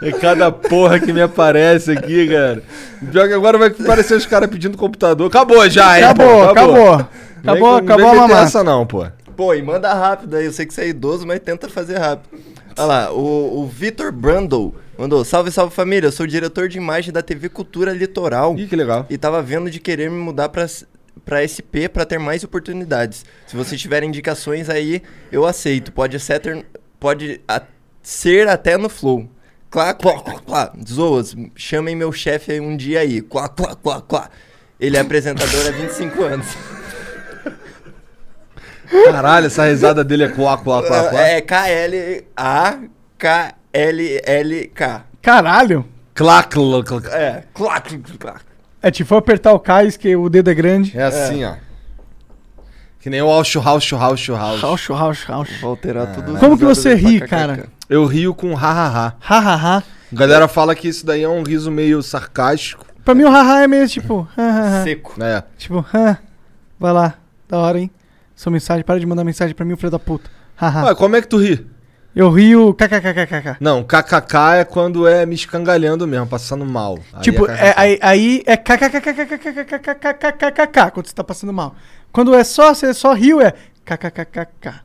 [SPEAKER 1] É cada porra que me aparece aqui, cara. Pior que agora vai aparecer os caras pedindo computador. Acabou já, hein?
[SPEAKER 2] Acabou,
[SPEAKER 1] pô?
[SPEAKER 2] acabou.
[SPEAKER 1] Vem
[SPEAKER 2] Acabou,
[SPEAKER 1] com-
[SPEAKER 2] acabou
[SPEAKER 1] vem
[SPEAKER 2] a
[SPEAKER 1] meter
[SPEAKER 2] mamata.
[SPEAKER 1] essa não, pô.
[SPEAKER 3] Pô, e manda rápido aí. Eu sei que você é idoso, mas tenta fazer rápido. Olha lá, o, o Vitor Brandel mandou: Salve, salve família. Eu sou diretor de imagem da TV Cultura Litoral.
[SPEAKER 1] Ih, que legal.
[SPEAKER 3] E tava vendo de querer me mudar pra, S- pra SP pra ter mais oportunidades. Se vocês tiverem indicações aí, eu aceito. Pode ser, ter- pode a- ser até no Flow. Clá, clá, clá, clá. Zoas, chamem meu chefe aí um dia aí. Clá, clá, clá, clá. Ele é apresentador há 25 anos.
[SPEAKER 1] Caralho, essa risada dele é clá, clá, clá, clá.
[SPEAKER 3] É K-L-A-K-L-L-K.
[SPEAKER 2] Caralho.
[SPEAKER 1] Clá, clá, clá, clá.
[SPEAKER 3] É, clá, clá, clá, clá.
[SPEAKER 2] É tipo eu apertar o cais, que o dedo é grande.
[SPEAKER 1] É assim, ó. Que nem o ao churral, churral, churral.
[SPEAKER 2] Raucho, raucho, raucho.
[SPEAKER 3] Vou alterar tudo.
[SPEAKER 2] Como que
[SPEAKER 3] Ah, risada
[SPEAKER 2] você
[SPEAKER 3] do
[SPEAKER 2] ri,
[SPEAKER 3] kkk.
[SPEAKER 2] cara?
[SPEAKER 1] Eu rio com ha-ha-ha.
[SPEAKER 2] Ha, ha, ha.
[SPEAKER 1] Galera fala que isso daí é um riso meio sarcástico.
[SPEAKER 2] Pra mim o ha, ha é meio tipo... Ha, ha, ha.
[SPEAKER 3] Seco.
[SPEAKER 1] É.
[SPEAKER 2] Tipo, ha. Vai lá. Da hora, hein? Sua mensagem. Para de mandar mensagem pra mim, filho da puta. Ha, ha.
[SPEAKER 1] Ué, como é que tu ri?
[SPEAKER 2] Eu rio kkkkk.
[SPEAKER 1] Não, kkk é quando é me escangalhando mesmo, passando mal. Aí
[SPEAKER 2] Tipo,
[SPEAKER 1] kkk.
[SPEAKER 2] é- aí, aí é kkkkkkkkkkkkk quando você tá passando mal. Quando é só, você só riu, é kkkkk.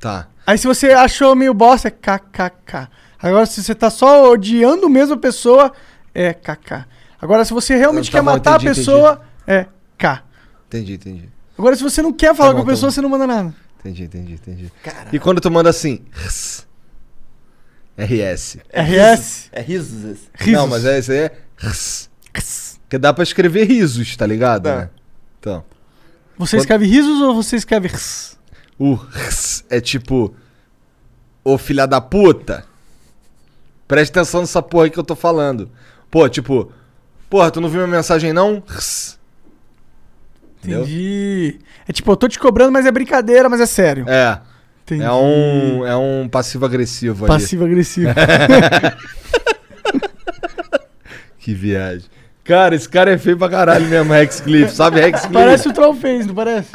[SPEAKER 1] Tá.
[SPEAKER 2] Aí se você achou meio bosta, é kkk. Agora se você tá só odiando mesmo a pessoa, é kk. Agora se você realmente
[SPEAKER 1] Tá
[SPEAKER 2] quer
[SPEAKER 1] bom,
[SPEAKER 2] matar
[SPEAKER 1] entendi,
[SPEAKER 2] a pessoa, é k.
[SPEAKER 1] Entendi, entendi.
[SPEAKER 2] Agora se você não quer falar
[SPEAKER 1] Tá bom,
[SPEAKER 2] com a
[SPEAKER 1] tá
[SPEAKER 2] pessoa,
[SPEAKER 1] bom.
[SPEAKER 2] você não manda nada.
[SPEAKER 1] Entendi, entendi, entendi.
[SPEAKER 3] Caralho.
[SPEAKER 1] E quando tu manda assim, rs, RS.
[SPEAKER 2] RS.
[SPEAKER 3] É risos esse.
[SPEAKER 1] Não, mas é, isso aí é rs. Porque dá pra escrever risos, tá ligado?
[SPEAKER 3] Dá.
[SPEAKER 1] né? Então,
[SPEAKER 2] Você
[SPEAKER 1] Quando-
[SPEAKER 2] escreve risos ou você escreve rs?
[SPEAKER 1] o rs é tipo, ô filha da puta, presta atenção nessa porra aí que eu tô falando. Pô, tipo, porra, tu não viu minha mensagem não? Rs. Entendeu?
[SPEAKER 2] Entendi. É tipo, eu tô te cobrando, mas é brincadeira, mas é sério.
[SPEAKER 1] É,
[SPEAKER 2] Entendi.
[SPEAKER 1] é um, é um passivo-agressivo ali.
[SPEAKER 2] Passivo-agressivo.
[SPEAKER 1] Que viagem. Cara, esse cara é feio pra caralho mesmo, Rex Cliff. Sabe Rex Cliff?
[SPEAKER 2] parece o Troll Face, não parece?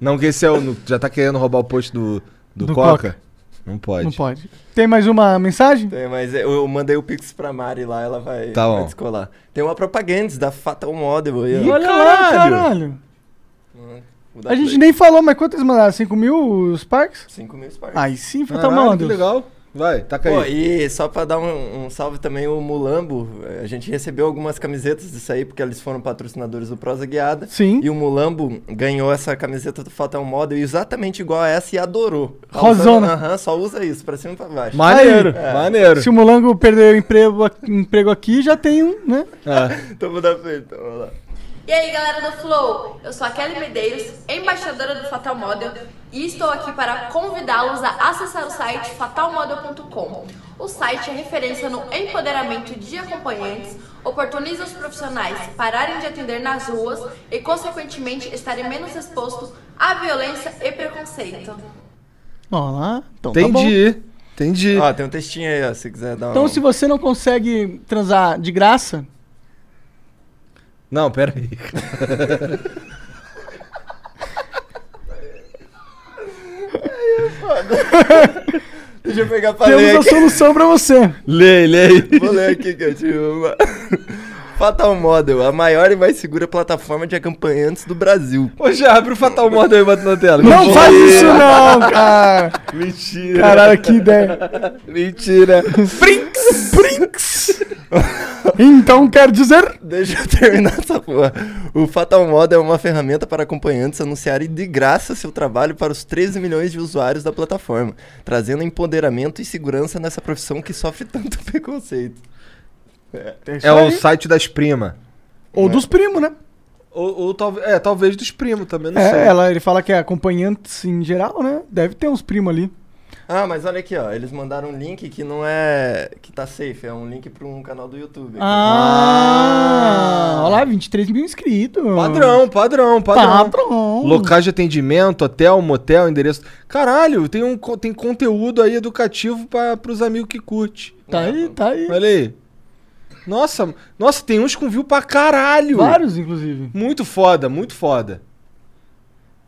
[SPEAKER 1] Não, que esse é o. no- Já tá querendo roubar o post do, do,
[SPEAKER 2] Do
[SPEAKER 1] Coca? Não pode.
[SPEAKER 2] Não pode. Tem mais uma mensagem?
[SPEAKER 3] Tem, É, mas eu, eu mandei o Pix pra Mari lá, ela vai,
[SPEAKER 1] Tá
[SPEAKER 3] vai
[SPEAKER 1] bom.
[SPEAKER 3] descolar. Tem uma propaganda da Fatal Model aí,
[SPEAKER 2] Ih,
[SPEAKER 3] ó.
[SPEAKER 1] caralho!
[SPEAKER 2] caralho.
[SPEAKER 3] Vou dar
[SPEAKER 2] A gente
[SPEAKER 3] play.
[SPEAKER 2] nem falou, mas quantos mandaram? 5 mil os parques?
[SPEAKER 3] 5 mil Sparks.
[SPEAKER 2] Aí sim, falta
[SPEAKER 1] Caralho,
[SPEAKER 2] mano.
[SPEAKER 1] que legal. Vai, taca
[SPEAKER 3] Pô,
[SPEAKER 1] aí.
[SPEAKER 3] e só pra dar um, um salve também, o Mulambo, a gente recebeu algumas camisetas disso aí, porque eles foram patrocinadores do Prosa Guiada.
[SPEAKER 2] Sim.
[SPEAKER 3] E o Mulambo ganhou essa camiseta do Fatal Model exatamente igual a essa e adorou. Tá
[SPEAKER 2] Rosona.
[SPEAKER 3] usando- Aham, só usa isso, pra cima e pra baixo.
[SPEAKER 1] Maneiro,
[SPEAKER 2] Aí,
[SPEAKER 3] é.
[SPEAKER 1] maneiro.
[SPEAKER 2] Se o Mulango perdeu o emprego, emprego aqui, já tem um, né?
[SPEAKER 1] É.
[SPEAKER 3] Então vou dar feito, então, vamos lá.
[SPEAKER 8] E aí galera do Flow, eu sou a Kelly Medeiros, embaixadora do Fatal Model e estou aqui para convidá-los a acessar o site fatalmodel.com. O site é referência no empoderamento de acompanhantes, oportuniza os profissionais pararem de atender nas ruas e, consequentemente, estarem menos expostos à violência e preconceito.
[SPEAKER 2] Ó lá. Então tá bom.
[SPEAKER 1] Entendi. Entendi.
[SPEAKER 3] Ó, tem um textinho aí, ó, se quiser dar
[SPEAKER 2] Então
[SPEAKER 3] um...
[SPEAKER 2] se você não consegue transar de graça,
[SPEAKER 1] Não, pera aí.
[SPEAKER 3] Deixa eu pegar pra ler
[SPEAKER 2] temos a
[SPEAKER 3] aqui.
[SPEAKER 2] solução pra você.
[SPEAKER 1] Lei, lei.
[SPEAKER 3] Vou ler aqui, Cantinho. vamos lá. <laughs> Fatal Model, a maior e mais segura plataforma de acompanhantes do Brasil.
[SPEAKER 1] Ô, já abre o Fatal Model aí e bota na tela.
[SPEAKER 2] Não
[SPEAKER 1] Mentira.
[SPEAKER 2] faz isso não, cara.
[SPEAKER 1] Mentira.
[SPEAKER 2] Caralho, que ideia.
[SPEAKER 1] Mentira.
[SPEAKER 2] Brinks! Brinks! então quer dizer.
[SPEAKER 3] Deixa eu terminar essa porra. O Fatal Model é uma ferramenta para acompanhantes anunciarem de graça seu trabalho para os 13 milhões de usuários da plataforma, trazendo empoderamento e segurança nessa profissão que sofre <laughs> tanto preconceito.
[SPEAKER 1] É o site das primas.
[SPEAKER 2] Ou dos primos, né?
[SPEAKER 1] Ou, ou talvez. É, talvez dos primos também, não sei.
[SPEAKER 2] É, ela, ele fala que é acompanhantes em geral, né? Deve ter uns primos ali.
[SPEAKER 3] Ah, mas olha aqui, ó. Eles mandaram um link que não é. que tá safe, é um link para um canal do YouTube.
[SPEAKER 2] Ah! Olha lá, 23 mil inscritos.
[SPEAKER 1] Padrão, padrão, padrão.
[SPEAKER 2] Tá, Padrão.
[SPEAKER 1] Locais de atendimento, hotel, motel, endereço. Caralho, tem, um, co- tem conteúdo aí educativo para pros amigos que curte.
[SPEAKER 2] Tá aí, tá aí.
[SPEAKER 1] Olha aí. Nossa, nossa, tem uns com view pra caralho.
[SPEAKER 2] Vários, inclusive.
[SPEAKER 1] Muito foda, muito foda.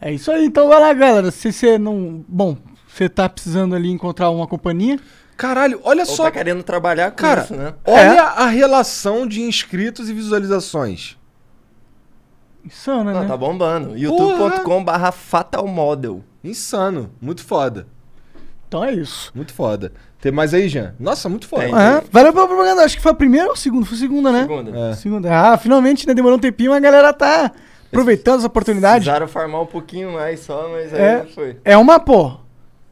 [SPEAKER 2] É isso aí. Então vai lá, galera. Se você não. Bom, você tá precisando ali encontrar uma companhia.
[SPEAKER 1] Caralho, olha
[SPEAKER 3] Ou
[SPEAKER 1] só.
[SPEAKER 3] tá querendo trabalhar com
[SPEAKER 1] Cara,
[SPEAKER 3] isso, né?
[SPEAKER 1] olha a relação de inscritos e visualizações.
[SPEAKER 2] Insana,
[SPEAKER 3] Não,
[SPEAKER 2] né?
[SPEAKER 3] tá bombando. youtube.com/barra fatalmodel.
[SPEAKER 1] Insano, muito foda,
[SPEAKER 2] Então é isso.
[SPEAKER 1] muito foda. Tem mais aí, Jean? Nossa, muito foda.
[SPEAKER 3] Tem.
[SPEAKER 2] Ah, valeu pela propaganda. Acho que foi a primeira ou a segunda? Foi a segunda, né?
[SPEAKER 3] Segunda.
[SPEAKER 1] É.
[SPEAKER 2] Segunda. Ah, finalmente, né? Demorou um tempinho, mas a galera tá aproveitando essa oportunidade.
[SPEAKER 3] Precisaram farmar um pouquinho mais só, mas aí
[SPEAKER 2] É.
[SPEAKER 3] não foi.
[SPEAKER 2] É uma, pô.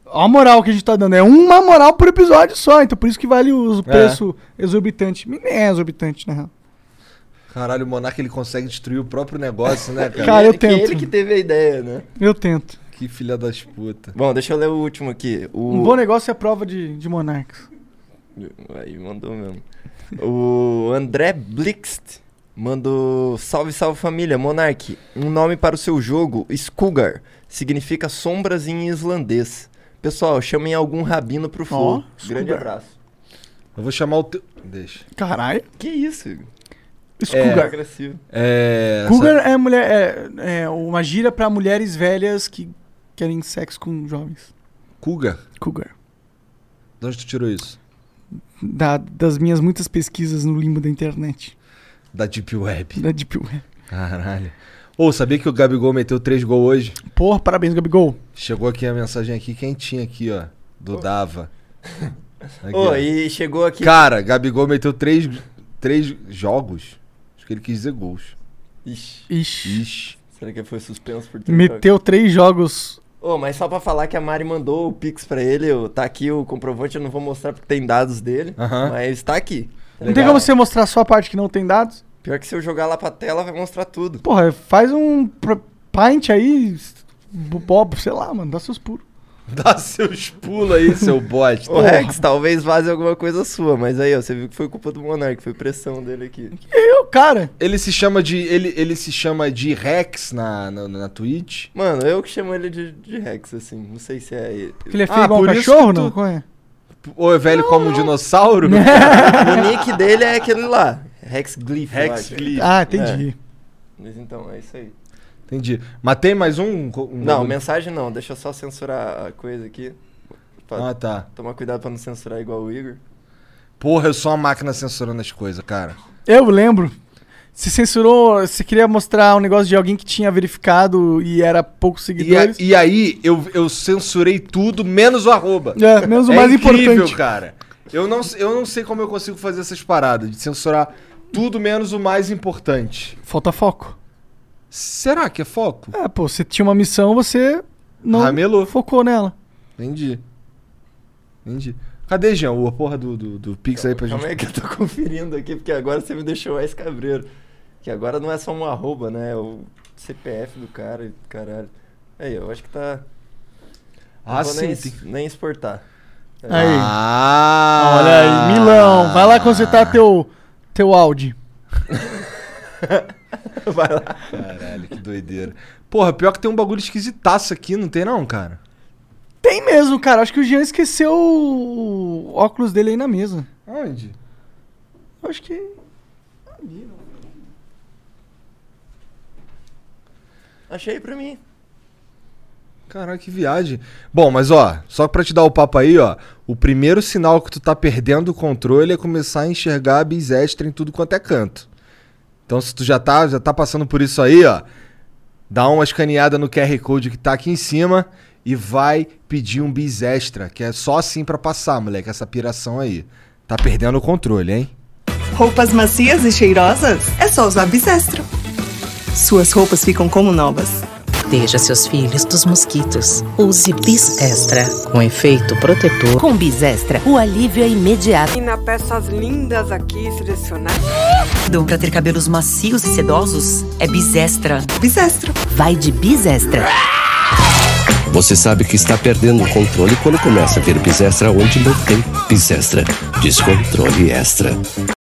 [SPEAKER 2] Ó a moral que a gente tá dando. É uma moral por episódio só. Então por isso que vale
[SPEAKER 3] É.
[SPEAKER 2] o preço exorbitante. Nem é exorbitante, né?
[SPEAKER 1] Caralho, o Monark ele consegue destruir o próprio negócio, né, cara?
[SPEAKER 2] Cara, eu
[SPEAKER 3] Que
[SPEAKER 2] tento.
[SPEAKER 3] Ele que teve a ideia, né?
[SPEAKER 2] Eu tento.
[SPEAKER 1] <laughs> Que filha das putas.
[SPEAKER 3] Bom, deixa eu ler o último aqui. O...
[SPEAKER 2] Um bom negócio é prova de, de monarcas.
[SPEAKER 3] Aí, mandou mesmo. O André Blixt mandou salve, salve família, Monark. Um nome para o seu jogo, Skugar, significa sombras em islandês. Pessoal, chamem algum rabino pro flow.
[SPEAKER 2] Ó,
[SPEAKER 3] Grande
[SPEAKER 2] Skugar.
[SPEAKER 3] abraço.
[SPEAKER 1] Eu vou chamar o teu. Deixa.
[SPEAKER 2] Caralho.
[SPEAKER 3] Que isso? Igor?
[SPEAKER 1] Cougar.
[SPEAKER 2] Cougar.
[SPEAKER 3] agressivo.
[SPEAKER 1] É.
[SPEAKER 2] Cougar é, mulher, é, é uma gíria pra mulheres velhas que querem sexo com jovens.
[SPEAKER 1] Cougar.
[SPEAKER 2] Cougar.
[SPEAKER 1] De onde tu tirou isso?
[SPEAKER 2] da- das minhas muitas pesquisas no limbo da internet,
[SPEAKER 1] Da Deep Web.
[SPEAKER 2] da Deep Web.
[SPEAKER 1] Caralho. Ô, sabia que o Gabigol meteu três gols hoje?
[SPEAKER 2] Porra, parabéns, Gabigol.
[SPEAKER 1] Chegou aqui a mensagem aqui quentinha aqui, ó. Do Dava. Aqui,
[SPEAKER 3] Ô,
[SPEAKER 1] ó.
[SPEAKER 3] e chegou aqui.
[SPEAKER 1] Cara, Gabigol meteu três, três jogos. Acho que ele quis dizer gols.
[SPEAKER 3] Ixi,
[SPEAKER 2] Ixi.
[SPEAKER 1] Ixi.
[SPEAKER 3] será que foi suspenso por três jogos?
[SPEAKER 2] Meteu três jogos.
[SPEAKER 3] Ô, mas só pra falar que a Mari mandou o Pix pra ele, eu- tá aqui o comprovante, eu não vou mostrar porque tem dados dele,
[SPEAKER 1] Aham.
[SPEAKER 3] mas tá aqui.
[SPEAKER 2] Não tem como você mostrar só a parte que não tem dados?
[SPEAKER 3] Pior que se eu jogar lá pra tela, vai mostrar tudo.
[SPEAKER 2] Porra, faz um pr- pint aí, bobo, sei lá, mano, dá seus puros.
[SPEAKER 1] <laughs> Dá seus pulos aí, <laughs> seu bosta.
[SPEAKER 3] O Rex talvez vaze alguma coisa sua, mas aí, ó, você viu que foi culpa do Monark, foi pressão dele aqui.
[SPEAKER 2] Eu, cara.
[SPEAKER 1] Ele se chama de. Ele, ele se chama de Rex na, na, na Twitch.
[SPEAKER 3] Mano, eu que chamo ele de, de Rex, assim, não sei se é ele.
[SPEAKER 2] Ele é
[SPEAKER 1] Ah,
[SPEAKER 2] feio igual um
[SPEAKER 1] por isso
[SPEAKER 2] cachorro,
[SPEAKER 1] que tu-
[SPEAKER 2] não? Qual é?
[SPEAKER 1] Ou é velho como um <laughs> dinossauro?
[SPEAKER 3] O nick dele é aquele lá, Rex Glyph, eu
[SPEAKER 1] Rex
[SPEAKER 3] acho.
[SPEAKER 1] Glee.
[SPEAKER 2] Ah, entendi.
[SPEAKER 3] Mas então, é isso aí.
[SPEAKER 1] Entendi. Mas tem mais um? um
[SPEAKER 3] Não,
[SPEAKER 1] um...
[SPEAKER 3] mensagem não, deixa eu só censurar a coisa aqui. Pra
[SPEAKER 1] Ah, tá.
[SPEAKER 3] Tomar cuidado pra não censurar igual o Igor.
[SPEAKER 1] Porra, eu sou uma máquina censurando as coisas, cara.
[SPEAKER 2] Eu lembro. Se censurou, você queria mostrar um negócio de alguém que tinha verificado e era poucos
[SPEAKER 1] E, a-
[SPEAKER 2] seguidores.
[SPEAKER 1] e aí, eu, eu censurei tudo, menos o arroba.
[SPEAKER 2] É, menos o mais importante.
[SPEAKER 1] cara. Eu não, eu não sei como eu consigo fazer essas paradas, de censurar tudo menos o mais importante.
[SPEAKER 2] Falta foco.
[SPEAKER 1] Será que é foco?
[SPEAKER 2] É, pô, você tinha uma missão, você não
[SPEAKER 1] Ramelou.
[SPEAKER 2] focou nela.
[SPEAKER 1] Entendi. Entendi. Cadê, Jean, o porra do, do, do Pix aí pra
[SPEAKER 3] Calma
[SPEAKER 1] gente?
[SPEAKER 3] aí que eu tô <laughs> conferindo aqui, porque agora você me deixou mais cabreiro. Que agora não é só um arroba, né? É o CPF do cara e caralho. Aí, eu acho que tá. não
[SPEAKER 1] Ah,
[SPEAKER 3] vou
[SPEAKER 1] sim.
[SPEAKER 3] nem,
[SPEAKER 1] tem-
[SPEAKER 3] nem exportar.
[SPEAKER 2] Aí.
[SPEAKER 1] Ah,
[SPEAKER 2] Olha aí, Milão, vai lá consertar teu, teu Audi.
[SPEAKER 3] <laughs> Vai lá.
[SPEAKER 1] Caralho, que doideira. Porra, pior que tem um bagulho esquisitaço aqui, não tem não, cara?
[SPEAKER 2] Tem mesmo, cara. Acho que o Jean esqueceu o óculos dele aí na mesa.
[SPEAKER 1] Onde?
[SPEAKER 2] Acho que.
[SPEAKER 3] Achei pra mim.
[SPEAKER 1] Caralho, que viagem. Bom, mas ó, só pra te dar o papo aí, ó. O primeiro sinal que tu tá perdendo o controle é começar a enxergar a bis extra em tudo quanto é canto. Então se tu já tá, já tá passando por isso aí, ó, dá uma escaneada no QR Code que tá aqui em cima e vai pedir um bis extra, que é só assim pra passar, moleque, essa piração aí. Tá perdendo o controle, hein?
[SPEAKER 9] Roupas macias e cheirosas? É só usar Bisestro. Suas roupas ficam como novas.
[SPEAKER 10] Proteja seus filhos dos mosquitos. Use Bis Extra, com efeito protetor. Com Bis Extra, o alívio é imediato.
[SPEAKER 9] E na peças lindas aqui selecionadas.
[SPEAKER 10] Para ter cabelos macios e sedosos, é Bis Extra.
[SPEAKER 9] Bisestro.
[SPEAKER 10] Vai de Bis Extra.
[SPEAKER 11] Você sabe que está perdendo o controle quando começa a ver Pisestra onde não tem Pisestra. Descontrole extra.